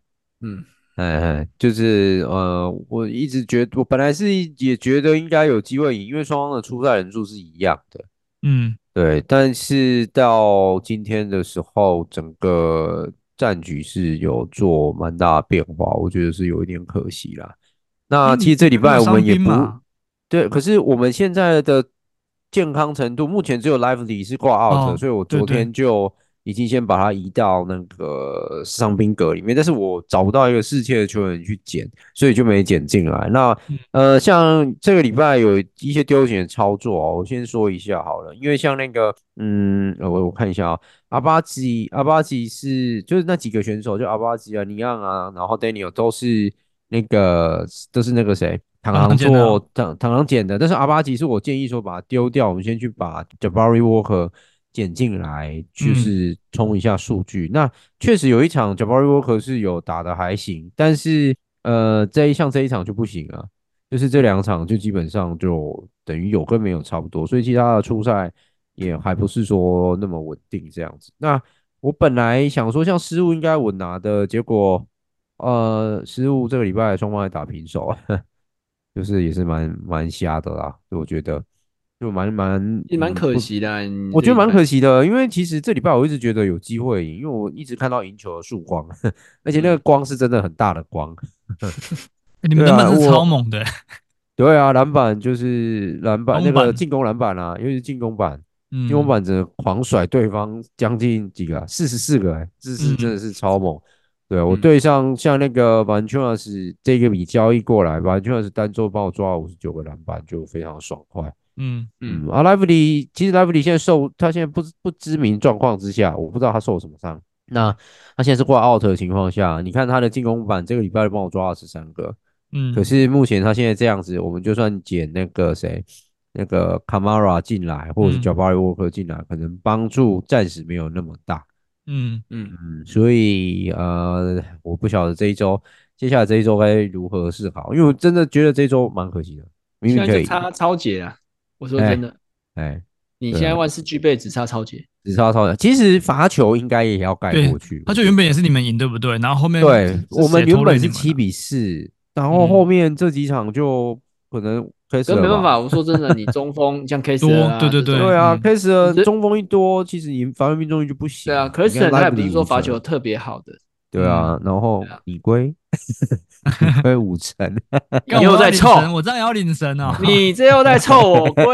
[SPEAKER 3] 嗯，
[SPEAKER 2] 嗯嗯，就是呃，我一直觉得，我本来是也觉得应该有机会赢，因为双方的出赛人数是一样的。
[SPEAKER 4] 嗯
[SPEAKER 2] 对，但是到今天的时候，整个战局是有做蛮大的变化，我觉得是有一点可惜啦。那
[SPEAKER 4] 嗯
[SPEAKER 2] 其实这礼
[SPEAKER 4] 没有
[SPEAKER 2] 拜我们
[SPEAKER 4] 伤
[SPEAKER 2] 也
[SPEAKER 4] 兵
[SPEAKER 2] 不，
[SPEAKER 4] 嘛
[SPEAKER 2] 对，可是我们现在的健康程度，目前只有 Lively 是挂 out 的，
[SPEAKER 4] 哦
[SPEAKER 2] 所以我
[SPEAKER 4] 对
[SPEAKER 2] 昨
[SPEAKER 4] 对
[SPEAKER 2] 天就已经先把它移到那个伤兵格里面，但是我找不到一个世界的球员去捡，所以就没捡进来。那
[SPEAKER 4] 嗯
[SPEAKER 2] 呃，像这个礼拜有一些丢钱的操作哦，我先说一下好了，因为像那个嗯，呃我我看一下啊、阿巴吉，阿巴吉是就是那几个选手，就阿巴吉啊、尼昂啊，然后 Daniel 都是那个都是那个谁，唐
[SPEAKER 4] 唐
[SPEAKER 2] 唐
[SPEAKER 4] 唐捡的啊
[SPEAKER 2] 做唐唐唐捡的，但是阿巴吉是我建议说把它丢掉，我们先去把 Jabari Walker 捡进来，就
[SPEAKER 4] 嗯
[SPEAKER 2] 是冲一下数据。那确实有一场 Jabari Walker 是有打的还行，但是呃这一项这一场就不行啊，就是这两场就基本上就等于有跟没有差不多，所以其他的初赛。也还不是说那么稳定这样子。那我本来想说像失误应该稳拿的，结果呃失误这个礼拜双方还打平手，啊就是也是蛮蛮瞎的啦，我觉得就蛮蛮
[SPEAKER 3] 也蛮
[SPEAKER 2] 嗯
[SPEAKER 3] 可
[SPEAKER 2] 不
[SPEAKER 3] 惜的啊。你
[SPEAKER 2] 我
[SPEAKER 3] 这
[SPEAKER 2] 觉得
[SPEAKER 3] 礼
[SPEAKER 2] 蛮
[SPEAKER 3] 拜
[SPEAKER 2] 可惜的，因为其实这礼拜我一直觉得有机会赢，因为我一直看到赢球的曙光， 而且那个
[SPEAKER 3] 嗯
[SPEAKER 2] 光是真的很大的光。
[SPEAKER 4] 欸你们
[SPEAKER 2] 对
[SPEAKER 4] 篮
[SPEAKER 2] 啊
[SPEAKER 4] 板是
[SPEAKER 2] 我
[SPEAKER 4] 超猛的，欸
[SPEAKER 2] 对啊，篮板就是篮板，那
[SPEAKER 4] 攻
[SPEAKER 2] 个
[SPEAKER 4] 板
[SPEAKER 2] 进攻篮板啊，尤其是进攻板，
[SPEAKER 4] 嗯，
[SPEAKER 2] 进攻板真的狂甩对方将近几个四十四个、欸，这是真的是超猛。对啊，我
[SPEAKER 4] 嗯
[SPEAKER 2] 对上像那个 v a n c u a s 这个笔交易过来 v a n c u a s 单周帮我抓了五十九个篮板，就非常爽快。
[SPEAKER 4] 嗯，
[SPEAKER 3] 嗯
[SPEAKER 2] 嗯，啊，莱弗里其实莱弗里现在受他现在不知不知名状况之下，我不知道他受什么伤。那他现在是挂 out 的情况下，你看他的进攻板这个礼拜帮我抓了十三个，
[SPEAKER 4] 嗯，
[SPEAKER 2] 可是目前他现在这样子，我们就算捡那个谁，那个 Camara 进来，或者是
[SPEAKER 4] 嗯
[SPEAKER 2] Jabari Walker 进来，可能帮助暂时没有那么大。
[SPEAKER 4] 嗯，
[SPEAKER 3] 嗯，
[SPEAKER 2] 嗯，所以呃，我不晓得这一周接下来这一周该如何是好，因为我真的觉得这一周蛮可惜的，明
[SPEAKER 3] 现
[SPEAKER 2] 明
[SPEAKER 3] 在
[SPEAKER 2] 可
[SPEAKER 3] 就
[SPEAKER 2] 以，
[SPEAKER 3] 差超姐啊！我说真的，
[SPEAKER 2] 哎。
[SPEAKER 3] 你
[SPEAKER 2] 对
[SPEAKER 3] 现
[SPEAKER 2] 啊
[SPEAKER 3] 在万事俱备，只差超姐。
[SPEAKER 2] 只差超人，其实罚球应该也要盖
[SPEAKER 4] 对
[SPEAKER 2] 过去。
[SPEAKER 4] 他
[SPEAKER 2] 我
[SPEAKER 4] 啊就
[SPEAKER 2] 觉
[SPEAKER 4] 原
[SPEAKER 2] 得
[SPEAKER 4] 本也是你们赢对不对？然后后面
[SPEAKER 2] 对
[SPEAKER 4] 是
[SPEAKER 2] 我
[SPEAKER 4] 谁
[SPEAKER 2] 们原
[SPEAKER 4] 拖累
[SPEAKER 2] 本
[SPEAKER 4] 你
[SPEAKER 2] 是
[SPEAKER 4] 啊
[SPEAKER 2] 七比四，然后
[SPEAKER 4] 嗯
[SPEAKER 2] 后面这几场就可能开始
[SPEAKER 3] 可是没办法，我说真的，你中锋像 K
[SPEAKER 4] 多对对对
[SPEAKER 2] 对啊，
[SPEAKER 4] 嗯
[SPEAKER 2] 开始了
[SPEAKER 3] 这
[SPEAKER 2] 中锋一多，其实你罚球命中率就不行。
[SPEAKER 3] 对啊，可
[SPEAKER 2] 你
[SPEAKER 3] 是
[SPEAKER 2] 看
[SPEAKER 3] 他
[SPEAKER 2] 莱
[SPEAKER 3] 也
[SPEAKER 2] 布
[SPEAKER 3] 不
[SPEAKER 2] 利
[SPEAKER 3] 是说
[SPEAKER 2] 五
[SPEAKER 3] 罚
[SPEAKER 2] 成
[SPEAKER 3] 球特别好 的，
[SPEAKER 2] 对啊，
[SPEAKER 4] 嗯
[SPEAKER 2] 然后
[SPEAKER 3] 对啊
[SPEAKER 2] 你 归你归五成，
[SPEAKER 4] 干
[SPEAKER 3] 你又
[SPEAKER 4] 我要
[SPEAKER 3] 在
[SPEAKER 4] 领
[SPEAKER 3] 凑
[SPEAKER 4] 神我这样也要领神 哦。
[SPEAKER 3] 你这又在臭我龟，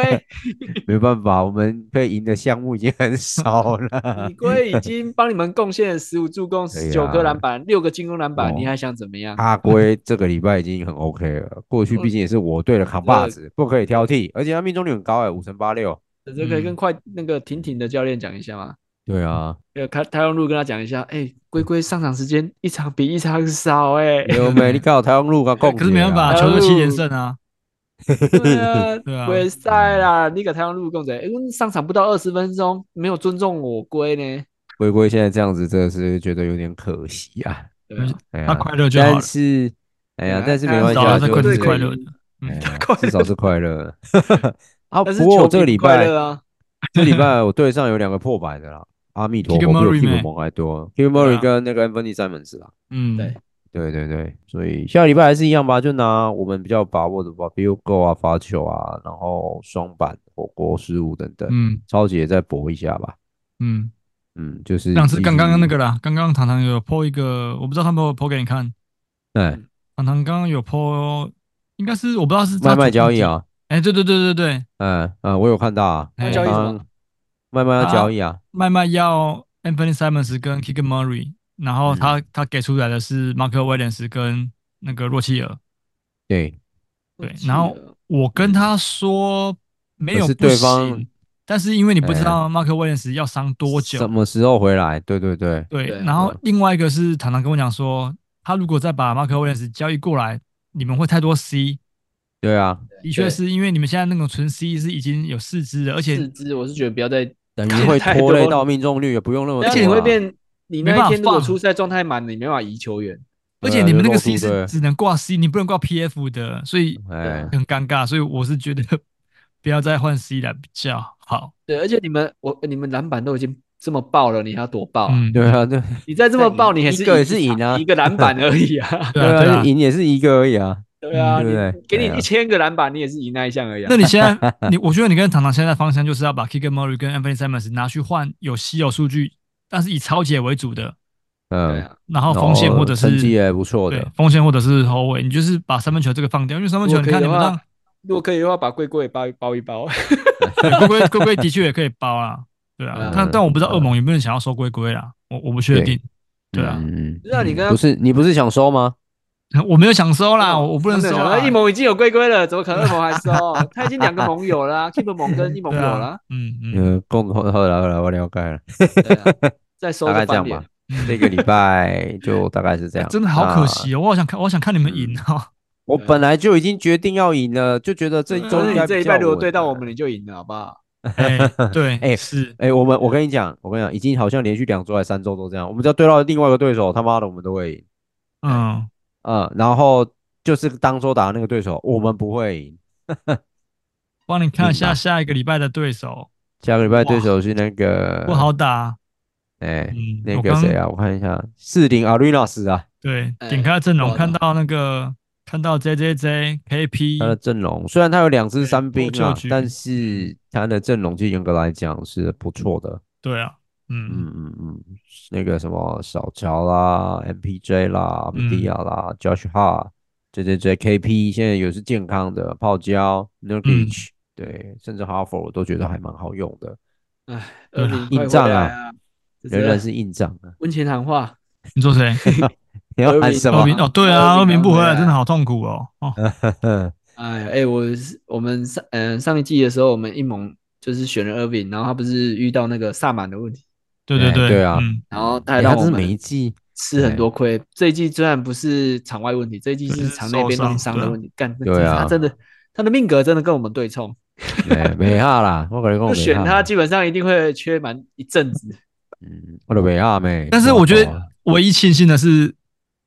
[SPEAKER 2] 没办法，我们可以赢的项目已经很少了
[SPEAKER 3] 你。龟已经帮你们贡献了十五助攻、
[SPEAKER 2] 对
[SPEAKER 3] 十
[SPEAKER 2] 呀
[SPEAKER 3] 九颗篮板、六个进攻篮板，
[SPEAKER 2] 哦
[SPEAKER 3] 你还想怎么样？
[SPEAKER 2] 阿圭这个礼拜已经很 OK 了，过去毕竟也是我队的扛把子，不可以挑剔，而且他命中率很高哎、五成八六。
[SPEAKER 3] 这可以
[SPEAKER 4] 嗯
[SPEAKER 3] 跟快那个婷婷的教练讲一下吗？
[SPEAKER 2] 对啊，
[SPEAKER 3] 呃，开台湾路跟他讲一下，哎，龟龟上场时间一场比一场少哎、
[SPEAKER 2] 有没？你靠台湾路跟共
[SPEAKER 4] 可是没办
[SPEAKER 2] 啊
[SPEAKER 4] 法，
[SPEAKER 3] 哎
[SPEAKER 4] 球队
[SPEAKER 3] 呦
[SPEAKER 4] 七连胜啊。
[SPEAKER 3] 对啊，
[SPEAKER 4] 对啊
[SPEAKER 3] 龟赛啦，你给台湾路共者，哎，我上场不到二十分钟，没有尊重我龟呢，
[SPEAKER 2] 龟龟现在这样子，真的是觉得有点可惜啊。
[SPEAKER 3] 对啊，
[SPEAKER 2] 哎呀，
[SPEAKER 4] 他快乐就好了
[SPEAKER 2] 但是，哎呀，
[SPEAKER 3] 对啊
[SPEAKER 2] 但是没
[SPEAKER 3] 他
[SPEAKER 2] 关系
[SPEAKER 4] 找
[SPEAKER 2] 啊，
[SPEAKER 4] 到他
[SPEAKER 2] 就
[SPEAKER 4] 快乐是
[SPEAKER 2] 是
[SPEAKER 4] 快乐的，
[SPEAKER 2] 哎 呀
[SPEAKER 4] 嗯，快
[SPEAKER 2] 至少是 快乐。啊，
[SPEAKER 3] 但是
[SPEAKER 2] 不过我
[SPEAKER 3] 球
[SPEAKER 2] 这个
[SPEAKER 3] 迷
[SPEAKER 2] 礼
[SPEAKER 3] 不快
[SPEAKER 2] 拜
[SPEAKER 3] 乐，啊，
[SPEAKER 2] 这礼拜我队上有两个破百的啦，阿弥陀
[SPEAKER 4] Keegan
[SPEAKER 2] 佛比我
[SPEAKER 4] Murray 没
[SPEAKER 2] Keep 猛还多，Keep
[SPEAKER 4] 对
[SPEAKER 2] Murray
[SPEAKER 4] 啊
[SPEAKER 2] 跟那个 Anthony Simons 啦。
[SPEAKER 4] 嗯，
[SPEAKER 3] 对
[SPEAKER 2] 对对对，所以下个礼拜还是一样吧，就拿我们比较有把握的吧 b i l l Go 啊、罚球啊，然后双板、火锅、失误等等，
[SPEAKER 4] 嗯
[SPEAKER 2] 超级也再搏一下吧。
[SPEAKER 4] 嗯，
[SPEAKER 2] 嗯，就是
[SPEAKER 4] 上次
[SPEAKER 2] 积
[SPEAKER 4] 刚刚那
[SPEAKER 2] 极
[SPEAKER 4] 个啦，刚刚糖糖有 PO 一个，我不知道他们有 PO 给你看，
[SPEAKER 2] 哎，
[SPEAKER 4] 糖糖刚刚有 PO，应该是我不知道是他
[SPEAKER 2] 卖卖
[SPEAKER 4] 主动
[SPEAKER 2] 交易
[SPEAKER 4] 进，
[SPEAKER 2] 啊，
[SPEAKER 4] 哎，对对对对对，
[SPEAKER 2] 嗯嗯，我有看到啊，
[SPEAKER 4] 哎
[SPEAKER 3] 交易什么
[SPEAKER 2] 刚卖卖要交易啊，
[SPEAKER 4] 麦麦要 Anthony Simons 跟 Keegan Murray，然后
[SPEAKER 2] 嗯
[SPEAKER 4] 他、他给出来的是 Mark Williams 跟那个洛契尔。
[SPEAKER 2] 对，
[SPEAKER 4] 对
[SPEAKER 3] 我，记
[SPEAKER 4] 然后
[SPEAKER 3] 得
[SPEAKER 4] 我跟他说没有
[SPEAKER 2] 嗯可
[SPEAKER 4] 不行，
[SPEAKER 2] 是对方哎
[SPEAKER 4] 但是因为你不知道 Mark Williams 要伤多
[SPEAKER 2] 什
[SPEAKER 4] 久，
[SPEAKER 2] 么时候回来？对对对，
[SPEAKER 4] 对
[SPEAKER 3] 对，啊
[SPEAKER 4] 然后另外一个是糖糖跟我讲说，他如果再把 Mark Williams 交易过来，你们会太多 C，
[SPEAKER 2] 对啊，
[SPEAKER 4] 的确
[SPEAKER 3] 对
[SPEAKER 4] 是因为你们现在那种纯 C 是已经有四支了，而且
[SPEAKER 3] 四肢，我是觉得不要再
[SPEAKER 2] 等
[SPEAKER 3] 太
[SPEAKER 2] 于会
[SPEAKER 3] 太
[SPEAKER 2] 拖
[SPEAKER 3] 多
[SPEAKER 2] 累
[SPEAKER 3] 了
[SPEAKER 2] 到命中率，也不用那么多
[SPEAKER 3] 而
[SPEAKER 2] 啊，
[SPEAKER 3] 且你会变，你
[SPEAKER 4] 没办
[SPEAKER 3] 那
[SPEAKER 4] 法
[SPEAKER 3] 一天如果
[SPEAKER 4] 放
[SPEAKER 3] 出赛状态满了，你没办法移球员。
[SPEAKER 4] 而
[SPEAKER 2] 对啊
[SPEAKER 4] 且你们那个
[SPEAKER 2] 就
[SPEAKER 4] C
[SPEAKER 2] 露出
[SPEAKER 4] 是
[SPEAKER 2] 对
[SPEAKER 4] 只能挂 C，你不能挂 PF 的，所以
[SPEAKER 2] 哎，
[SPEAKER 4] 很尴尬，所以我是觉得 不要再换 C 来比较好。
[SPEAKER 3] 对，而且你们我你们篮板都已经这么爆了，你还要多爆、啊？
[SPEAKER 4] 嗯，
[SPEAKER 2] 对啊，对
[SPEAKER 3] 你再这么爆，
[SPEAKER 2] 那
[SPEAKER 3] 你还是
[SPEAKER 2] 一个也
[SPEAKER 3] 一
[SPEAKER 2] 是赢啊
[SPEAKER 3] 一个篮板而已啊。
[SPEAKER 4] 对啊，对
[SPEAKER 2] 啊，
[SPEAKER 4] 啊。
[SPEAKER 2] 赢也是一个而已啊，
[SPEAKER 3] 对啊，
[SPEAKER 2] 嗯
[SPEAKER 3] 你
[SPEAKER 2] 对不对
[SPEAKER 3] 给
[SPEAKER 2] 对啊
[SPEAKER 3] 你一千个篮板，你也是赢那一项而已、啊。
[SPEAKER 4] 那你现在，你我觉得你跟糖糖现在的方向就是要把 Kicker Murray 跟 Anthony Simons 拿去换有稀有数据，但是以超解为主的，
[SPEAKER 3] 对
[SPEAKER 2] 嗯，
[SPEAKER 3] 啊，
[SPEAKER 4] 然后锋线
[SPEAKER 2] 然后
[SPEAKER 4] 或者是
[SPEAKER 2] 成绩也不错
[SPEAKER 4] 对
[SPEAKER 2] 的，
[SPEAKER 4] 锋线或者是后卫，你就是把三分球这个放掉，因为三分球
[SPEAKER 3] 如果
[SPEAKER 4] 你
[SPEAKER 3] 可
[SPEAKER 4] 看
[SPEAKER 3] 以
[SPEAKER 4] 你
[SPEAKER 3] 的
[SPEAKER 4] 们
[SPEAKER 3] 话
[SPEAKER 4] 让，
[SPEAKER 3] 如果可以的话，把贵贵包一包一包。
[SPEAKER 4] 对龟龟龟龟的确也可以包啦，对啊
[SPEAKER 3] 嗯，
[SPEAKER 4] 但但我不知道恶魔有没有人想要收龟龟啦，我我不确定，对啊，
[SPEAKER 2] 嗯，嗯
[SPEAKER 3] 那你跟
[SPEAKER 2] 不是你不是想收吗？
[SPEAKER 4] 我没有想收啦，我我不能收
[SPEAKER 3] 他们
[SPEAKER 4] 啦啊
[SPEAKER 3] 两
[SPEAKER 2] 啊
[SPEAKER 3] 个一，盟已经有龟龟了，怎么可能二盟还 收？他已经两个盟友啦、k e e p 盟跟一盟
[SPEAKER 4] 对
[SPEAKER 3] 有
[SPEAKER 4] 啊
[SPEAKER 3] 啦。，
[SPEAKER 4] 嗯嗯，
[SPEAKER 2] 嗯，共后来后来我了解了，
[SPEAKER 3] 对啊，再收
[SPEAKER 2] 大概
[SPEAKER 3] 个
[SPEAKER 2] 这样
[SPEAKER 3] 翻脸
[SPEAKER 2] 吧。。这个礼拜就大概 是这
[SPEAKER 4] 哎
[SPEAKER 2] 样，
[SPEAKER 4] 真的好可
[SPEAKER 2] 那
[SPEAKER 4] 惜哦，我好想看，我好想看你们赢哦，
[SPEAKER 2] 我
[SPEAKER 3] 对
[SPEAKER 2] 本来就已经决定要赢了，就觉得这一
[SPEAKER 4] 对啊
[SPEAKER 2] 周
[SPEAKER 3] 但是
[SPEAKER 2] 应
[SPEAKER 3] 你
[SPEAKER 2] 该
[SPEAKER 3] 这
[SPEAKER 2] 比
[SPEAKER 3] 一拜
[SPEAKER 2] 较
[SPEAKER 3] 如果
[SPEAKER 2] 稳啊
[SPEAKER 3] 对到
[SPEAKER 2] 了
[SPEAKER 3] 我们，你就赢了，好不好？
[SPEAKER 4] 哎，对，
[SPEAKER 2] 哎
[SPEAKER 4] 是，
[SPEAKER 2] 哎、我们我跟你讲，我跟你讲，已经好像连续两周还是三周都这样，我们只要对到另外一个对手，他妈的我们都会赢，
[SPEAKER 4] 嗯，
[SPEAKER 2] 嗯，然后就是当周打的那个对手，我们不会赢，
[SPEAKER 4] 帮你看一
[SPEAKER 2] 明白
[SPEAKER 4] 下下一个礼拜的对手。
[SPEAKER 2] 下个礼拜对手是那个
[SPEAKER 4] 不好打。
[SPEAKER 2] 啊哎，
[SPEAKER 4] 嗯，
[SPEAKER 2] 那
[SPEAKER 4] 我
[SPEAKER 2] 个
[SPEAKER 4] 刚
[SPEAKER 2] 谁啊？我看一下，四零阿瑞纳斯啊，
[SPEAKER 4] 对
[SPEAKER 3] 哎
[SPEAKER 4] 点开阵容，
[SPEAKER 3] 忘了
[SPEAKER 4] 看到那个看到 J J J K
[SPEAKER 2] 他的
[SPEAKER 4] P，
[SPEAKER 2] 阵容虽然他有两支三兵
[SPEAKER 4] 多
[SPEAKER 2] 啊
[SPEAKER 4] 救局，
[SPEAKER 2] 但是他的阵容就严格来讲是不错的。
[SPEAKER 4] 对啊，嗯，
[SPEAKER 2] 嗯嗯嗯，那个什么小乔啦、MPJ 啦、
[SPEAKER 4] 嗯
[SPEAKER 2] 米迪亚啦、Josh Ha、JJJKP，现在有是健康的泡椒
[SPEAKER 4] 嗯
[SPEAKER 2] n u r k i c 对，甚至 h a r f o r 我都觉得还蛮好用的，
[SPEAKER 3] 二零快
[SPEAKER 2] 硬仗
[SPEAKER 3] 回
[SPEAKER 2] 啊
[SPEAKER 3] 来啊！这
[SPEAKER 2] 仍然是硬仗啊。
[SPEAKER 3] 温情喊话，
[SPEAKER 4] 你说谁？
[SPEAKER 2] 你要喊
[SPEAKER 3] Irving
[SPEAKER 2] 什
[SPEAKER 4] 二
[SPEAKER 2] 么
[SPEAKER 4] 明？哦，对啊，
[SPEAKER 3] 二
[SPEAKER 4] 二
[SPEAKER 3] 饼
[SPEAKER 4] 明不
[SPEAKER 3] 刚
[SPEAKER 4] 回
[SPEAKER 3] 回
[SPEAKER 4] 来
[SPEAKER 3] 来
[SPEAKER 4] 真的好痛苦哦。哦，
[SPEAKER 2] 嗯
[SPEAKER 3] 哎哎、我是我们上嗯、上一季的时候，我们一盟就是选了 Irving，然后他不是遇到那个萨满的问题，
[SPEAKER 4] 对对
[SPEAKER 2] 哎
[SPEAKER 4] 对，
[SPEAKER 2] 对啊
[SPEAKER 4] 嗯，
[SPEAKER 3] 然后他
[SPEAKER 2] 哎
[SPEAKER 3] 还
[SPEAKER 2] 他
[SPEAKER 3] 让我
[SPEAKER 2] 这是
[SPEAKER 3] 们
[SPEAKER 2] 每一季
[SPEAKER 3] 吃很多亏。这一季虽然不是场外问题，这一季
[SPEAKER 4] 对
[SPEAKER 3] 是场内
[SPEAKER 4] 受
[SPEAKER 3] 边
[SPEAKER 4] 伤
[SPEAKER 3] 弄伤
[SPEAKER 4] 对
[SPEAKER 3] 的
[SPEAKER 4] 啊
[SPEAKER 3] 问题。干，
[SPEAKER 2] 对
[SPEAKER 3] 真是
[SPEAKER 2] 啊
[SPEAKER 3] 他真的他的命格真的跟我们对冲，
[SPEAKER 2] 哎，没哈啦，我可能跟我
[SPEAKER 3] 不
[SPEAKER 2] 没
[SPEAKER 3] 选
[SPEAKER 2] 哈
[SPEAKER 3] 他
[SPEAKER 2] 啦
[SPEAKER 3] 基本上一定会缺满一阵子。
[SPEAKER 2] 嗯，我的没哈没。啊
[SPEAKER 4] 但是我觉
[SPEAKER 2] 哇
[SPEAKER 4] 得唯一庆幸的是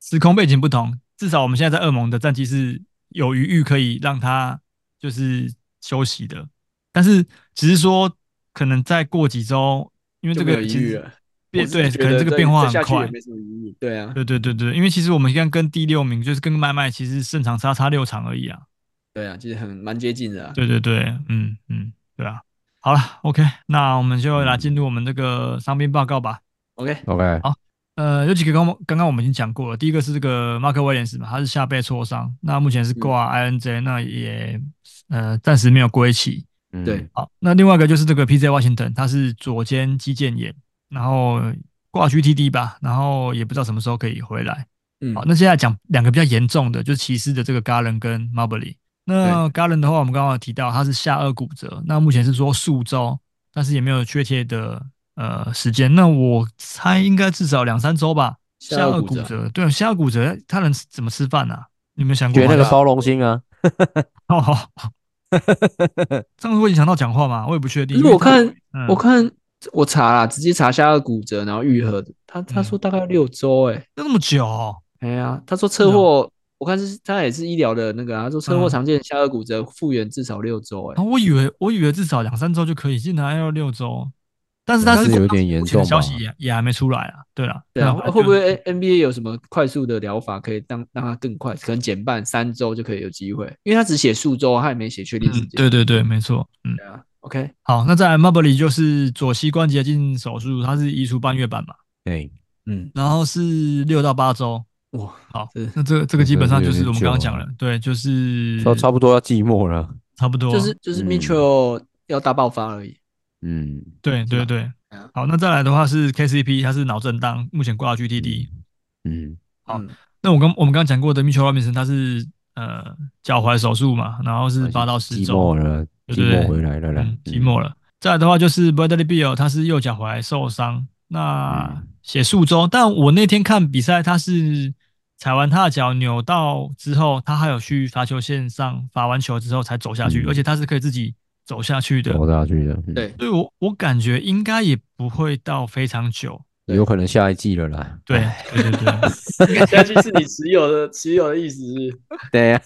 [SPEAKER 4] 时空背景不同，至少我们现在在恶魔的战绩是有余裕可以让他就是休息的，但是只是说可能再过几周，因为这
[SPEAKER 3] 就没有
[SPEAKER 4] 个
[SPEAKER 3] 疑
[SPEAKER 4] 其
[SPEAKER 3] 虑
[SPEAKER 4] 实
[SPEAKER 3] 了
[SPEAKER 4] 变
[SPEAKER 3] 我是
[SPEAKER 4] 对，
[SPEAKER 3] 觉
[SPEAKER 4] 可能
[SPEAKER 3] 得
[SPEAKER 4] 这个
[SPEAKER 3] 再
[SPEAKER 4] 变化
[SPEAKER 3] 再下
[SPEAKER 4] 很
[SPEAKER 3] 去也
[SPEAKER 4] 快，
[SPEAKER 3] 没什么疑义。对啊，
[SPEAKER 4] 对对对对，因为其实我们现在跟第六名就是跟麦麦其实胜场差差六场而已啊，
[SPEAKER 3] 对啊，其实很蛮接近的啊。
[SPEAKER 4] 对对对，嗯嗯，对啊，好了，OK，那我们就来进入我们这个伤病报告吧。
[SPEAKER 3] OK，
[SPEAKER 2] OK，
[SPEAKER 4] 呃，有几个刚我刚刚我们已经讲过了，第一个是这个马克威廉斯嘛，他是下背挫伤，那目前是挂 INJ，那也呃暂时没有归期。
[SPEAKER 2] 嗯
[SPEAKER 3] 对，
[SPEAKER 4] 好，那另外一个就是这个 PJ Washington，他是左肩肌腱炎，然后挂 GTD 吧，然后也不知道什么时候可以回来。
[SPEAKER 3] 嗯，
[SPEAKER 4] 好，那现在讲两个比较严重的，就是骑士的这个 Garland 跟 Marbury。那 Garland 的话，我们刚刚有提到他是下颚骨折，那目前是说数周，但是也没有确切的呃时间。那我猜应该至少两三周吧。
[SPEAKER 3] 下
[SPEAKER 4] 下
[SPEAKER 3] 颚
[SPEAKER 4] 颚
[SPEAKER 3] 骨
[SPEAKER 4] 骨
[SPEAKER 3] 折
[SPEAKER 4] 折，对，下颚骨折，他能怎么吃饭呢、啊？你有没有想过
[SPEAKER 2] 觉
[SPEAKER 4] 吗？
[SPEAKER 2] 得那个包容心啊，
[SPEAKER 4] 哦， 这样会影响到讲话吗？我也不确定。
[SPEAKER 3] 可是
[SPEAKER 4] 因为
[SPEAKER 3] 我
[SPEAKER 4] 他，
[SPEAKER 3] 看
[SPEAKER 4] 嗯
[SPEAKER 3] 我看我查啦，直接查下颚骨折，然后愈合的。他他
[SPEAKER 4] 嗯
[SPEAKER 3] 说大概六周，哎，
[SPEAKER 4] 那么久、哦，
[SPEAKER 3] 哎呀，他说车祸，我看是他也是医疗的那个啊，他说车
[SPEAKER 4] 嗯
[SPEAKER 3] 祸
[SPEAKER 4] 哦
[SPEAKER 3] 常见下颚骨折复原至少六周，哎
[SPEAKER 4] 然，后我以为我以为至少两三周就可以，竟然要六周，但是他
[SPEAKER 2] 还
[SPEAKER 4] 是
[SPEAKER 2] 是有点严
[SPEAKER 4] 目前的
[SPEAKER 2] 重
[SPEAKER 4] 消
[SPEAKER 2] 吧？
[SPEAKER 4] 息也也还没出来啊。对了，
[SPEAKER 3] 对
[SPEAKER 4] 那
[SPEAKER 3] 啊，会
[SPEAKER 4] 就
[SPEAKER 3] 会不会 N NBA 有什么快速的疗法可以让让它更快？可能减半三周就可以有机会，因为他只写数周，啊他也没写确定时
[SPEAKER 4] 嗯，
[SPEAKER 3] 间。
[SPEAKER 4] 对对对，没错，嗯，
[SPEAKER 3] 对啊，OK，
[SPEAKER 4] 好，那再来 Mobley 就是左膝关节镜手术，它是移除半月板嘛，
[SPEAKER 2] 哎，
[SPEAKER 3] 嗯，
[SPEAKER 4] 然后是六到八周。
[SPEAKER 3] 哇，
[SPEAKER 4] 好
[SPEAKER 3] 这，
[SPEAKER 4] 那这个这个基本上就是我们刚刚讲
[SPEAKER 2] 这
[SPEAKER 4] 了，对，就是
[SPEAKER 2] 啊差差不多要寂寞了。
[SPEAKER 4] 差不多，
[SPEAKER 3] 就是就是
[SPEAKER 2] 嗯
[SPEAKER 3] Mitchell 要大爆发而已。
[SPEAKER 2] 嗯，
[SPEAKER 4] 对对
[SPEAKER 3] 吧
[SPEAKER 4] 对
[SPEAKER 2] 啊
[SPEAKER 3] 嗯。
[SPEAKER 4] 好，那再来的话是 KCP，它是脑震荡，目前挂了 GTD。
[SPEAKER 2] 嗯，
[SPEAKER 4] 好
[SPEAKER 3] 嗯，
[SPEAKER 4] 那我刚我们刚刚讲过的 Mitchell Robinson，他是呃脚踝手术嘛，然后是八到十
[SPEAKER 2] 寂
[SPEAKER 4] 周
[SPEAKER 2] 寞，了，
[SPEAKER 4] 对
[SPEAKER 2] 寂
[SPEAKER 4] 对对
[SPEAKER 2] 寞回来了啦
[SPEAKER 4] 嗯，，寂寞了。再来的话就是 Bradley Beal，他是右脚踝受伤，那
[SPEAKER 2] 嗯
[SPEAKER 4] 写数周。但我那天看比赛，他是踩完他的脚扭到之后，他还有去罚球线上罚完球之后才走下去，
[SPEAKER 2] 嗯
[SPEAKER 4] 而且他是可以自己走下去的。
[SPEAKER 2] 走下去的。嗯
[SPEAKER 3] 对，
[SPEAKER 4] 所以我我感觉应该也不会到非常久。
[SPEAKER 2] 有可能下一季了啦。
[SPEAKER 4] 对对对对，
[SPEAKER 3] 下去是你持有的持有的意思是
[SPEAKER 2] 对呀，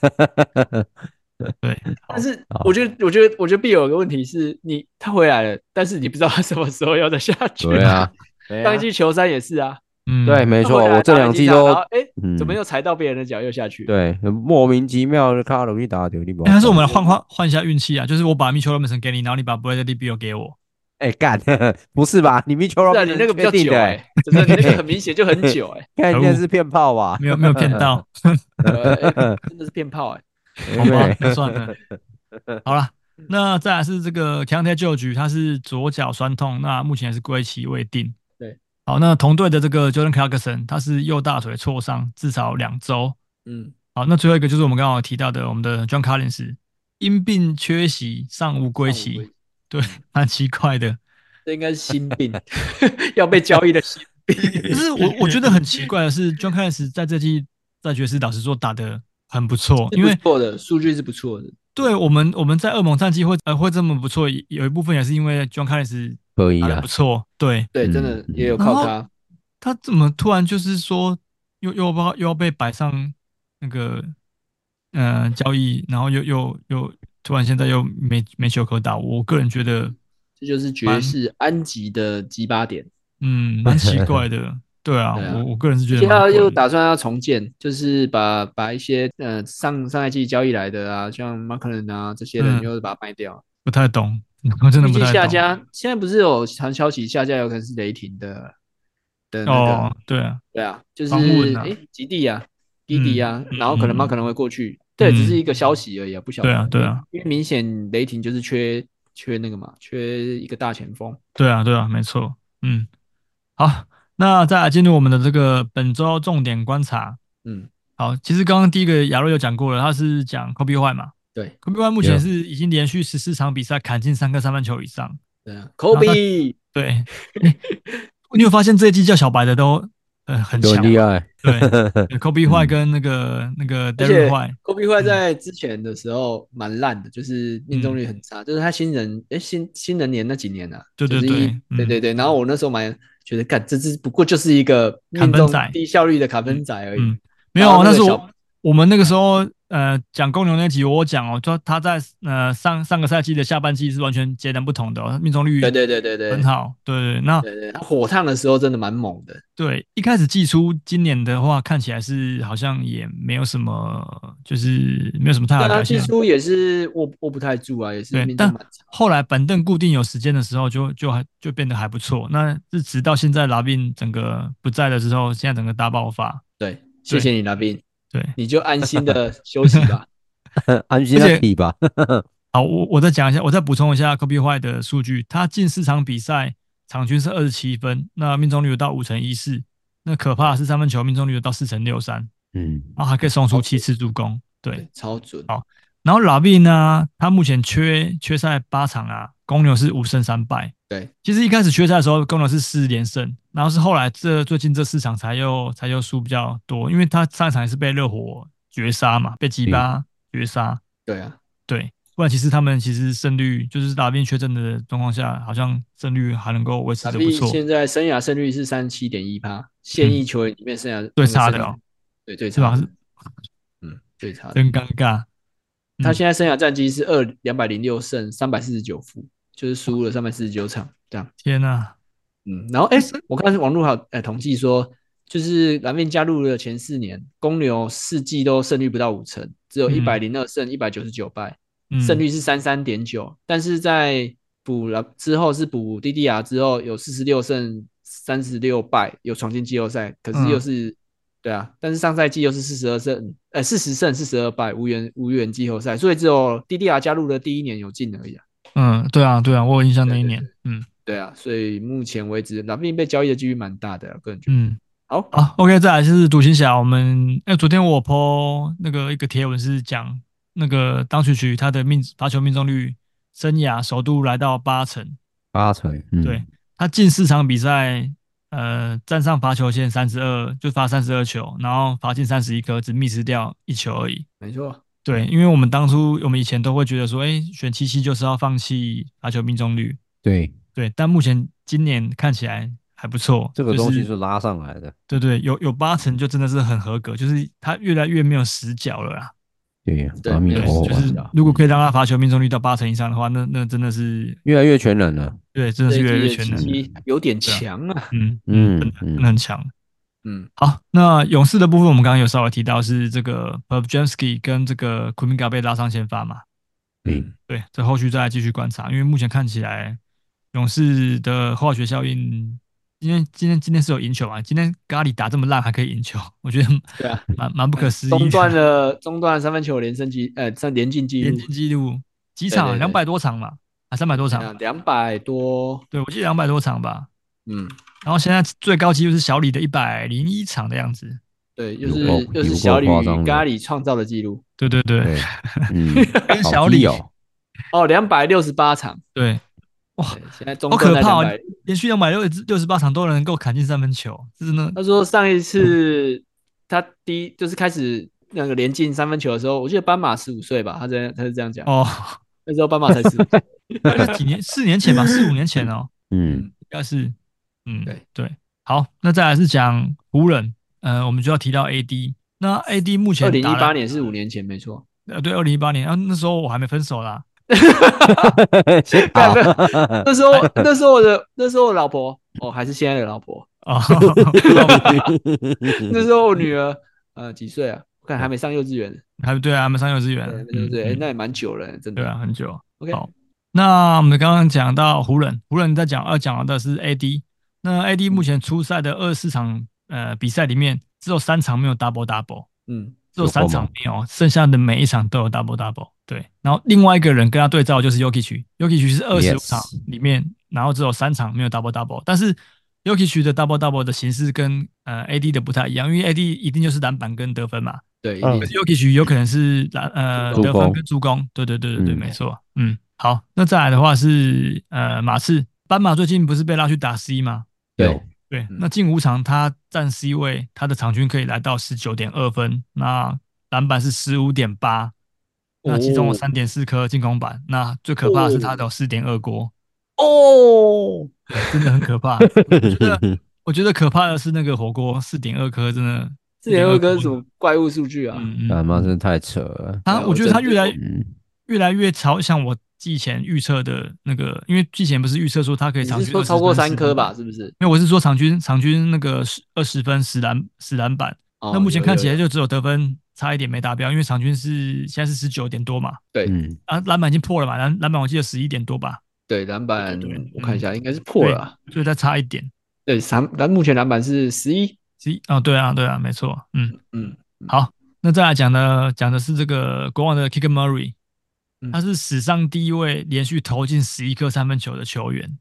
[SPEAKER 3] 但是
[SPEAKER 2] 好
[SPEAKER 3] 我觉得，我觉得，我觉得必有一个问题是你他回来了，但是你不知道他什么时候要再下去。
[SPEAKER 2] 对 啊，，对啊
[SPEAKER 3] 上一季球三也是啊，
[SPEAKER 4] 嗯，
[SPEAKER 2] 对，没
[SPEAKER 3] 他
[SPEAKER 2] 错，
[SPEAKER 3] 回来
[SPEAKER 2] 我这两季都
[SPEAKER 3] 打了几场然后
[SPEAKER 2] 嗯
[SPEAKER 3] 哎，怎么又踩到别人的脚又下去？，
[SPEAKER 2] 对，莫名其妙的卡鲁一打丢你不知道
[SPEAKER 4] 哎，还是我们来换换换一下运气啊！就是我把 Mitchell Robinson 给你，然后你把 Bradley Beal 给我。
[SPEAKER 2] 哎干， 不是吧？你 Mitchell
[SPEAKER 3] 是啊，
[SPEAKER 2] Robinson
[SPEAKER 3] 你那个比较
[SPEAKER 2] 确定
[SPEAKER 3] 久
[SPEAKER 2] 的
[SPEAKER 3] 哎
[SPEAKER 2] 欸，，
[SPEAKER 3] 真的，你那个很明显就很久 哎，
[SPEAKER 2] 看你是骗炮吧？
[SPEAKER 4] 没有没有骗 到，
[SPEAKER 3] 对哎真的是骗炮哎。
[SPEAKER 4] 好吧
[SPEAKER 2] 对，
[SPEAKER 4] 那算了。好了，那再来是这个 c o u n t e 旧局，他是左脚酸痛，那目前也是归期未定。
[SPEAKER 3] 对，
[SPEAKER 4] 好，那同队的这个 Jordan Clarkson，他是右大腿挫伤，至少两周。
[SPEAKER 3] 嗯，
[SPEAKER 4] 好，那最后一个就是我们刚刚有提到的，我们的 John Collins 因病缺席，尚无归
[SPEAKER 3] 尚无
[SPEAKER 4] 期
[SPEAKER 3] 归。
[SPEAKER 4] 对，蛮奇怪的。
[SPEAKER 3] 这应该是心病， 要被交易的心病。
[SPEAKER 4] 可是我我觉得很奇怪的是，John Collins 在这季在爵士老实说打得很不错， 因为
[SPEAKER 3] 是不错的数据是不错的，
[SPEAKER 4] 对我们我们在恶魔战绩会呃会这么不错，也有一部分也是因为 John Collins
[SPEAKER 2] 可以
[SPEAKER 4] 打得
[SPEAKER 2] 啊
[SPEAKER 4] 不，错，对
[SPEAKER 3] 对，
[SPEAKER 2] 嗯
[SPEAKER 3] 真的也有靠他。
[SPEAKER 4] 他怎么突然就是说又又要又要被摆上那个呃交易，然后又又又突然现在又没没球可打，我个人觉得
[SPEAKER 3] 这就是爵
[SPEAKER 4] 蛮
[SPEAKER 3] 士安吉的几八点。
[SPEAKER 4] 嗯，蛮奇怪的。对啊，
[SPEAKER 3] 对啊
[SPEAKER 4] 我我个人是觉得
[SPEAKER 3] 现
[SPEAKER 4] 蛮
[SPEAKER 3] 在
[SPEAKER 4] 贵的
[SPEAKER 3] 又打算要重建，就是把把一些呃上上赛季交易来的啊，像 m a r k l e n 啊这些人
[SPEAKER 4] 嗯
[SPEAKER 3] 又把它卖掉。
[SPEAKER 4] 不太懂， 我真的
[SPEAKER 3] 预
[SPEAKER 4] 不
[SPEAKER 3] 计
[SPEAKER 4] 太懂。
[SPEAKER 3] 下家现在不是有传消息，下家有可能是雷霆的的那个，
[SPEAKER 4] 哦，对啊，
[SPEAKER 3] 对啊，就是
[SPEAKER 4] 防问
[SPEAKER 3] 诶
[SPEAKER 4] 啊
[SPEAKER 3] 吉地啊，吉地啊，
[SPEAKER 4] 嗯
[SPEAKER 3] 然后可
[SPEAKER 4] 嗯
[SPEAKER 3] 能马可能会过去，对，
[SPEAKER 4] 嗯
[SPEAKER 3] 只是一个消息而已啊，不晓得。
[SPEAKER 4] 对啊，对啊，
[SPEAKER 3] 因为明显雷霆就是缺缺那个嘛，缺一个大前锋。
[SPEAKER 4] 对啊，对啊，没错。嗯，好，那再来进入我们的这个本周重点观察。
[SPEAKER 3] 嗯，
[SPEAKER 4] 好，其实刚刚第一个亚瑞有讲过了，他是讲 Kobe White 嘛
[SPEAKER 3] 对，啊
[SPEAKER 4] ，Kobe White 目前
[SPEAKER 2] Yeah
[SPEAKER 4] 是已经连续十四场比赛砍进三个三分球以上。
[SPEAKER 3] 对啊，Kobe，
[SPEAKER 4] 对，诶你有发现这一季叫小白的都呃很
[SPEAKER 2] 都
[SPEAKER 4] 强
[SPEAKER 2] 很，厉害，
[SPEAKER 4] 对对，Kobe White
[SPEAKER 2] 嗯
[SPEAKER 4] 跟那个那个
[SPEAKER 3] 啊而且
[SPEAKER 4] Derrick White，
[SPEAKER 3] 科比会在之前的时候蛮烂的，就是命
[SPEAKER 4] 嗯
[SPEAKER 3] 中率很差，就是他新人哎新新人年那几年啊，
[SPEAKER 4] 对
[SPEAKER 3] 就
[SPEAKER 4] 对
[SPEAKER 3] 是
[SPEAKER 4] 对
[SPEAKER 3] 一
[SPEAKER 4] 嗯
[SPEAKER 3] 对对对。然后我那时候蛮觉得，干这只不过就是一个
[SPEAKER 4] 砍分
[SPEAKER 3] 命中
[SPEAKER 4] 仔
[SPEAKER 3] 低效率的卡分仔而已。
[SPEAKER 4] 嗯没有
[SPEAKER 3] 然，后那
[SPEAKER 4] 但
[SPEAKER 3] 个
[SPEAKER 4] 是
[SPEAKER 3] 小
[SPEAKER 4] 我我们那个时候呃讲公牛那集，我有讲哦，就他在呃上上个赛季的下半季是完全截然不同的、哦，命中率
[SPEAKER 3] 对对对对对，
[SPEAKER 4] 很好，对对对那
[SPEAKER 3] 对对，他火烫的时候真的蛮猛的。
[SPEAKER 4] 对，一开始寄出今年的话，看起来是好像也没有什么，就是没有什么太大的
[SPEAKER 3] 但他
[SPEAKER 4] 表
[SPEAKER 3] 技
[SPEAKER 4] 现。啊
[SPEAKER 3] 术也是握握不太住啊，也是
[SPEAKER 4] 对
[SPEAKER 3] 命中
[SPEAKER 4] 但
[SPEAKER 3] 蛮差。
[SPEAKER 4] 后来板凳固定有时间的时候就，就还就变得还不错。那是直到现在拉宾整个不在的时候，现在整个大爆发。
[SPEAKER 3] 对，谢谢你拉宾，
[SPEAKER 4] 对，
[SPEAKER 3] 你就安心的休息吧。
[SPEAKER 2] 安心
[SPEAKER 4] 而且
[SPEAKER 2] 的 比吧，
[SPEAKER 4] 好，我我再讲一下，我再补充一下 Kobe White 的数据，他近四场比赛场均是二十七分，那命中率有到五成一四，那可怕的是三分球命中率有到四成六三，
[SPEAKER 2] 嗯，
[SPEAKER 4] 然后还可以送出七次助攻。 对，
[SPEAKER 3] 对，超准。
[SPEAKER 4] 然后拉宾呢，他目前缺缺赛八场啊，公牛是五胜三败。
[SPEAKER 3] 对，
[SPEAKER 4] 其实一开始缺赛的时候，公牛是四连胜，然后是后来这最近这四场才又才又输比较多，因为他上一场也是被热火绝杀嘛，被吉巴绝杀。
[SPEAKER 3] 对啊，
[SPEAKER 4] 对，不然其实他们其实胜率就是拉宾缺阵的状况下，好像胜率还能够维持
[SPEAKER 3] 拉
[SPEAKER 4] 的不
[SPEAKER 3] 宾
[SPEAKER 4] 错。嗯
[SPEAKER 3] 现在生涯胜率是三十七点一趴，现役球员里面生涯
[SPEAKER 4] 最差的
[SPEAKER 3] 那个胜
[SPEAKER 4] 哦
[SPEAKER 3] 率，对最
[SPEAKER 4] 是吧
[SPEAKER 3] 差的，嗯，最差的。
[SPEAKER 4] 真尴尬。嗯
[SPEAKER 3] 他现在生涯战绩是二两百零六胜三百四十九负，就是输了三百四十九场这样。
[SPEAKER 4] 天啊呐、
[SPEAKER 3] 嗯，然后哎、我看网络好呃统计说，就是蓝面加入了前四年，公牛四季都胜率不到五成，只有一百零二胜一百九十九败，
[SPEAKER 4] 嗯，
[SPEAKER 3] 胜率是三三点九，但是在补了之后是补 DDR 之后有四十六胜三十六败，有闯进季后赛，可是又
[SPEAKER 4] 嗯
[SPEAKER 3] 是、对啊，但是上赛季又是四十二胜呃四十胜四十二败，无缘无缘季后赛，所以只有 DDR 加入的第一年有进而已啊。
[SPEAKER 4] 嗯，对啊，对啊，我有印象那一
[SPEAKER 3] 对对
[SPEAKER 4] 年，嗯
[SPEAKER 3] 对啊，所以目前为止，拉宾被交易的几率蛮大的啊、个人觉得。
[SPEAKER 4] 嗯。
[SPEAKER 3] 好，
[SPEAKER 4] 好，OK，再来就是独行侠。我们哎、昨天我 PO 那个一个贴文是讲那个当曲曲他的命罚球命中率生涯首度来到八成，
[SPEAKER 2] 八成，嗯
[SPEAKER 4] 对他近四场比赛呃站上罚球线三十二，就罚三十二球，然后罚进三十一颗，只 miss 掉一球而已。
[SPEAKER 3] 没错，
[SPEAKER 4] 对，因为我们当初我们以前都会觉得说，哎、选七七就是要放弃罚球命中率，
[SPEAKER 2] 对，
[SPEAKER 4] 对，但目前今年看起来还不错，
[SPEAKER 2] 这个
[SPEAKER 4] 就
[SPEAKER 2] 东西
[SPEAKER 4] 是
[SPEAKER 2] 是拉上来的，
[SPEAKER 4] 对对，有有八成就真的是很合格，就是他越来越没有死角了啦。
[SPEAKER 2] 对，
[SPEAKER 3] 对
[SPEAKER 2] 阿弥
[SPEAKER 3] 没有
[SPEAKER 2] 陀
[SPEAKER 3] 哦
[SPEAKER 4] 对，就
[SPEAKER 2] 佛
[SPEAKER 3] 哇死
[SPEAKER 4] 是
[SPEAKER 3] 角
[SPEAKER 4] 如果可以让他罚球命中率到八成以上的话，那那真的是
[SPEAKER 2] 越来越全能了，
[SPEAKER 4] 对，真的是越来越全能
[SPEAKER 3] 这一。季的奇迹有点强啊。
[SPEAKER 4] 嗯，
[SPEAKER 2] 嗯
[SPEAKER 4] 真
[SPEAKER 2] 嗯
[SPEAKER 4] 的很强。
[SPEAKER 3] 嗯，
[SPEAKER 4] 好，那勇士的部分我们刚刚有稍微提到是这个 p e r j a m s k y 跟这个 k u m i g a 被拉上先发嘛？
[SPEAKER 2] 对，
[SPEAKER 4] 对，这后续再来继续观察，因为目前看起来勇士的化学效应，今天今天今天是有赢球嘛？今天咖喱打这么烂还可以赢球，我觉得
[SPEAKER 3] 对啊，
[SPEAKER 4] 蛮蛮不可思议的。
[SPEAKER 3] 中断了中断了三分球连胜记，呃，三连进记
[SPEAKER 4] 连
[SPEAKER 3] 录
[SPEAKER 4] 进纪录几场？
[SPEAKER 3] 对对
[SPEAKER 4] 两
[SPEAKER 3] 对
[SPEAKER 4] 百多场嘛，啊，三百多场？
[SPEAKER 3] 两百多，
[SPEAKER 4] 对，我记得两百多场吧。
[SPEAKER 3] 嗯，
[SPEAKER 4] 然后现在最高纪录是小李的一百零一场的样子。
[SPEAKER 3] 对，又是
[SPEAKER 2] 有够
[SPEAKER 3] 又
[SPEAKER 2] 有
[SPEAKER 3] 是
[SPEAKER 2] 够
[SPEAKER 3] 小李
[SPEAKER 2] 夸张
[SPEAKER 3] 与
[SPEAKER 2] 的
[SPEAKER 3] 咖喱创造的记录
[SPEAKER 4] 对对对
[SPEAKER 2] 对，嗯，
[SPEAKER 4] 跟
[SPEAKER 2] 好
[SPEAKER 4] 小李
[SPEAKER 2] 低哦，
[SPEAKER 3] 哦，两百六十八场，
[SPEAKER 4] 对，哇
[SPEAKER 3] 对，现在中
[SPEAKER 4] 好
[SPEAKER 3] 断
[SPEAKER 4] 可
[SPEAKER 3] 在
[SPEAKER 4] 怕、
[SPEAKER 3] 两
[SPEAKER 4] 哦
[SPEAKER 3] 百。！
[SPEAKER 4] 连续两百六六十八场都能够砍进三分球，这 真的
[SPEAKER 3] 他说上一次他第一就是开始那个连进三分球的时候，我记得斑马十五岁吧，他这样他是这样讲，
[SPEAKER 4] 哦，
[SPEAKER 3] 那时候斑马才 十五岁，
[SPEAKER 4] 那几年四年前吧，四五年前哦，
[SPEAKER 2] 嗯，
[SPEAKER 4] 应该是，嗯，
[SPEAKER 3] 对
[SPEAKER 4] 对。好，那再来是讲湖人，呃，我们就要提到 AD。那 AD 目
[SPEAKER 3] 二
[SPEAKER 4] 前
[SPEAKER 3] 零
[SPEAKER 4] 打
[SPEAKER 3] 一
[SPEAKER 4] 了
[SPEAKER 3] 八年是五年前，没错，
[SPEAKER 4] 呃，对，二零一八年，啊，那时候我还没分手啦。嗯
[SPEAKER 2] 先
[SPEAKER 3] 干
[SPEAKER 2] 跑
[SPEAKER 3] 啊 那时候那时候我的那时候我老婆哦还是现在的老婆，
[SPEAKER 4] 哦，
[SPEAKER 3] 那时候我女儿呃几岁啊？我看还没上幼稚园呢，
[SPEAKER 4] 还对啊，还没上幼稚园，
[SPEAKER 3] 对对对，
[SPEAKER 4] 嗯
[SPEAKER 3] 哎
[SPEAKER 4] 嗯
[SPEAKER 3] 那也蛮久了，真的。
[SPEAKER 4] 对啊，很久。
[SPEAKER 3] OK，
[SPEAKER 4] 好那我们刚刚讲到湖人，湖人在讲要呃讲的是 AD，那
[SPEAKER 3] 嗯
[SPEAKER 4] AD 目前出赛的二十四场呃比赛里面，只有三场没有 double double，
[SPEAKER 3] 嗯，
[SPEAKER 4] 只有
[SPEAKER 2] 有
[SPEAKER 4] 三
[SPEAKER 2] 够
[SPEAKER 4] 场
[SPEAKER 2] 猛
[SPEAKER 4] 没有，剩下的每一场都有 double double。对，然后另外一个人跟他对照就是 Yokich，Yokich 是二十五
[SPEAKER 2] Yes
[SPEAKER 4] 场里面，然后只有三场没有 double double，但是 Yokich 的 double double 的形式跟呃 AD 的不太一样，因为 AD 一定就是篮板跟得分嘛，
[SPEAKER 3] 对，一
[SPEAKER 2] 嗯
[SPEAKER 3] 定
[SPEAKER 4] 可是 Yokich 有可能是篮呃
[SPEAKER 2] 助
[SPEAKER 4] 得分
[SPEAKER 2] 攻
[SPEAKER 4] 跟助攻，对对对对对，
[SPEAKER 2] 嗯
[SPEAKER 4] 没错，嗯，好，那再来的话是呃马刺，斑马最近不是被拉去打 C 吗？
[SPEAKER 2] 有
[SPEAKER 4] 对，
[SPEAKER 3] 嗯
[SPEAKER 4] 那近五场他占 C 位，他的场均可以来到十九点二分，那篮板是十五点八，那其中有
[SPEAKER 3] 哦
[SPEAKER 4] 三点四颗进攻板，那最可怕的是他
[SPEAKER 3] 哦
[SPEAKER 4] 的四点二锅，
[SPEAKER 3] 哦，
[SPEAKER 4] 真的很可 怕。 我觉得嗯可怕的是那个火锅四点二颗，真的
[SPEAKER 3] 之前二哥
[SPEAKER 4] 4.2
[SPEAKER 3] 是什么怪物数据啊？
[SPEAKER 4] 嗯
[SPEAKER 2] 他
[SPEAKER 4] 嗯，
[SPEAKER 2] 妈真的太扯了。
[SPEAKER 4] 他
[SPEAKER 3] 对
[SPEAKER 4] 我觉得
[SPEAKER 3] 我
[SPEAKER 4] 他
[SPEAKER 3] 真
[SPEAKER 4] 越来
[SPEAKER 2] 嗯，
[SPEAKER 4] 越来越朝向我季前预测的那个，因为季前不是预测说他可以
[SPEAKER 3] 你
[SPEAKER 4] 场
[SPEAKER 3] 是
[SPEAKER 4] 均
[SPEAKER 3] 说
[SPEAKER 4] 20
[SPEAKER 3] 超过
[SPEAKER 4] 分
[SPEAKER 3] 三颗？
[SPEAKER 4] 10
[SPEAKER 3] 吧？
[SPEAKER 4] 分
[SPEAKER 3] 是不是？
[SPEAKER 4] 没有，我是说场均场均那个十二十分十篮十篮板。
[SPEAKER 3] 哦
[SPEAKER 4] 那目前
[SPEAKER 3] 有
[SPEAKER 4] 看
[SPEAKER 3] 有
[SPEAKER 4] 起来
[SPEAKER 3] 有
[SPEAKER 4] 就只有得分差一点没达标，因为场均是现在是十九点多嘛，
[SPEAKER 3] 对
[SPEAKER 2] 嗯，
[SPEAKER 4] 啊篮板已经破了嘛，篮篮板我记得十一点多吧，
[SPEAKER 3] 对篮板
[SPEAKER 4] 对对，嗯
[SPEAKER 3] 我看一下，应该是破
[SPEAKER 4] 对
[SPEAKER 3] 了啊。
[SPEAKER 4] 所以再差一点。
[SPEAKER 3] 对，三篮目前篮板是十一，
[SPEAKER 4] 十一哦，对啊，对啊，没错，嗯，
[SPEAKER 3] 嗯，
[SPEAKER 4] 好，那再来讲的讲的是这个国王的 Kicker Murray，
[SPEAKER 3] 嗯
[SPEAKER 4] 他是史上第一位连续投进十一颗三分球的球员。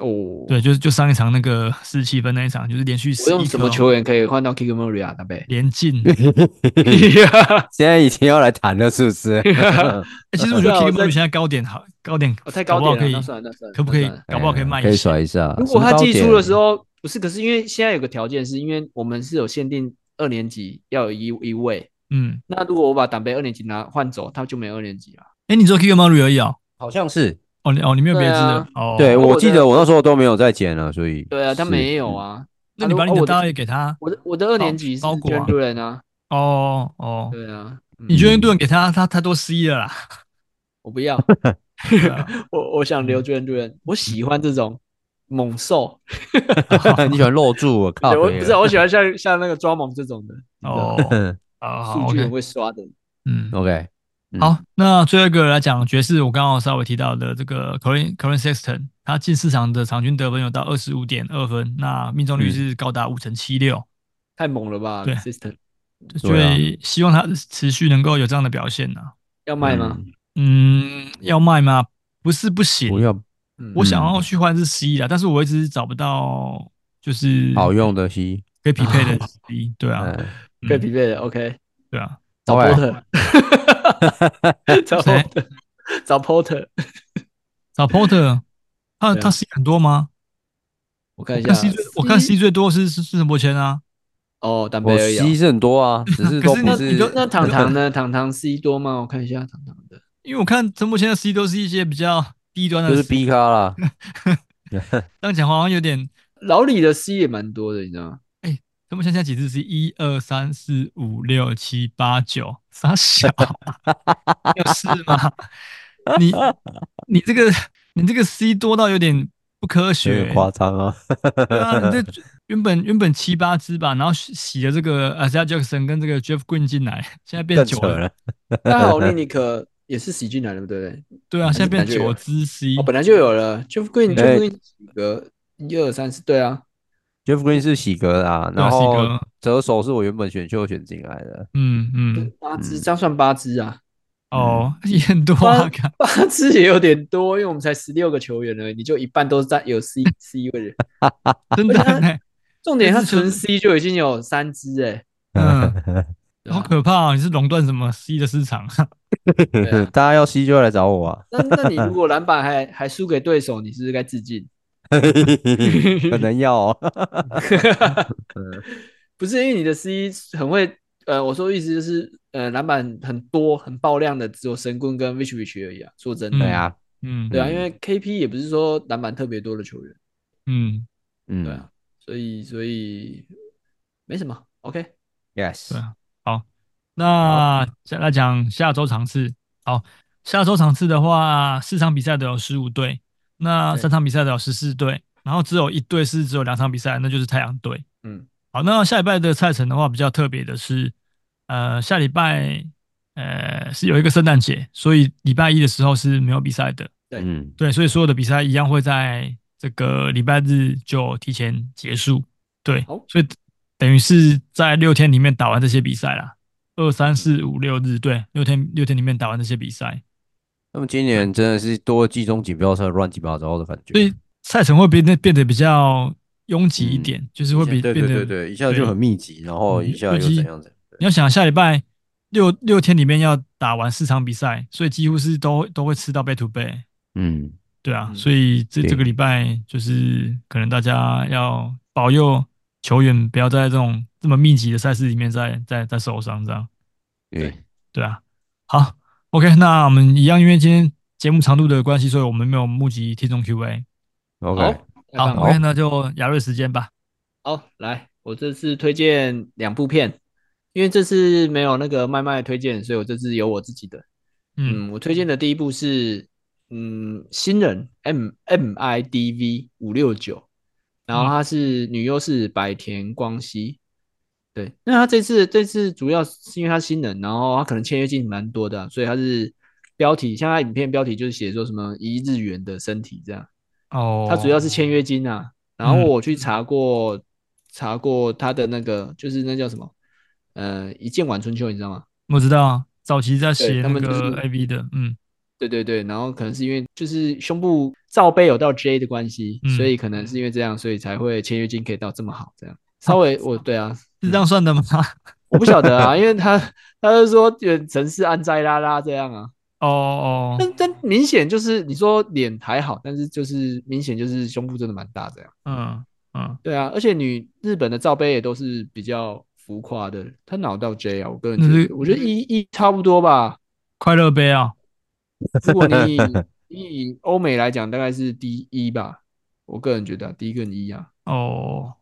[SPEAKER 3] 哦，
[SPEAKER 4] 对，就是就上一场那个四十七分那一场，就是连续
[SPEAKER 3] 我
[SPEAKER 4] 十
[SPEAKER 3] 用
[SPEAKER 4] 一
[SPEAKER 3] 什
[SPEAKER 4] 颗
[SPEAKER 3] 么
[SPEAKER 4] 哦，
[SPEAKER 3] 球员可以换到 Kick Murray 啊？大贝
[SPEAKER 4] 连 进。哎
[SPEAKER 2] 现在已经要来谈了，是不是？
[SPEAKER 4] 欸其实我觉
[SPEAKER 3] 对
[SPEAKER 4] 得
[SPEAKER 3] 啊
[SPEAKER 4] Kicker
[SPEAKER 3] 我在
[SPEAKER 4] Murray 现在高点好，高点
[SPEAKER 3] 我哦太
[SPEAKER 4] 搞
[SPEAKER 3] 高
[SPEAKER 4] 不好
[SPEAKER 3] 点了，
[SPEAKER 4] 可以
[SPEAKER 3] 那算了，那算了，
[SPEAKER 4] 可不可以
[SPEAKER 3] 那算了 哎
[SPEAKER 4] 搞不好可以卖一
[SPEAKER 2] 哎可以
[SPEAKER 4] 下
[SPEAKER 2] 甩一下。
[SPEAKER 3] 如果他
[SPEAKER 2] 寄
[SPEAKER 3] 寄
[SPEAKER 2] 出
[SPEAKER 3] 出的时，候不是，可是因为现在有个条件，是因为我们是有限定二年级要有一一位，
[SPEAKER 4] 嗯，
[SPEAKER 3] 那如果我把党杯二年级拿换走，他就没有二年级了。
[SPEAKER 4] 哎，你做 Kicker Murray 而已哦，
[SPEAKER 2] 好像是
[SPEAKER 4] 哦，你哦，你没有别
[SPEAKER 3] 对
[SPEAKER 4] 的
[SPEAKER 3] 啊
[SPEAKER 4] 哦，
[SPEAKER 2] 对，
[SPEAKER 3] 我
[SPEAKER 2] 我记
[SPEAKER 3] 的
[SPEAKER 2] 得我那时候都没有在剪了，所以
[SPEAKER 3] 对啊，他
[SPEAKER 2] 是
[SPEAKER 3] 没有啊。
[SPEAKER 4] 嗯那你
[SPEAKER 3] 啊
[SPEAKER 4] 把你
[SPEAKER 3] 如哦
[SPEAKER 4] 的
[SPEAKER 3] 我的
[SPEAKER 4] 大卫给他，
[SPEAKER 3] 我的我的二年级是
[SPEAKER 4] 包裹啊
[SPEAKER 3] Jalen Duren 啊，
[SPEAKER 4] 哦哦，
[SPEAKER 3] 对啊，嗯
[SPEAKER 4] 你觉得顿给他，他太多失忆了啦。
[SPEAKER 3] 我不要，
[SPEAKER 4] 对啊
[SPEAKER 3] 我我想留 Jalen Duren，我喜欢这种猛 兽，
[SPEAKER 2] 你喜欢露住，我靠
[SPEAKER 3] 对，我
[SPEAKER 2] 北
[SPEAKER 3] 不是
[SPEAKER 2] 了
[SPEAKER 3] 我喜欢像像那个抓猛这种的，
[SPEAKER 4] 哦，
[SPEAKER 2] 嗯
[SPEAKER 4] 好好
[SPEAKER 3] 啊数据很
[SPEAKER 4] ，OK，
[SPEAKER 3] 会刷的，
[SPEAKER 4] 嗯，
[SPEAKER 2] OK，
[SPEAKER 4] 好，那最后一个来讲爵士，我刚刚有稍微提到的这个 Colin Colin Sexton，他近四场的场均得分有到二十五点二分，那命中率
[SPEAKER 2] 嗯
[SPEAKER 4] 是高达五成七六，
[SPEAKER 3] 太猛了吧
[SPEAKER 4] 对
[SPEAKER 3] ，System
[SPEAKER 4] 所
[SPEAKER 2] 对啊
[SPEAKER 4] 以希望他持续能够有这样的表现呢、啊
[SPEAKER 3] 要卖吗？
[SPEAKER 4] 嗯，要卖吗？不是不行，
[SPEAKER 2] 不要
[SPEAKER 3] 嗯
[SPEAKER 4] 我想要去换是十一啦，但是我一直找不到就是
[SPEAKER 2] 好用的吸，
[SPEAKER 4] 可以匹配的十一，对啊，
[SPEAKER 2] 嗯，
[SPEAKER 4] 嗯
[SPEAKER 3] 哎可以匹配的，OK，
[SPEAKER 4] 对啊，
[SPEAKER 3] 找
[SPEAKER 2] 喂
[SPEAKER 3] Porter，找
[SPEAKER 4] 谁
[SPEAKER 3] Porter，找 Porter，
[SPEAKER 4] 找 Porter，他
[SPEAKER 3] 对啊
[SPEAKER 4] 他 C 很多吗？
[SPEAKER 3] 我看一下
[SPEAKER 4] 看 C 最我看 C 最多是是是陈柏谦啊，
[SPEAKER 3] 哦，蛋白
[SPEAKER 2] 我
[SPEAKER 3] 而已啊。
[SPEAKER 2] 吸是很多 啊，只是
[SPEAKER 4] 可
[SPEAKER 2] 都
[SPEAKER 4] 是
[SPEAKER 2] 不
[SPEAKER 4] 你你
[SPEAKER 2] 是
[SPEAKER 4] 都
[SPEAKER 3] 那糖糖呢？糖糖 C 多吗？我看一下糖糖的。
[SPEAKER 4] 因为我看陈柏谦的 C 都是一些比较低端的，
[SPEAKER 2] 就是 B 咖啦，
[SPEAKER 4] 这样讲话好像有点。
[SPEAKER 3] 老李的 C 也蛮多的，你知 道吗？
[SPEAKER 4] 陈柏谦现在几只 C？一二三四五六七八九，傻 小，你有事吗？你你这个你这个 C 多到有点不科
[SPEAKER 2] 有
[SPEAKER 4] 学、
[SPEAKER 2] 点夸张啊。
[SPEAKER 4] 对啊，你 这原本原本七八只吧，然后洗了这个 a s a Jackson 跟这个 Jeff Green 进来，现在变
[SPEAKER 2] 更
[SPEAKER 4] 九
[SPEAKER 2] 扯了，
[SPEAKER 3] 那好，利尼克也是洗进来的，对不对？
[SPEAKER 4] 对啊，现在变
[SPEAKER 3] 本来就有
[SPEAKER 4] 九只 C，
[SPEAKER 3] 哦，本来就有了。Jeff
[SPEAKER 2] 对
[SPEAKER 4] 哎
[SPEAKER 3] Green，Jeff Green 几个？一二三四，对啊。
[SPEAKER 2] Jeff Green 是喜哥啦，
[SPEAKER 4] 对啊
[SPEAKER 2] 然
[SPEAKER 4] 喜
[SPEAKER 2] 后
[SPEAKER 4] 哥
[SPEAKER 2] 折手是我原本选秀选进来的，
[SPEAKER 4] 嗯嗯，
[SPEAKER 3] 八只，
[SPEAKER 2] 嗯
[SPEAKER 3] 这样算八只啊，
[SPEAKER 4] 哦，也很多啊，
[SPEAKER 3] 八
[SPEAKER 4] 看
[SPEAKER 3] 八只也有点多，因为我们才十六个球员而已，你就一半都是在 有 C C 位的。
[SPEAKER 4] 真的呢，
[SPEAKER 3] 重点，
[SPEAKER 4] 这
[SPEAKER 3] 他
[SPEAKER 4] 支球
[SPEAKER 3] 纯 C 就已经有三只哎，
[SPEAKER 4] 嗯
[SPEAKER 3] 对
[SPEAKER 4] 好
[SPEAKER 3] 吧
[SPEAKER 4] 可怕哦！你是垄断什么 C 的市场？
[SPEAKER 3] 啊
[SPEAKER 2] 大家要吸就要来找我啊，
[SPEAKER 3] 那那你如果篮板还还输给对手，你是不是该致敬？
[SPEAKER 2] 可能要哦，
[SPEAKER 3] 不是因为你的 C 很会，呃，我说意思就是，呃，篮板很多很爆量的，只有神棍跟 Vich Vich 而已啊。说真的，
[SPEAKER 4] 嗯
[SPEAKER 2] 对啊，
[SPEAKER 4] 嗯，
[SPEAKER 3] 对啊，
[SPEAKER 2] 嗯
[SPEAKER 3] 因为 KP 也不是说篮板特别多的球员，
[SPEAKER 4] 嗯，
[SPEAKER 2] 嗯，
[SPEAKER 3] 对啊，所以所以没什么，OK，
[SPEAKER 4] 啊
[SPEAKER 2] ，yes，
[SPEAKER 4] 对那再来讲下周场次。好，下周场次的话，四场比赛都有十五队，那
[SPEAKER 3] 对
[SPEAKER 4] 三场比赛都有十四队，然后只有一队是只有两场比赛，那就是太阳队。
[SPEAKER 3] 嗯，
[SPEAKER 4] 好，那下礼拜的赛程的话，比较特别的是，呃，下礼拜呃是有一个圣诞节，所以礼拜一的时候是没有比赛的。
[SPEAKER 3] 对
[SPEAKER 2] 嗯，
[SPEAKER 4] 对，所以所有的比赛一样会在这个礼拜日就提前结束。对
[SPEAKER 3] 好，
[SPEAKER 4] 所以等于是在六天里面打完这些比赛啦，二三四五六日，对，六天六天里面打完这些比赛，
[SPEAKER 2] 那么今年真的是多季中锦标赛乱七八糟的感觉，
[SPEAKER 4] 所以赛程会变得变得比较拥挤一点，就是会比
[SPEAKER 2] 嗯对
[SPEAKER 4] 变
[SPEAKER 2] 对
[SPEAKER 4] 得
[SPEAKER 2] 对对，一下就很密集，然后一下又怎样怎样。
[SPEAKER 4] 你要想下礼拜六六天里面要打完四场比赛，所以几乎是都都会吃到背 a 背。
[SPEAKER 2] 嗯，
[SPEAKER 4] 对啊，
[SPEAKER 3] 嗯
[SPEAKER 4] 所以这
[SPEAKER 2] 对
[SPEAKER 4] 这个礼拜就是可能大家要保佑球员不要在这种这么密集的赛事里面再再再受伤，这样
[SPEAKER 2] 对，
[SPEAKER 4] 对啊。好，OK，那我们一样，因为今天节目长度的关系，所以我们没有募集听众 Q&A。
[SPEAKER 2] ，OK，
[SPEAKER 4] 好
[SPEAKER 3] 太棒了
[SPEAKER 4] ，OK，那就亚瑞时间吧。
[SPEAKER 3] 好，来，我这次推荐两部片，因为这次没有那个麦麦推荐，所以我这次有我自己的。
[SPEAKER 4] 嗯
[SPEAKER 3] 嗯，我推荐的第一部是嗯新人 M M I D V 五六九，然后她是女优是百田光希。对，那她这次这次主要是因为她新人，然后她可能签约金蛮多的啊、所以她是标题，像她影片标题就是写说什么一日元的身体这样。
[SPEAKER 4] 哦，
[SPEAKER 3] 它主要是签约金啊。然后我去查过，查过它的那个，就是那叫什么，呃，一剑晚春秋，你知道吗？
[SPEAKER 4] 我知道啊，早期在
[SPEAKER 3] 对
[SPEAKER 4] 写那
[SPEAKER 3] 他们就是
[SPEAKER 4] 个 AV 的，嗯
[SPEAKER 3] 对对对，然后可能是因为就是胸部罩杯有到 J 的关系，
[SPEAKER 4] 嗯
[SPEAKER 3] 所以可能是因为这样，所以才会签约金可以到这么好，这样稍微我对啊，
[SPEAKER 4] 是这样算的吗？
[SPEAKER 3] 我不晓得啊，因为他他就说远程是安灾拉拉这样啊，
[SPEAKER 4] 哦哦，
[SPEAKER 3] 但但明显就是你说脸还好，但是就是明显就是胸部真的蛮大这样。
[SPEAKER 4] 嗯嗯，
[SPEAKER 3] 对啊，而且女日本的罩杯也都是比较浮夸的，她脑到 J 啊，我个人
[SPEAKER 4] 那
[SPEAKER 3] 觉
[SPEAKER 4] 是
[SPEAKER 3] 得，我觉得一一差不多吧。
[SPEAKER 4] 快乐杯啊，
[SPEAKER 3] 如果你以以欧美来讲，大概是 D 一吧，我个人觉得啊 D 跟一啊。
[SPEAKER 4] 哦，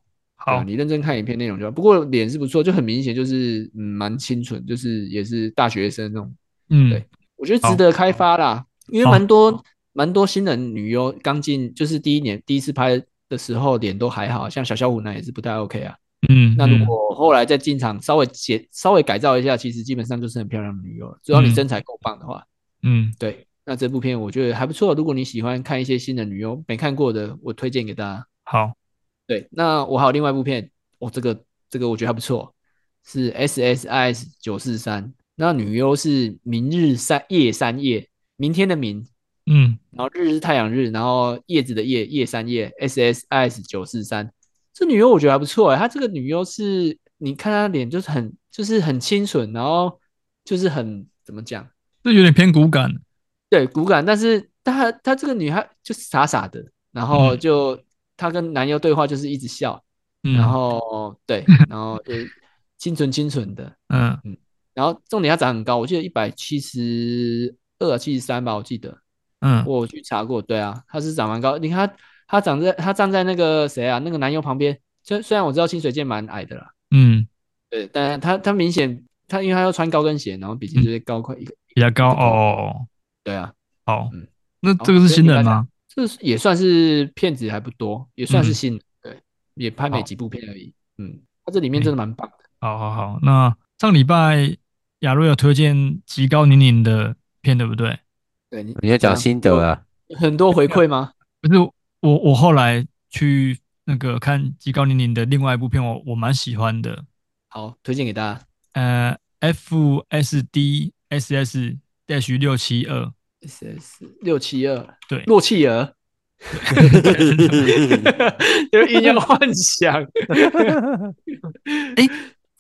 [SPEAKER 3] 对啊
[SPEAKER 4] 好，
[SPEAKER 3] 你认真看影片内容就好。不过脸是不错，就很明显就是嗯蛮清纯，就是也是大学生那种，
[SPEAKER 4] 嗯
[SPEAKER 3] 对，我觉得
[SPEAKER 4] 好
[SPEAKER 3] 值得开发啦，因为
[SPEAKER 4] 好
[SPEAKER 3] 蛮多蛮多新人女优刚进，就是第一年第一次拍的时候脸都还好，像小小虎那也是不太 OK 啊。
[SPEAKER 4] 嗯，
[SPEAKER 3] 那
[SPEAKER 4] 嗯
[SPEAKER 3] 如果后来再进场稍微解稍微改造一下，其实基本上就是很漂亮的女优了。只要你
[SPEAKER 4] 嗯
[SPEAKER 3] 身材够棒的话，
[SPEAKER 4] 嗯，
[SPEAKER 3] 对，那这部片我觉得还不错。如果你喜欢看一些新的女优没看过的，我推荐给大家。
[SPEAKER 4] 好，
[SPEAKER 3] 对，那我还有另外一部片，哦，这个这个我觉得还不错，是 S S I S 九四三。那女优是明日三夜三夜，明天的明，
[SPEAKER 4] 嗯。
[SPEAKER 3] 然后日是太阳日，然后叶子的叶，叶三叶，S S I S 九四三。这女优我觉得还不错哎、她这个女优是，你看她脸就是很就是很清纯，然后就是很怎么讲，
[SPEAKER 4] 这有点偏骨感，
[SPEAKER 3] 对骨感，但是她她这个女孩就是傻傻的，然后
[SPEAKER 4] 嗯
[SPEAKER 3] 就、她跟男优对话就是一直笑，
[SPEAKER 4] 嗯，
[SPEAKER 3] 然后 对，然后就清纯清纯的，
[SPEAKER 4] 嗯
[SPEAKER 3] 然后重点她长很高，我记得一百七十二啊七十三吧，我记得。
[SPEAKER 4] 嗯
[SPEAKER 3] 我去查过，对啊，他是长蛮高。你看他，他长在他站在那个谁啊，那个男优旁边。虽虽然我知道清水健蛮矮的啦，
[SPEAKER 4] 嗯，
[SPEAKER 3] 对，但他他明显他因为他要穿高跟鞋，然后比
[SPEAKER 4] 嗯
[SPEAKER 3] 基尼就是高快一个，
[SPEAKER 4] 比较高哦。
[SPEAKER 3] 对啊，
[SPEAKER 4] 好
[SPEAKER 3] 嗯，
[SPEAKER 4] 那
[SPEAKER 3] 好
[SPEAKER 4] 这个是新人吗？？
[SPEAKER 3] 所以一般来讲这是也算是片子还不多，也算是
[SPEAKER 4] 嗯
[SPEAKER 3] 新人，对，也拍没
[SPEAKER 4] 好
[SPEAKER 3] 几部片而已。嗯，他这里面真的蛮棒的。
[SPEAKER 4] 好好好，那上礼拜亚瑞有推荐极高年龄的片，对不对？
[SPEAKER 3] 对你
[SPEAKER 2] 你要讲心得啊，
[SPEAKER 3] 很多回馈吗？
[SPEAKER 4] 不是我，我后来去那个看极高年龄的另外一部片，我我蛮喜欢的，
[SPEAKER 3] 好，推荐给大家。
[SPEAKER 4] 呃，F S D S S dash 六七二，
[SPEAKER 3] S S 六七二，
[SPEAKER 4] 对
[SPEAKER 3] 洛契尔，有点 要幻想。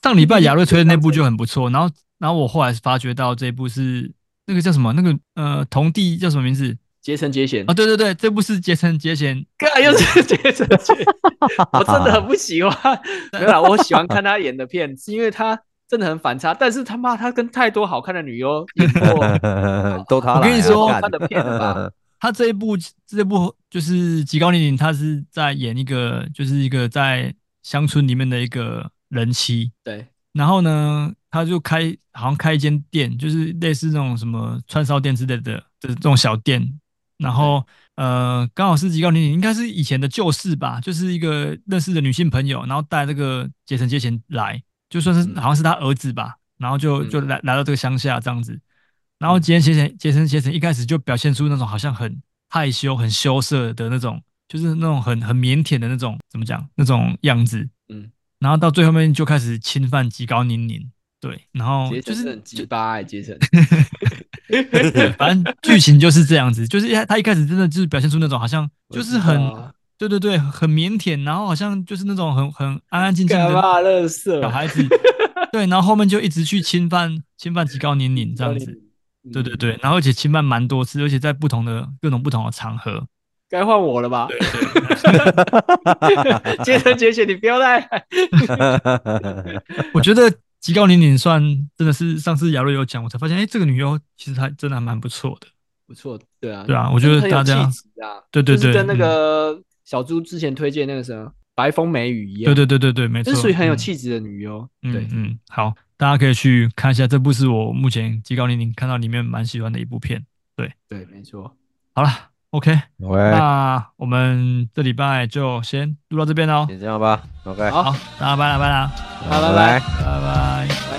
[SPEAKER 4] 上礼拜亚瑞推的那部就很不错，然后然后我后来发觉到这部是那个叫什么那个呃童弟叫什么名字？
[SPEAKER 3] 结成结弦
[SPEAKER 4] 啊，对对对，这部是杰森杰贤，
[SPEAKER 3] 看，又是杰森 杰，我真的很不喜欢。没有啦，我喜欢看他演的片，是因为他真的很反差。但是他妈，他跟太多好看的女优演过
[SPEAKER 2] 都
[SPEAKER 4] 啊
[SPEAKER 2] 他啊
[SPEAKER 4] 我跟你说
[SPEAKER 3] 他的片 了吧？
[SPEAKER 4] 他这一部这部就是《极高年龄》，他是在演一个就是一个在乡村里面的一个人妻，
[SPEAKER 3] 对，
[SPEAKER 4] 然后呢，他就开好像开一间店，就是类似那种什么串烧店之类的的这种小店。然后呃，刚好是吉高林，应该是以前的旧事吧，就是一个认识的女性朋友，然后带这个杰森杰前来，就算是
[SPEAKER 2] 嗯
[SPEAKER 4] 好像是他儿子吧，然后就就
[SPEAKER 2] 嗯
[SPEAKER 4] 来来到这个乡下这样子。然后杰森杰森杰森杰森一开始就表现出那种好像很害羞、很羞涩的那种，就是那种很很腼腆的那种，怎么讲那种样子。
[SPEAKER 3] 嗯，
[SPEAKER 4] 然后到最后面就开始侵犯吉高宁宁，对，然后
[SPEAKER 3] 杰
[SPEAKER 4] 哦就
[SPEAKER 3] 森
[SPEAKER 4] 是
[SPEAKER 3] 是很鸡巴哎，杰森，
[SPEAKER 4] 对，反正剧情就是这样子，就是一他一开始真的就是表现出那种好像就是很
[SPEAKER 3] 我知道啊
[SPEAKER 4] 对对对，很腼腆，然后好像就是那种很很安安静静
[SPEAKER 3] 干
[SPEAKER 4] 的
[SPEAKER 3] 嘛啊乐色？
[SPEAKER 4] 小孩子，对，然后后面就一直去侵犯侵犯吉高宁宁这样子，
[SPEAKER 3] 嗯，
[SPEAKER 4] 对对对，然后而且侵犯蛮多次，而且在不同的各种不同的场合，
[SPEAKER 3] 该换我了吧？ 杰森杰森，你不要再
[SPEAKER 4] 我觉得吉高宁宁算真的是上次雅瑞有讲，我才发现，哎，这个女优其实还真的还蛮不错的，
[SPEAKER 3] 不错，对啊，
[SPEAKER 4] 对啊，我觉得
[SPEAKER 3] 很
[SPEAKER 4] 大
[SPEAKER 3] 有气
[SPEAKER 4] 家
[SPEAKER 3] 质啊，
[SPEAKER 4] 对对
[SPEAKER 3] 就是
[SPEAKER 4] 对，
[SPEAKER 3] 跟那
[SPEAKER 4] 嗯
[SPEAKER 3] 个小猪之前推荐那个什么《白风美雨》一样，
[SPEAKER 4] 对对对对对，没错，
[SPEAKER 3] 就是属于很有
[SPEAKER 4] 嗯
[SPEAKER 3] 气质的女优，
[SPEAKER 4] 嗯
[SPEAKER 3] 对，
[SPEAKER 4] 嗯，好，大家可以去看一下，这部是我目前极高年龄看到里面蛮喜欢的一部片。
[SPEAKER 3] 对，没错，
[SPEAKER 4] 好了，OK，
[SPEAKER 2] 喂，
[SPEAKER 4] 那我们这礼拜就先录到这边喽。哦
[SPEAKER 2] 先这样吧，OK，
[SPEAKER 3] 好
[SPEAKER 4] 好，大家拜啦拜啦，
[SPEAKER 3] 拜
[SPEAKER 2] 拜
[SPEAKER 3] 拜
[SPEAKER 4] 拜拜。